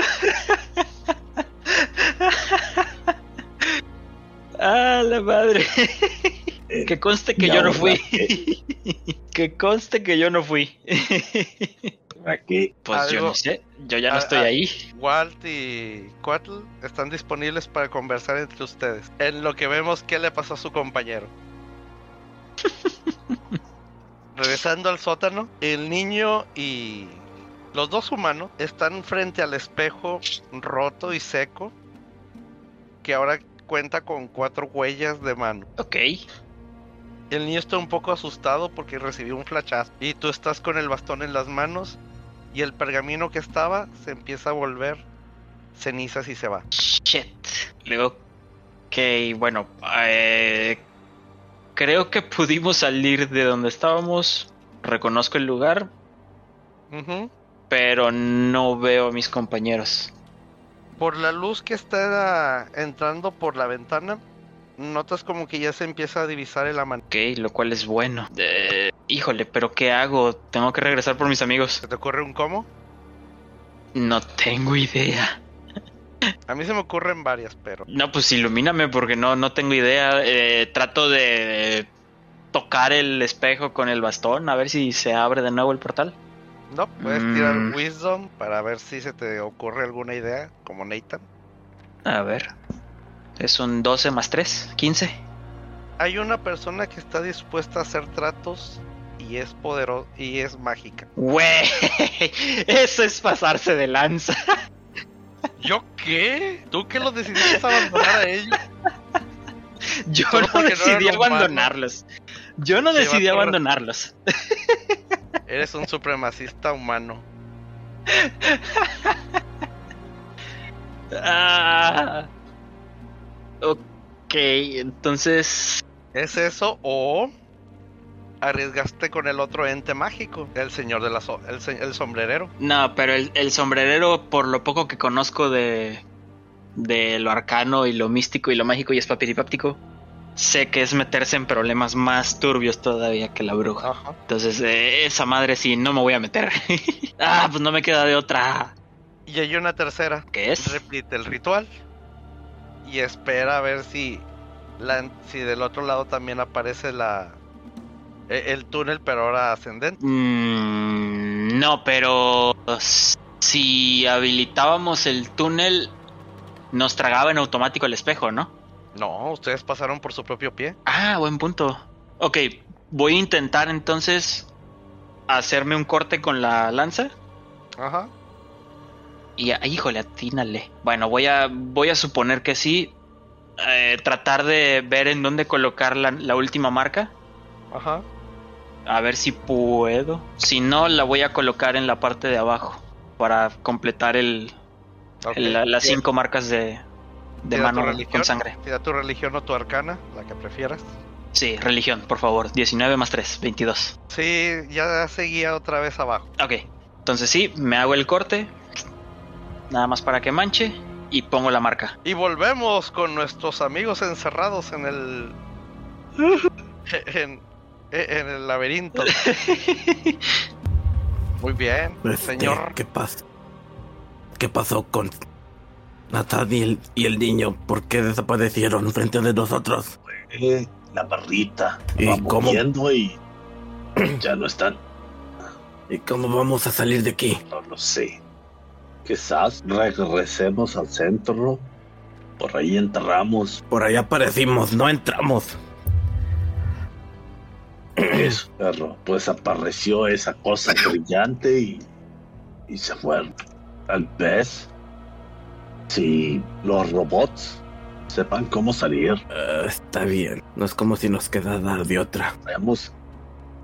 S1: Ah, la madre.
S4: Eh,
S1: Que conste que
S4: y
S1: yo no
S4: ahora
S1: fui.
S4: qué.
S1: Que conste que yo no fui.
S4: ¿Para qué?
S1: Pues yo
S2: Algo-
S1: no sé. Yo ya no
S2: Ah,
S1: estoy
S2: ah.
S1: ahí.
S2: Walt y Quattle están disponibles para conversar entre ustedes. En lo que vemos qué le pasó a su compañero. Regresando al sótano, el niño y los dos humanos están frente al espejo roto y seco que ahora cuenta con cuatro huellas de mano.
S1: Ok.
S2: El niño está un poco asustado porque recibió un flachazo y tú estás con el bastón en las manos y el pergamino que estaba se empieza a volver cenizas y se va.
S1: Shit. Luego. Ok, bueno. eh, creo que pudimos salir de donde estábamos. Reconozco el lugar,
S2: Ujú.
S1: pero no veo a mis compañeros.
S2: Por la luz que está entrando por la ventana, notas como que ya se empieza a divisar el amanecer.
S1: Ok, lo cual es bueno. Eh, híjole, pero ¿qué hago? Tengo que regresar por mis amigos.
S2: ¿Se te ocurre un cómo?
S1: No tengo idea.
S2: A mí se me ocurren varias, pero
S1: No, pues ilumíname porque no, no tengo idea. Eh, trato de tocar el espejo con el bastón a ver si se abre de nuevo el portal.
S2: no, puedes tirar
S1: Mm.
S2: Wisdom para ver si se te ocurre alguna idea, como Nathan.
S1: A ver. Es un 12 más 3, 15.
S2: Hay una persona que está dispuesta a hacer tratos y es poderosa y es mágica.
S1: ¡Güey! Eso es pasarse de lanza.
S2: ¿Yo qué? ¿Tú que los decidiste abandonar a ellos?
S1: Yo
S2: Solo
S1: no
S2: porque no eran
S1: decidí
S2: humanos.
S1: abandonarlos. Yo no
S2: Sí,
S1: decidí
S2: va por-
S1: abandonarlos.
S2: Eres un supremacista humano.
S1: Ah, Ok, entonces.
S2: ¿Es eso o arriesgaste con el otro ente mágico, el señor de la so- el, se- el sombrerero?
S1: No, pero el, el sombrerero, por lo poco que conozco de. de lo arcano y lo místico y lo mágico y es papiripáptico, sé que es meterse en problemas más turbios todavía que la bruja.
S2: Ajá.
S1: Entonces, eh, esa madre sí, no me voy a meter. ah, pues no me queda de otra.
S2: Y hay una tercera.
S1: ¿Qué es?
S2: Repite el ritual y espera a ver si la, si del otro lado también aparece la e- el túnel pero ahora ascendente.
S1: Mm, no, pero si habilitábamos el túnel, nos tragaba en automático el espejo, ¿no?
S2: No, ustedes pasaron por su propio pie.
S1: Ah, buen punto. Ok, voy a intentar entonces hacerme un corte con la lanza.
S2: Ajá.
S1: Y, ah, híjole, atínale. Bueno, voy a, voy a suponer que sí. Eh, tratar de ver en dónde colocar la, la última marca.
S2: Ajá.
S1: A ver si puedo. Si no, la voy a colocar en la parte de abajo. Para completar el,
S2: ok.
S1: la- las cinco marcas de, de
S2: Tira tu
S1: mano
S2: religión,
S1: con sangre.
S2: Tira tu religión o tu arcana, la que prefieras.
S1: Sí, religión, por favor. 19 más 3, 22.
S2: Sí, ya seguía otra vez abajo.
S1: Ok, entonces sí, me hago el corte. Nada más para que manche. Y pongo la marca.
S2: Y volvemos con nuestros amigos encerrados en el. en, en el laberinto. Muy bien,
S3: Este,
S2: señor.
S3: ¿Qué pasó? ¿Qué pasó con Nathaniel y el niño? ¿Por qué desaparecieron frente de nosotros?
S4: Eh, la barrita.
S3: ¿Y
S4: va
S3: cómo?
S4: moviendo y ya no están.
S3: ¿Y cómo vamos a salir de aquí?
S4: No lo sé. Quizás regresemos al centro. Por ahí enterramos.
S3: Por allá aparecimos, no entramos.
S4: Eso, perro. Pues apareció esa cosa brillante y, y se fueron. Tal vez si los robots sepan cómo salir,
S3: Eh, está bien, no es como si nos quedara de otra.
S4: tenemos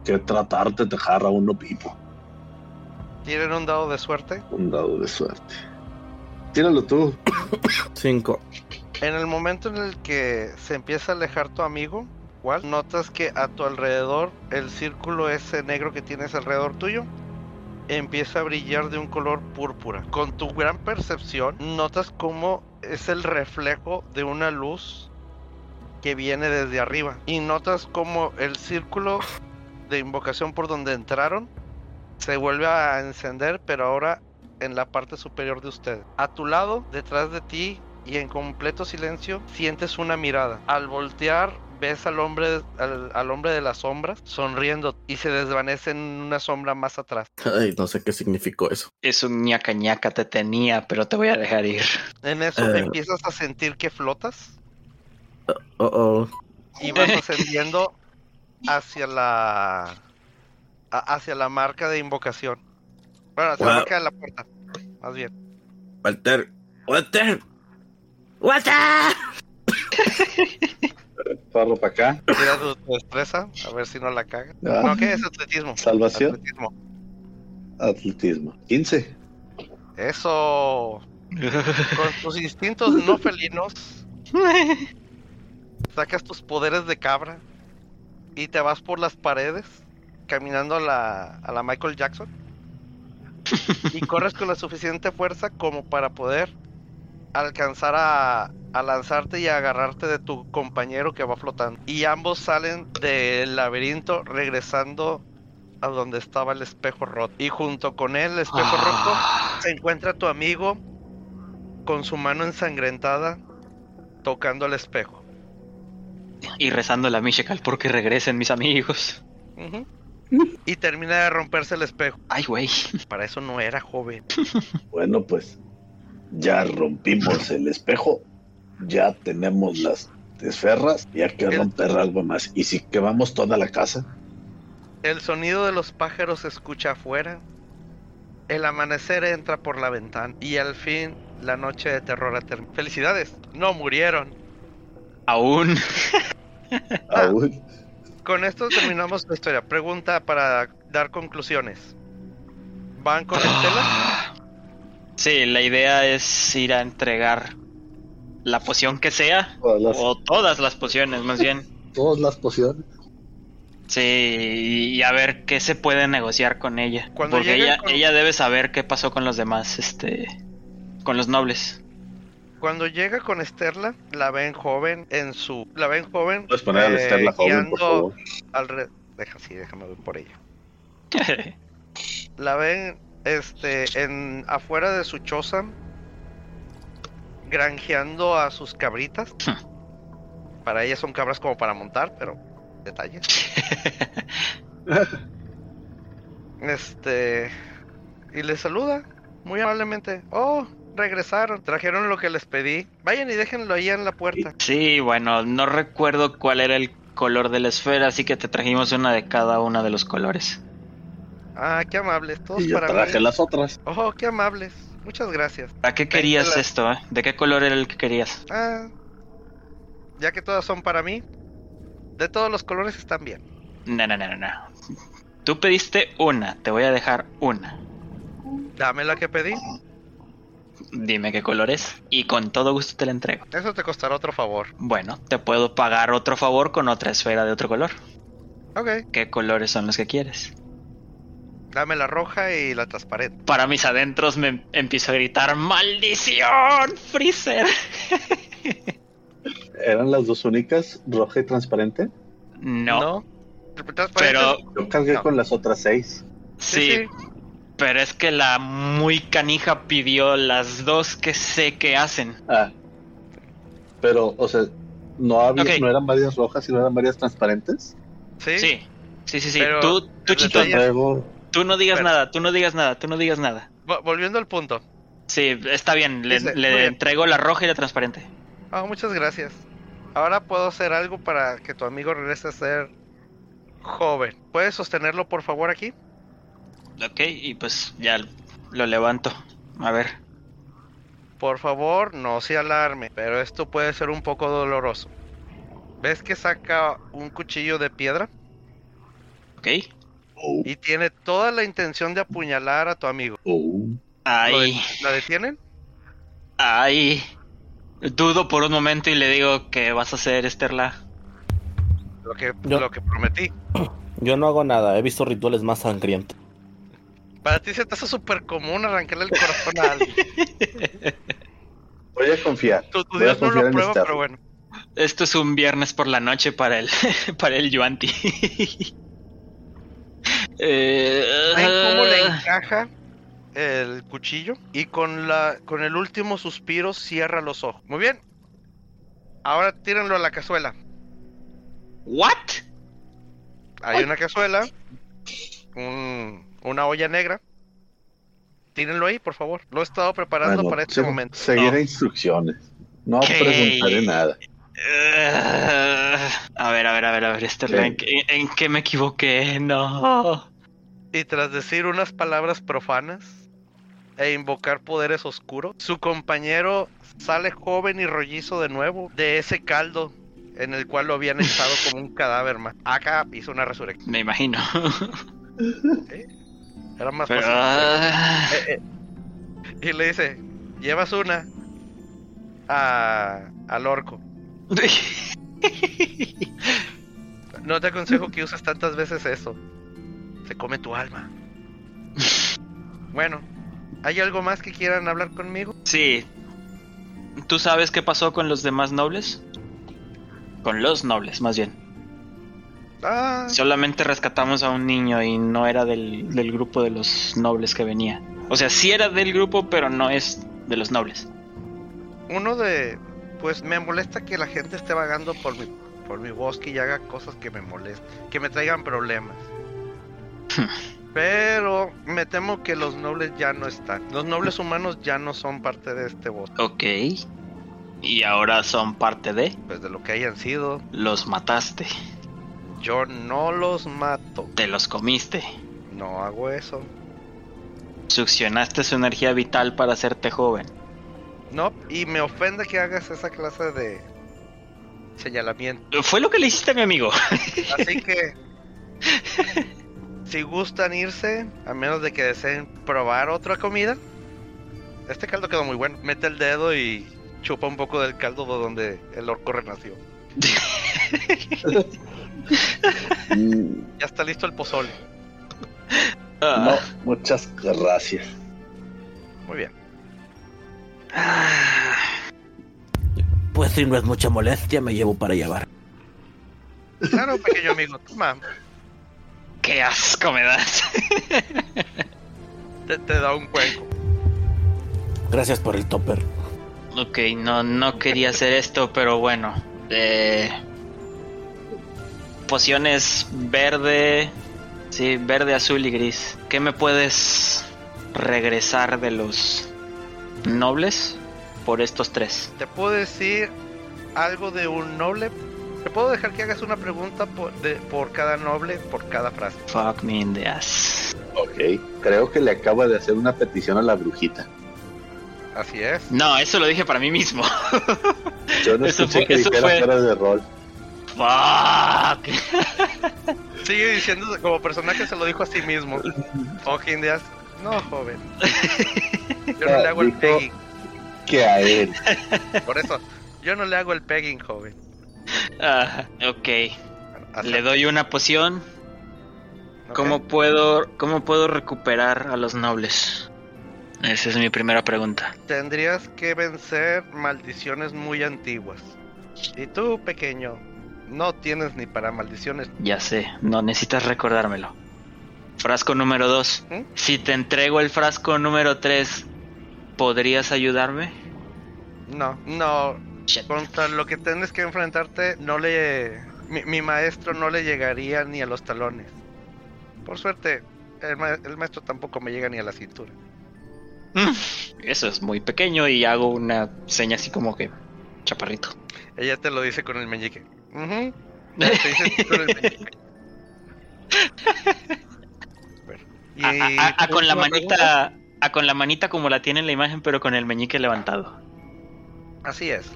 S4: que tratar de dejar a uno vivo.
S2: ¿Tienen un dado de suerte?
S4: Un dado de suerte. Tíralo tú.
S3: Cinco.
S2: En el momento en el que se empieza a alejar tu amigo, ¿cuál? Notas que a tu alrededor, el círculo ese negro que tienes alrededor tuyo, empieza a brillar de un color púrpura. Con tu gran percepción, notas cómo es el reflejo de una luz que viene desde arriba. Y notas cómo el círculo de invocación por donde entraron se vuelve a encender, pero ahora en la parte superior de usted. A tu lado, detrás de ti y en completo silencio, sientes una mirada. Al voltear, ves al hombre, al, al hombre de las sombras sonriendo y se desvanece en una sombra más atrás.
S3: Ay, no sé qué significó eso.
S1: Es un ñaca ñaca, te tenía, pero te voy a dejar ir.
S2: En eso
S3: Eh.
S2: empiezas a sentir que flotas
S3: Oh, oh.
S2: y vas ascendiendo hacia la a- hacia la marca de invocación. Bueno, hacia la
S3: Wow.
S2: marca de la puerta, más bien.
S3: Walter. Walter. Walter.
S4: Perro para acá.
S2: Tira tu, tu destreza, a ver si no la cagas.
S4: Ah.
S2: No, ¿qué es atletismo?
S4: Salvación.
S2: Atletismo.
S4: Atletismo. 15.
S2: Eso. Con tus instintos no felinos, sacas tus poderes de cabra y te vas por las paredes caminando a la, a la Michael Jackson. Y corres con la suficiente fuerza como para poder alcanzar a, a lanzarte y a agarrarte de tu compañero que va flotando. Y ambos salen del laberinto regresando a donde estaba el espejo roto. Y junto con él, el espejo
S1: Ah.
S2: roto, se encuentra tu amigo con su mano ensangrentada tocando el espejo.
S1: Y rezando a la Michekal porque regresen mis amigos.
S2: Ujú. Y termina de romperse el espejo.
S1: Ay, güey.
S2: Para eso no era joven.
S4: Bueno, pues ya rompimos el espejo, ya tenemos las esferras, y hay que
S2: El-
S4: romper algo más. Y si quemamos toda la casa,
S2: El sonido de los pájaros se escucha afuera. El amanecer entra por la ventana. Y al fin la noche de terror ha terminado. Felicidades, no murieron.
S1: Aún.
S4: aún
S2: Con esto terminamos la historia. Pregunta para dar conclusiones. ¿Van
S1: Ah.
S2: con Estela?
S1: Sí, la idea es ir a entregar la poción que sea,
S5: Todas las-
S1: o todas las pociones más bien.
S5: todas las pociones.
S1: Sí, y y a ver qué se puede negociar con ella.
S2: Cuando
S1: porque
S2: lleguen
S1: ella,
S2: con-
S1: ella debe saber qué pasó con los demás, este, con los nobles.
S2: Cuando llega con Esterla, la ven joven en su. La ven joven.
S4: Puedes poner a
S2: eh,
S4: Esterla joven,
S2: guiando
S4: por favor.
S2: alre- Deja, sí, déjame ver por ella. La ven este, en, afuera de su choza, granjeando a sus cabritas. Para ellas son cabras como para montar, pero detalles. Este. Y les saluda muy amablemente. Oh, regresaron. Trajeron lo que les pedí. Vayan y déjenlo ahí en la puerta.
S1: sí, bueno, no recuerdo cuál era el color de la esfera, así que te trajimos una de cada uno de los colores.
S2: Ah, qué amables. Todos
S4: Y yo
S2: para
S4: traje
S2: mí.
S4: las otras.
S2: Oh, qué amables. Muchas gracias.
S1: ¿Para qué querías
S2: la-
S1: esto? eh? ¿De qué color era el que querías?
S2: Ah, ya que todas son para mí. De todos los colores están bien.
S1: No, no, no, no, no. Tú pediste una, te voy a dejar una.
S2: Dame la que pedí.
S1: Dime qué color es y con todo gusto te la entrego.
S2: Eso te costará otro favor.
S1: Bueno, te puedo pagar otro favor con otra esfera de otro color.
S2: Ok.
S1: ¿Qué colores son los que quieres?
S2: Dame la roja y la transparente.
S1: Para mis adentros me empiezo a gritar ¡Maldición! ¡Freezer!
S4: Eran las dos únicas, roja y transparente.
S1: No,
S2: Tr- Transparente.
S1: pero
S4: Yo cargué
S2: No.
S4: con las otras seis.
S1: sí, pero es que la muy canija pidió las dos que sé que hacen.
S4: Ah. Pero, o sea, no había,
S1: Ok.
S4: no eran varias rojas, sino eran varias transparentes.
S2: Sí. sí.
S1: Sí, sí, sí, sí.
S2: Pero
S1: Tú, tú,
S2: el
S1: Chito,
S4: Yo
S2: detalle-
S4: traigo
S1: tú no digas
S2: Pero-
S1: nada, tú no digas nada, tú no digas nada.
S2: Vo- Volviendo al punto.
S1: Sí, está bien, le,
S2: Dice,
S1: le
S2: muy bien.
S1: entrego la roja y la transparente.
S2: Ah, muchas gracias. Ahora puedo hacer algo para que tu amigo regrese a ser joven. ¿Puedes sostenerlo por favor aquí?
S1: Ok, y pues ya lo levanto. A ver.
S2: Por favor, no se alarme, pero esto puede ser un poco doloroso. ¿Ves que saca un cuchillo de piedra?
S1: Ok.
S4: Oh,
S2: Y tiene toda la intención de apuñalar a tu amigo.
S4: oh.
S2: ¿Lo de-
S1: Ahí,
S2: ¿La detienen?
S1: ahí. Dudo por un momento y le digo que vas a hacer, Esterla.
S2: Lo que,
S3: Yo-
S2: lo que prometí.
S3: Yo no hago nada, he visto rituales más sangrientos.
S2: Para ti se te hace súper común arrancarle el corazón a alguien.
S4: Voy a confiar.
S2: Tu, tu
S4: Voy a
S2: Dios no
S4: confiar
S2: lo
S4: en
S2: prueba,
S4: Esther.
S2: pero bueno.
S1: Esto es un viernes por la noche para el, para el Yuanti. Eh,
S2: Ven cómo le
S1: Ah.
S2: encaja el cuchillo y con, la, con el último suspiro cierra los ojos. Muy bien. Ahora tírenlo a la cazuela.
S1: ¿What?
S2: Hay una cazuela, un- una olla negra. Tírenlo ahí, por favor. Lo he estado preparando
S4: Bueno,
S2: para este
S4: se-
S2: momento.
S4: Seguiré
S1: No.
S4: instrucciones. No
S1: ¿Qué?
S4: preguntaré nada.
S1: Eh, a ver, a ver, a ver, a ver, Esterla, ¿en, qué- en qué me equivoqué? No.
S2: Y tras decir unas palabras profanas e invocar poderes oscuros, su compañero sale joven y rollizo de nuevo de ese caldo en el cual lo habían echado como un cadáver más. Acá hizo una resurrección.
S1: Me imagino.
S2: Era más
S1: Pero,
S2: fácil. Eh,
S1: ah,
S2: Y le dice, llevas una a- al orco. No te aconsejo que uses tantas veces eso. Se come tu alma. Bueno, ¿hay algo más que quieran hablar conmigo?
S1: Sí. ¿Tú sabes qué pasó con los demás nobles? Con los nobles, más bien.
S2: Ah,
S1: Solamente rescatamos a un niño y no era del, del grupo de los nobles que venía. O sea, sí era del grupo, pero no es de los nobles.
S2: uno de pues me molesta que la gente esté vagando por mi por mi bosque y haga cosas que me molestan, que me traigan problemas. Pero me temo que los nobles ya no están. Los nobles humanos ya no son parte de este bosque,
S1: Ok. Y ahora son parte de...
S2: pues de lo que hayan sido,
S1: Los mataste.
S2: yo no los mato.
S1: Te los comiste.
S2: No hago eso.
S1: Succionaste su energía vital para hacerte joven.
S2: No, y me ofende que hagas esa clase de señalamiento.
S1: Fue lo que le hiciste a mi amigo.
S2: Así que, si gustan irse, a menos de que deseen probar otra comida, este caldo quedó muy bueno. Mete el dedo y chupa un poco del caldo de donde el orco renació.
S4: Mm,
S2: Ya está listo el pozole.
S4: No,
S1: Ah.
S4: muchas gracias.
S2: Muy bien.
S1: Ah,
S3: Pues si no es mucha molestia, me llevo para llevar.
S2: Claro, pequeño amigo. Toma,
S1: ¡Qué asco me das!
S2: te, te da un cuenco.
S3: Gracias por el topper.
S1: ok, no, no quería hacer esto, pero bueno. Eh, pociones verde. Sí, verde, azul y gris. ¿Qué me puedes regresar de los nobles por estos tres?
S2: Te puedo decir algo de un noble. Te puedo dejar que hagas una pregunta por, de- por cada noble, por cada frase.
S1: Fuck me in the ass.
S4: Ok, creo que le acaba de hacer una petición a la brujita.
S2: Así es.
S1: No, eso lo dije para mí mismo.
S4: Yo no
S1: Eso
S4: escuché
S1: fue-
S4: que
S1: eso
S4: dijera
S1: fue-
S4: fuera de rol.
S1: Fuck.
S2: Sigue diciendo, como personaje se lo dijo a sí mismo. Ojo, Indias. No, joven. Yo no le hago el
S4: Dijo-
S2: pegging.
S4: Que a él.
S2: Por eso, yo no le hago el pegging, joven.
S1: Ah, ok,
S2: Así-
S1: le doy una poción.
S2: ¿ok?
S1: ¿Cómo puedo, ¿Cómo puedo recuperar a los nobles? Esa es mi primera pregunta.
S2: Tendrías que vencer maldiciones muy antiguas. Y tú, pequeño, no tienes ni para maldiciones.
S1: Ya sé, no necesitas recordármelo. Frasco número 2.
S2: ¿Mm?
S1: Si te entrego el frasco número 3, ¿podrías ayudarme?
S2: No, no.
S1: Shit.
S2: Contra lo que tienes que enfrentarte, no le. Mi, mi maestro no le llegaría ni a los talones. Por suerte, el ma- el maestro tampoco me llega ni a la cintura.
S1: Mm, Eso es muy pequeño y hago una seña así como que chaparrito.
S2: Ella te lo dice con el meñique. Ujú. Te dice con el meñique. Bueno, y
S1: A- a- a- a con la
S2: última pregunta.
S1: manita, a con la manita como la tiene en la imagen, pero con el meñique levantado.
S2: Así es.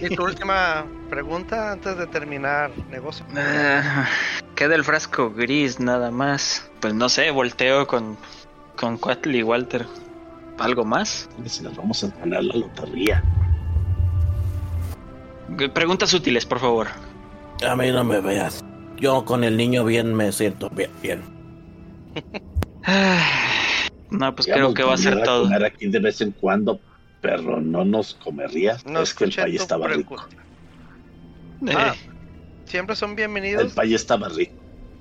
S2: Y tu última pregunta antes de terminar negocio.
S1: Ah, queda el frasco gris nada más. Pues no sé, volteo con, con Cuatl y Walter. ¿Algo más?
S4: Se las Pues, vamos a ganar la lotería.
S1: G- Preguntas útiles, por favor.
S3: A mí no me veas. Yo con el niño bien me siento bien. bien.
S1: Ah, No, pues creo que va a ser todo.
S4: comer aquí de vez en cuando, pero no nos comerías.
S2: No
S4: es que el
S2: escuché
S4: país
S2: tu
S4: estaba rico.
S2: pregunta. Ah,
S1: Eh,
S2: siempre son
S4: El
S2: bienvenidos.
S4: país estaba rico.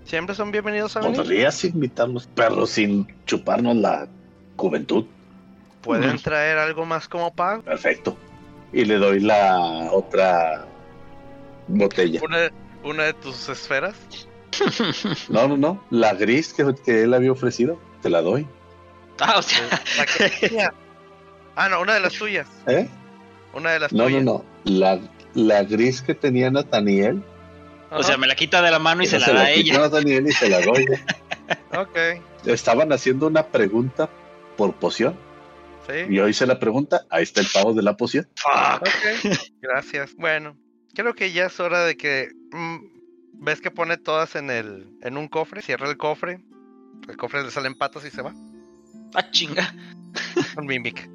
S2: Siempre son bienvenidos a venir.
S4: Podrías invitarnos, pero sin chuparnos la juventud.
S2: Pueden
S1: Mm.
S2: traer algo más como pago.
S4: Perfecto. Y le doy la otra botella.
S2: Una, una de tus esferas.
S4: No, no, no. La gris que, que él había ofrecido, te la doy.
S1: Ah, o sea,
S2: La que- ah, no, una de las tuyas.
S4: ¿Eh?
S2: Una de las
S4: No, no,
S2: tuyas.
S4: no. La, la gris que tenía Nathaniel.
S2: Ah.
S1: o sea, me la quita de la mano y
S4: esa
S1: se la da a
S4: quito
S1: ella.
S4: a Nathaniel y se la doy.
S2: Ajá, Ok,
S4: Estaban haciendo una pregunta por poción.
S2: sí.
S4: Yo hice la pregunta. Ahí está el pago de la poción.
S1: Fuck.
S2: Ok, gracias. Bueno, creo que ya es hora de que mm, ves que pone todas en el en un cofre, cierra el cofre, el cofre le salen patas y se va.
S1: Ah, chinga.
S2: Son mimic,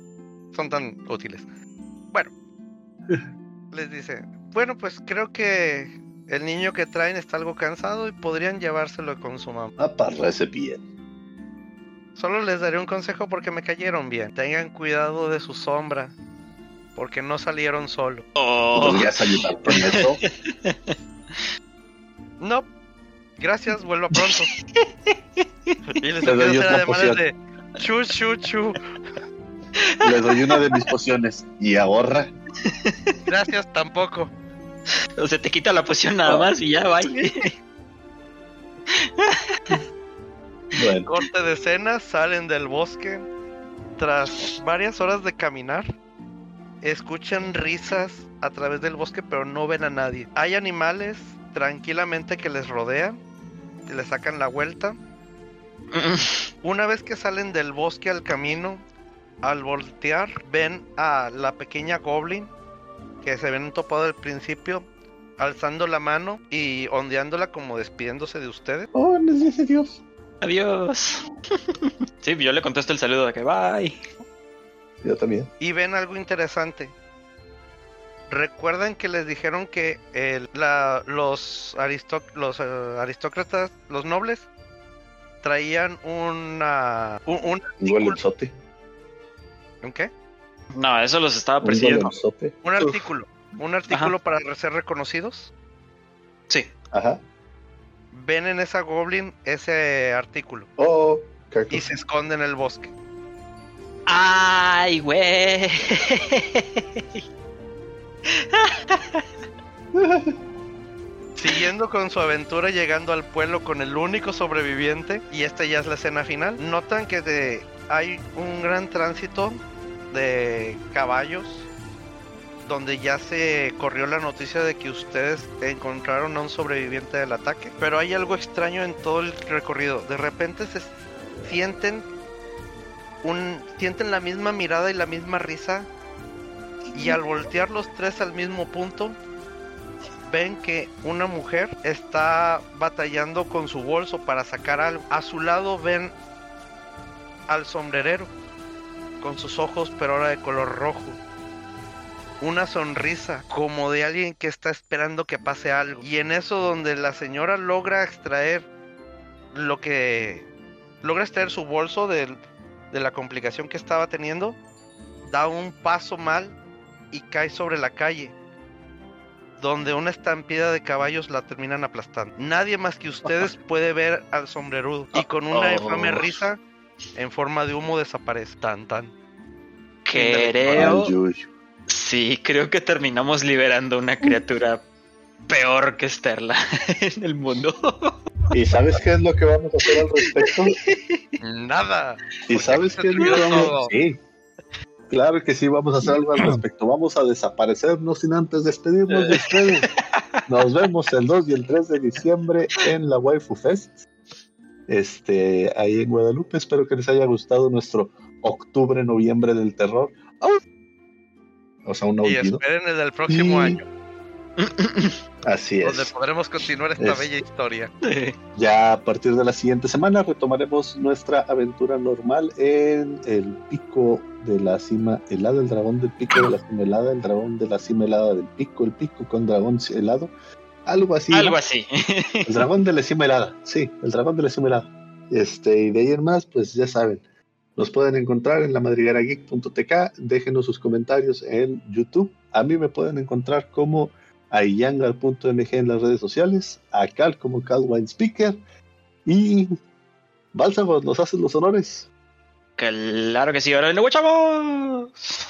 S2: son tan útiles. Bueno, les dice, bueno pues creo que el niño que traen está algo cansado y podrían llevárselo con su mamá.
S4: Ah, parece bien.
S2: Solo les daré un consejo porque me cayeron bien. Tengan cuidado de su sombra, porque no salieron solos.
S1: Oh.
S4: ¿Podrías ayudar con eso?
S2: No. Gracias, vuelva pronto. y les
S4: Le doy
S2: empieza a
S4: otra
S2: hacer ademanes de chu chu chu.
S4: Le doy una de mis pociones y ahorra.
S2: Gracias tampoco.
S1: O sea, te quita la poción nada más y ya, bye.
S4: Bueno,
S2: Corte de escena, salen del bosque. Tras varias horas de caminar, escuchan risas a través del bosque, pero no ven a nadie. Hay animales tranquilamente que les rodean, que les sacan la vuelta. Una vez que salen del bosque al camino, al voltear ven a la pequeña goblin que se ven topado al principio, alzando la mano y ondeándola como despidiéndose de ustedes.
S4: oh, nos dice Dios.
S1: Adiós. Sí, yo le contesto el saludo de que bye.
S4: Yo también.
S2: Y ven algo interesante. Recuerden que les dijeron que eh, la- los, aristó- los eh, aristócratas, los nobles, traían una. Un, un,
S4: Un golemzote.
S2: ¿un qué?
S1: No, eso los
S2: Ah,
S1: estaba
S4: Un
S1: persiguiendo.
S4: golemzote.
S2: Un
S4: Uf,
S2: artículo. Un artículo para ser reconocidos.
S1: Sí.
S4: Ajá.
S2: Ven en esa goblin ese artículo
S4: Oh,
S2: y
S4: cactus.
S2: se esconde en el bosque.
S1: ¡Ay, güey!
S2: Siguiendo con su aventura llegando al pueblo con el único sobreviviente, y esta ya es la escena final, notan que de- hay un gran tránsito de caballos donde ya se corrió la noticia de que ustedes encontraron a un sobreviviente del ataque, pero hay algo extraño en todo el recorrido. De repente se sienten un sienten la misma mirada y la misma risa y al voltear los tres al mismo punto ven que una mujer está batallando con su bolso para sacar algo. A su lado ven al sombrerero con sus ojos pero ahora de color rojo. Una sonrisa como de alguien que está esperando que pase algo. Y en eso donde la señora logra extraer lo que... Logra extraer su bolso del- de la complicación que estaba teniendo. Da un paso mal y cae sobre la calle donde una estampida de caballos la terminan aplastando. Nadie más que ustedes puede ver al sombrerudo y con una infame risa en forma de humo desaparece. Tan tan.
S1: Creo.
S4: Ay, uy.
S1: Sí, creo que terminamos liberando una criatura peor que Sterla en el mundo.
S4: ¿Y sabes qué es lo que vamos a hacer al respecto?
S2: Nada.
S4: ¿Y
S2: Porque
S4: sabes
S2: aquí se
S4: qué es lo
S2: terminó
S4: que vamos
S2: todo.
S4: Sí. Claro que sí, vamos a hacer algo al respecto. Vamos a desaparecernos sin antes despedirnos de ustedes. Nos vemos el 2 y el 3 de diciembre en la Waifu Fest. Este, ahí en Guadalupe. Espero que les haya gustado nuestro octubre, noviembre del terror. ¡Au! O sea, un
S2: Y
S4: aullido.
S2: esperen el del próximo
S4: Y-
S2: año,
S4: Así
S2: donde
S4: es.
S2: podremos continuar esta
S4: Es-
S2: bella historia.
S4: Ya a partir de la siguiente semana retomaremos nuestra aventura normal en el pico de la cima helada, el dragón del pico de la cima helada, el dragón de la cima helada del pico, el pico con dragón helado, algo así. ¿no?
S1: Algo así.
S4: El dragón de la cima helada, sí, el dragón de la cima helada. Este, y de ahí en más, pues ya saben, nos pueden encontrar en la madrigarageek.tk, déjenos sus comentarios en YouTube. A mí me pueden encontrar como ayangar.mg en las redes sociales, a Cal como Calwine Speaker y Bálsamos, nos hacen los honores.
S1: Claro que sí. Ahora luego, chavos.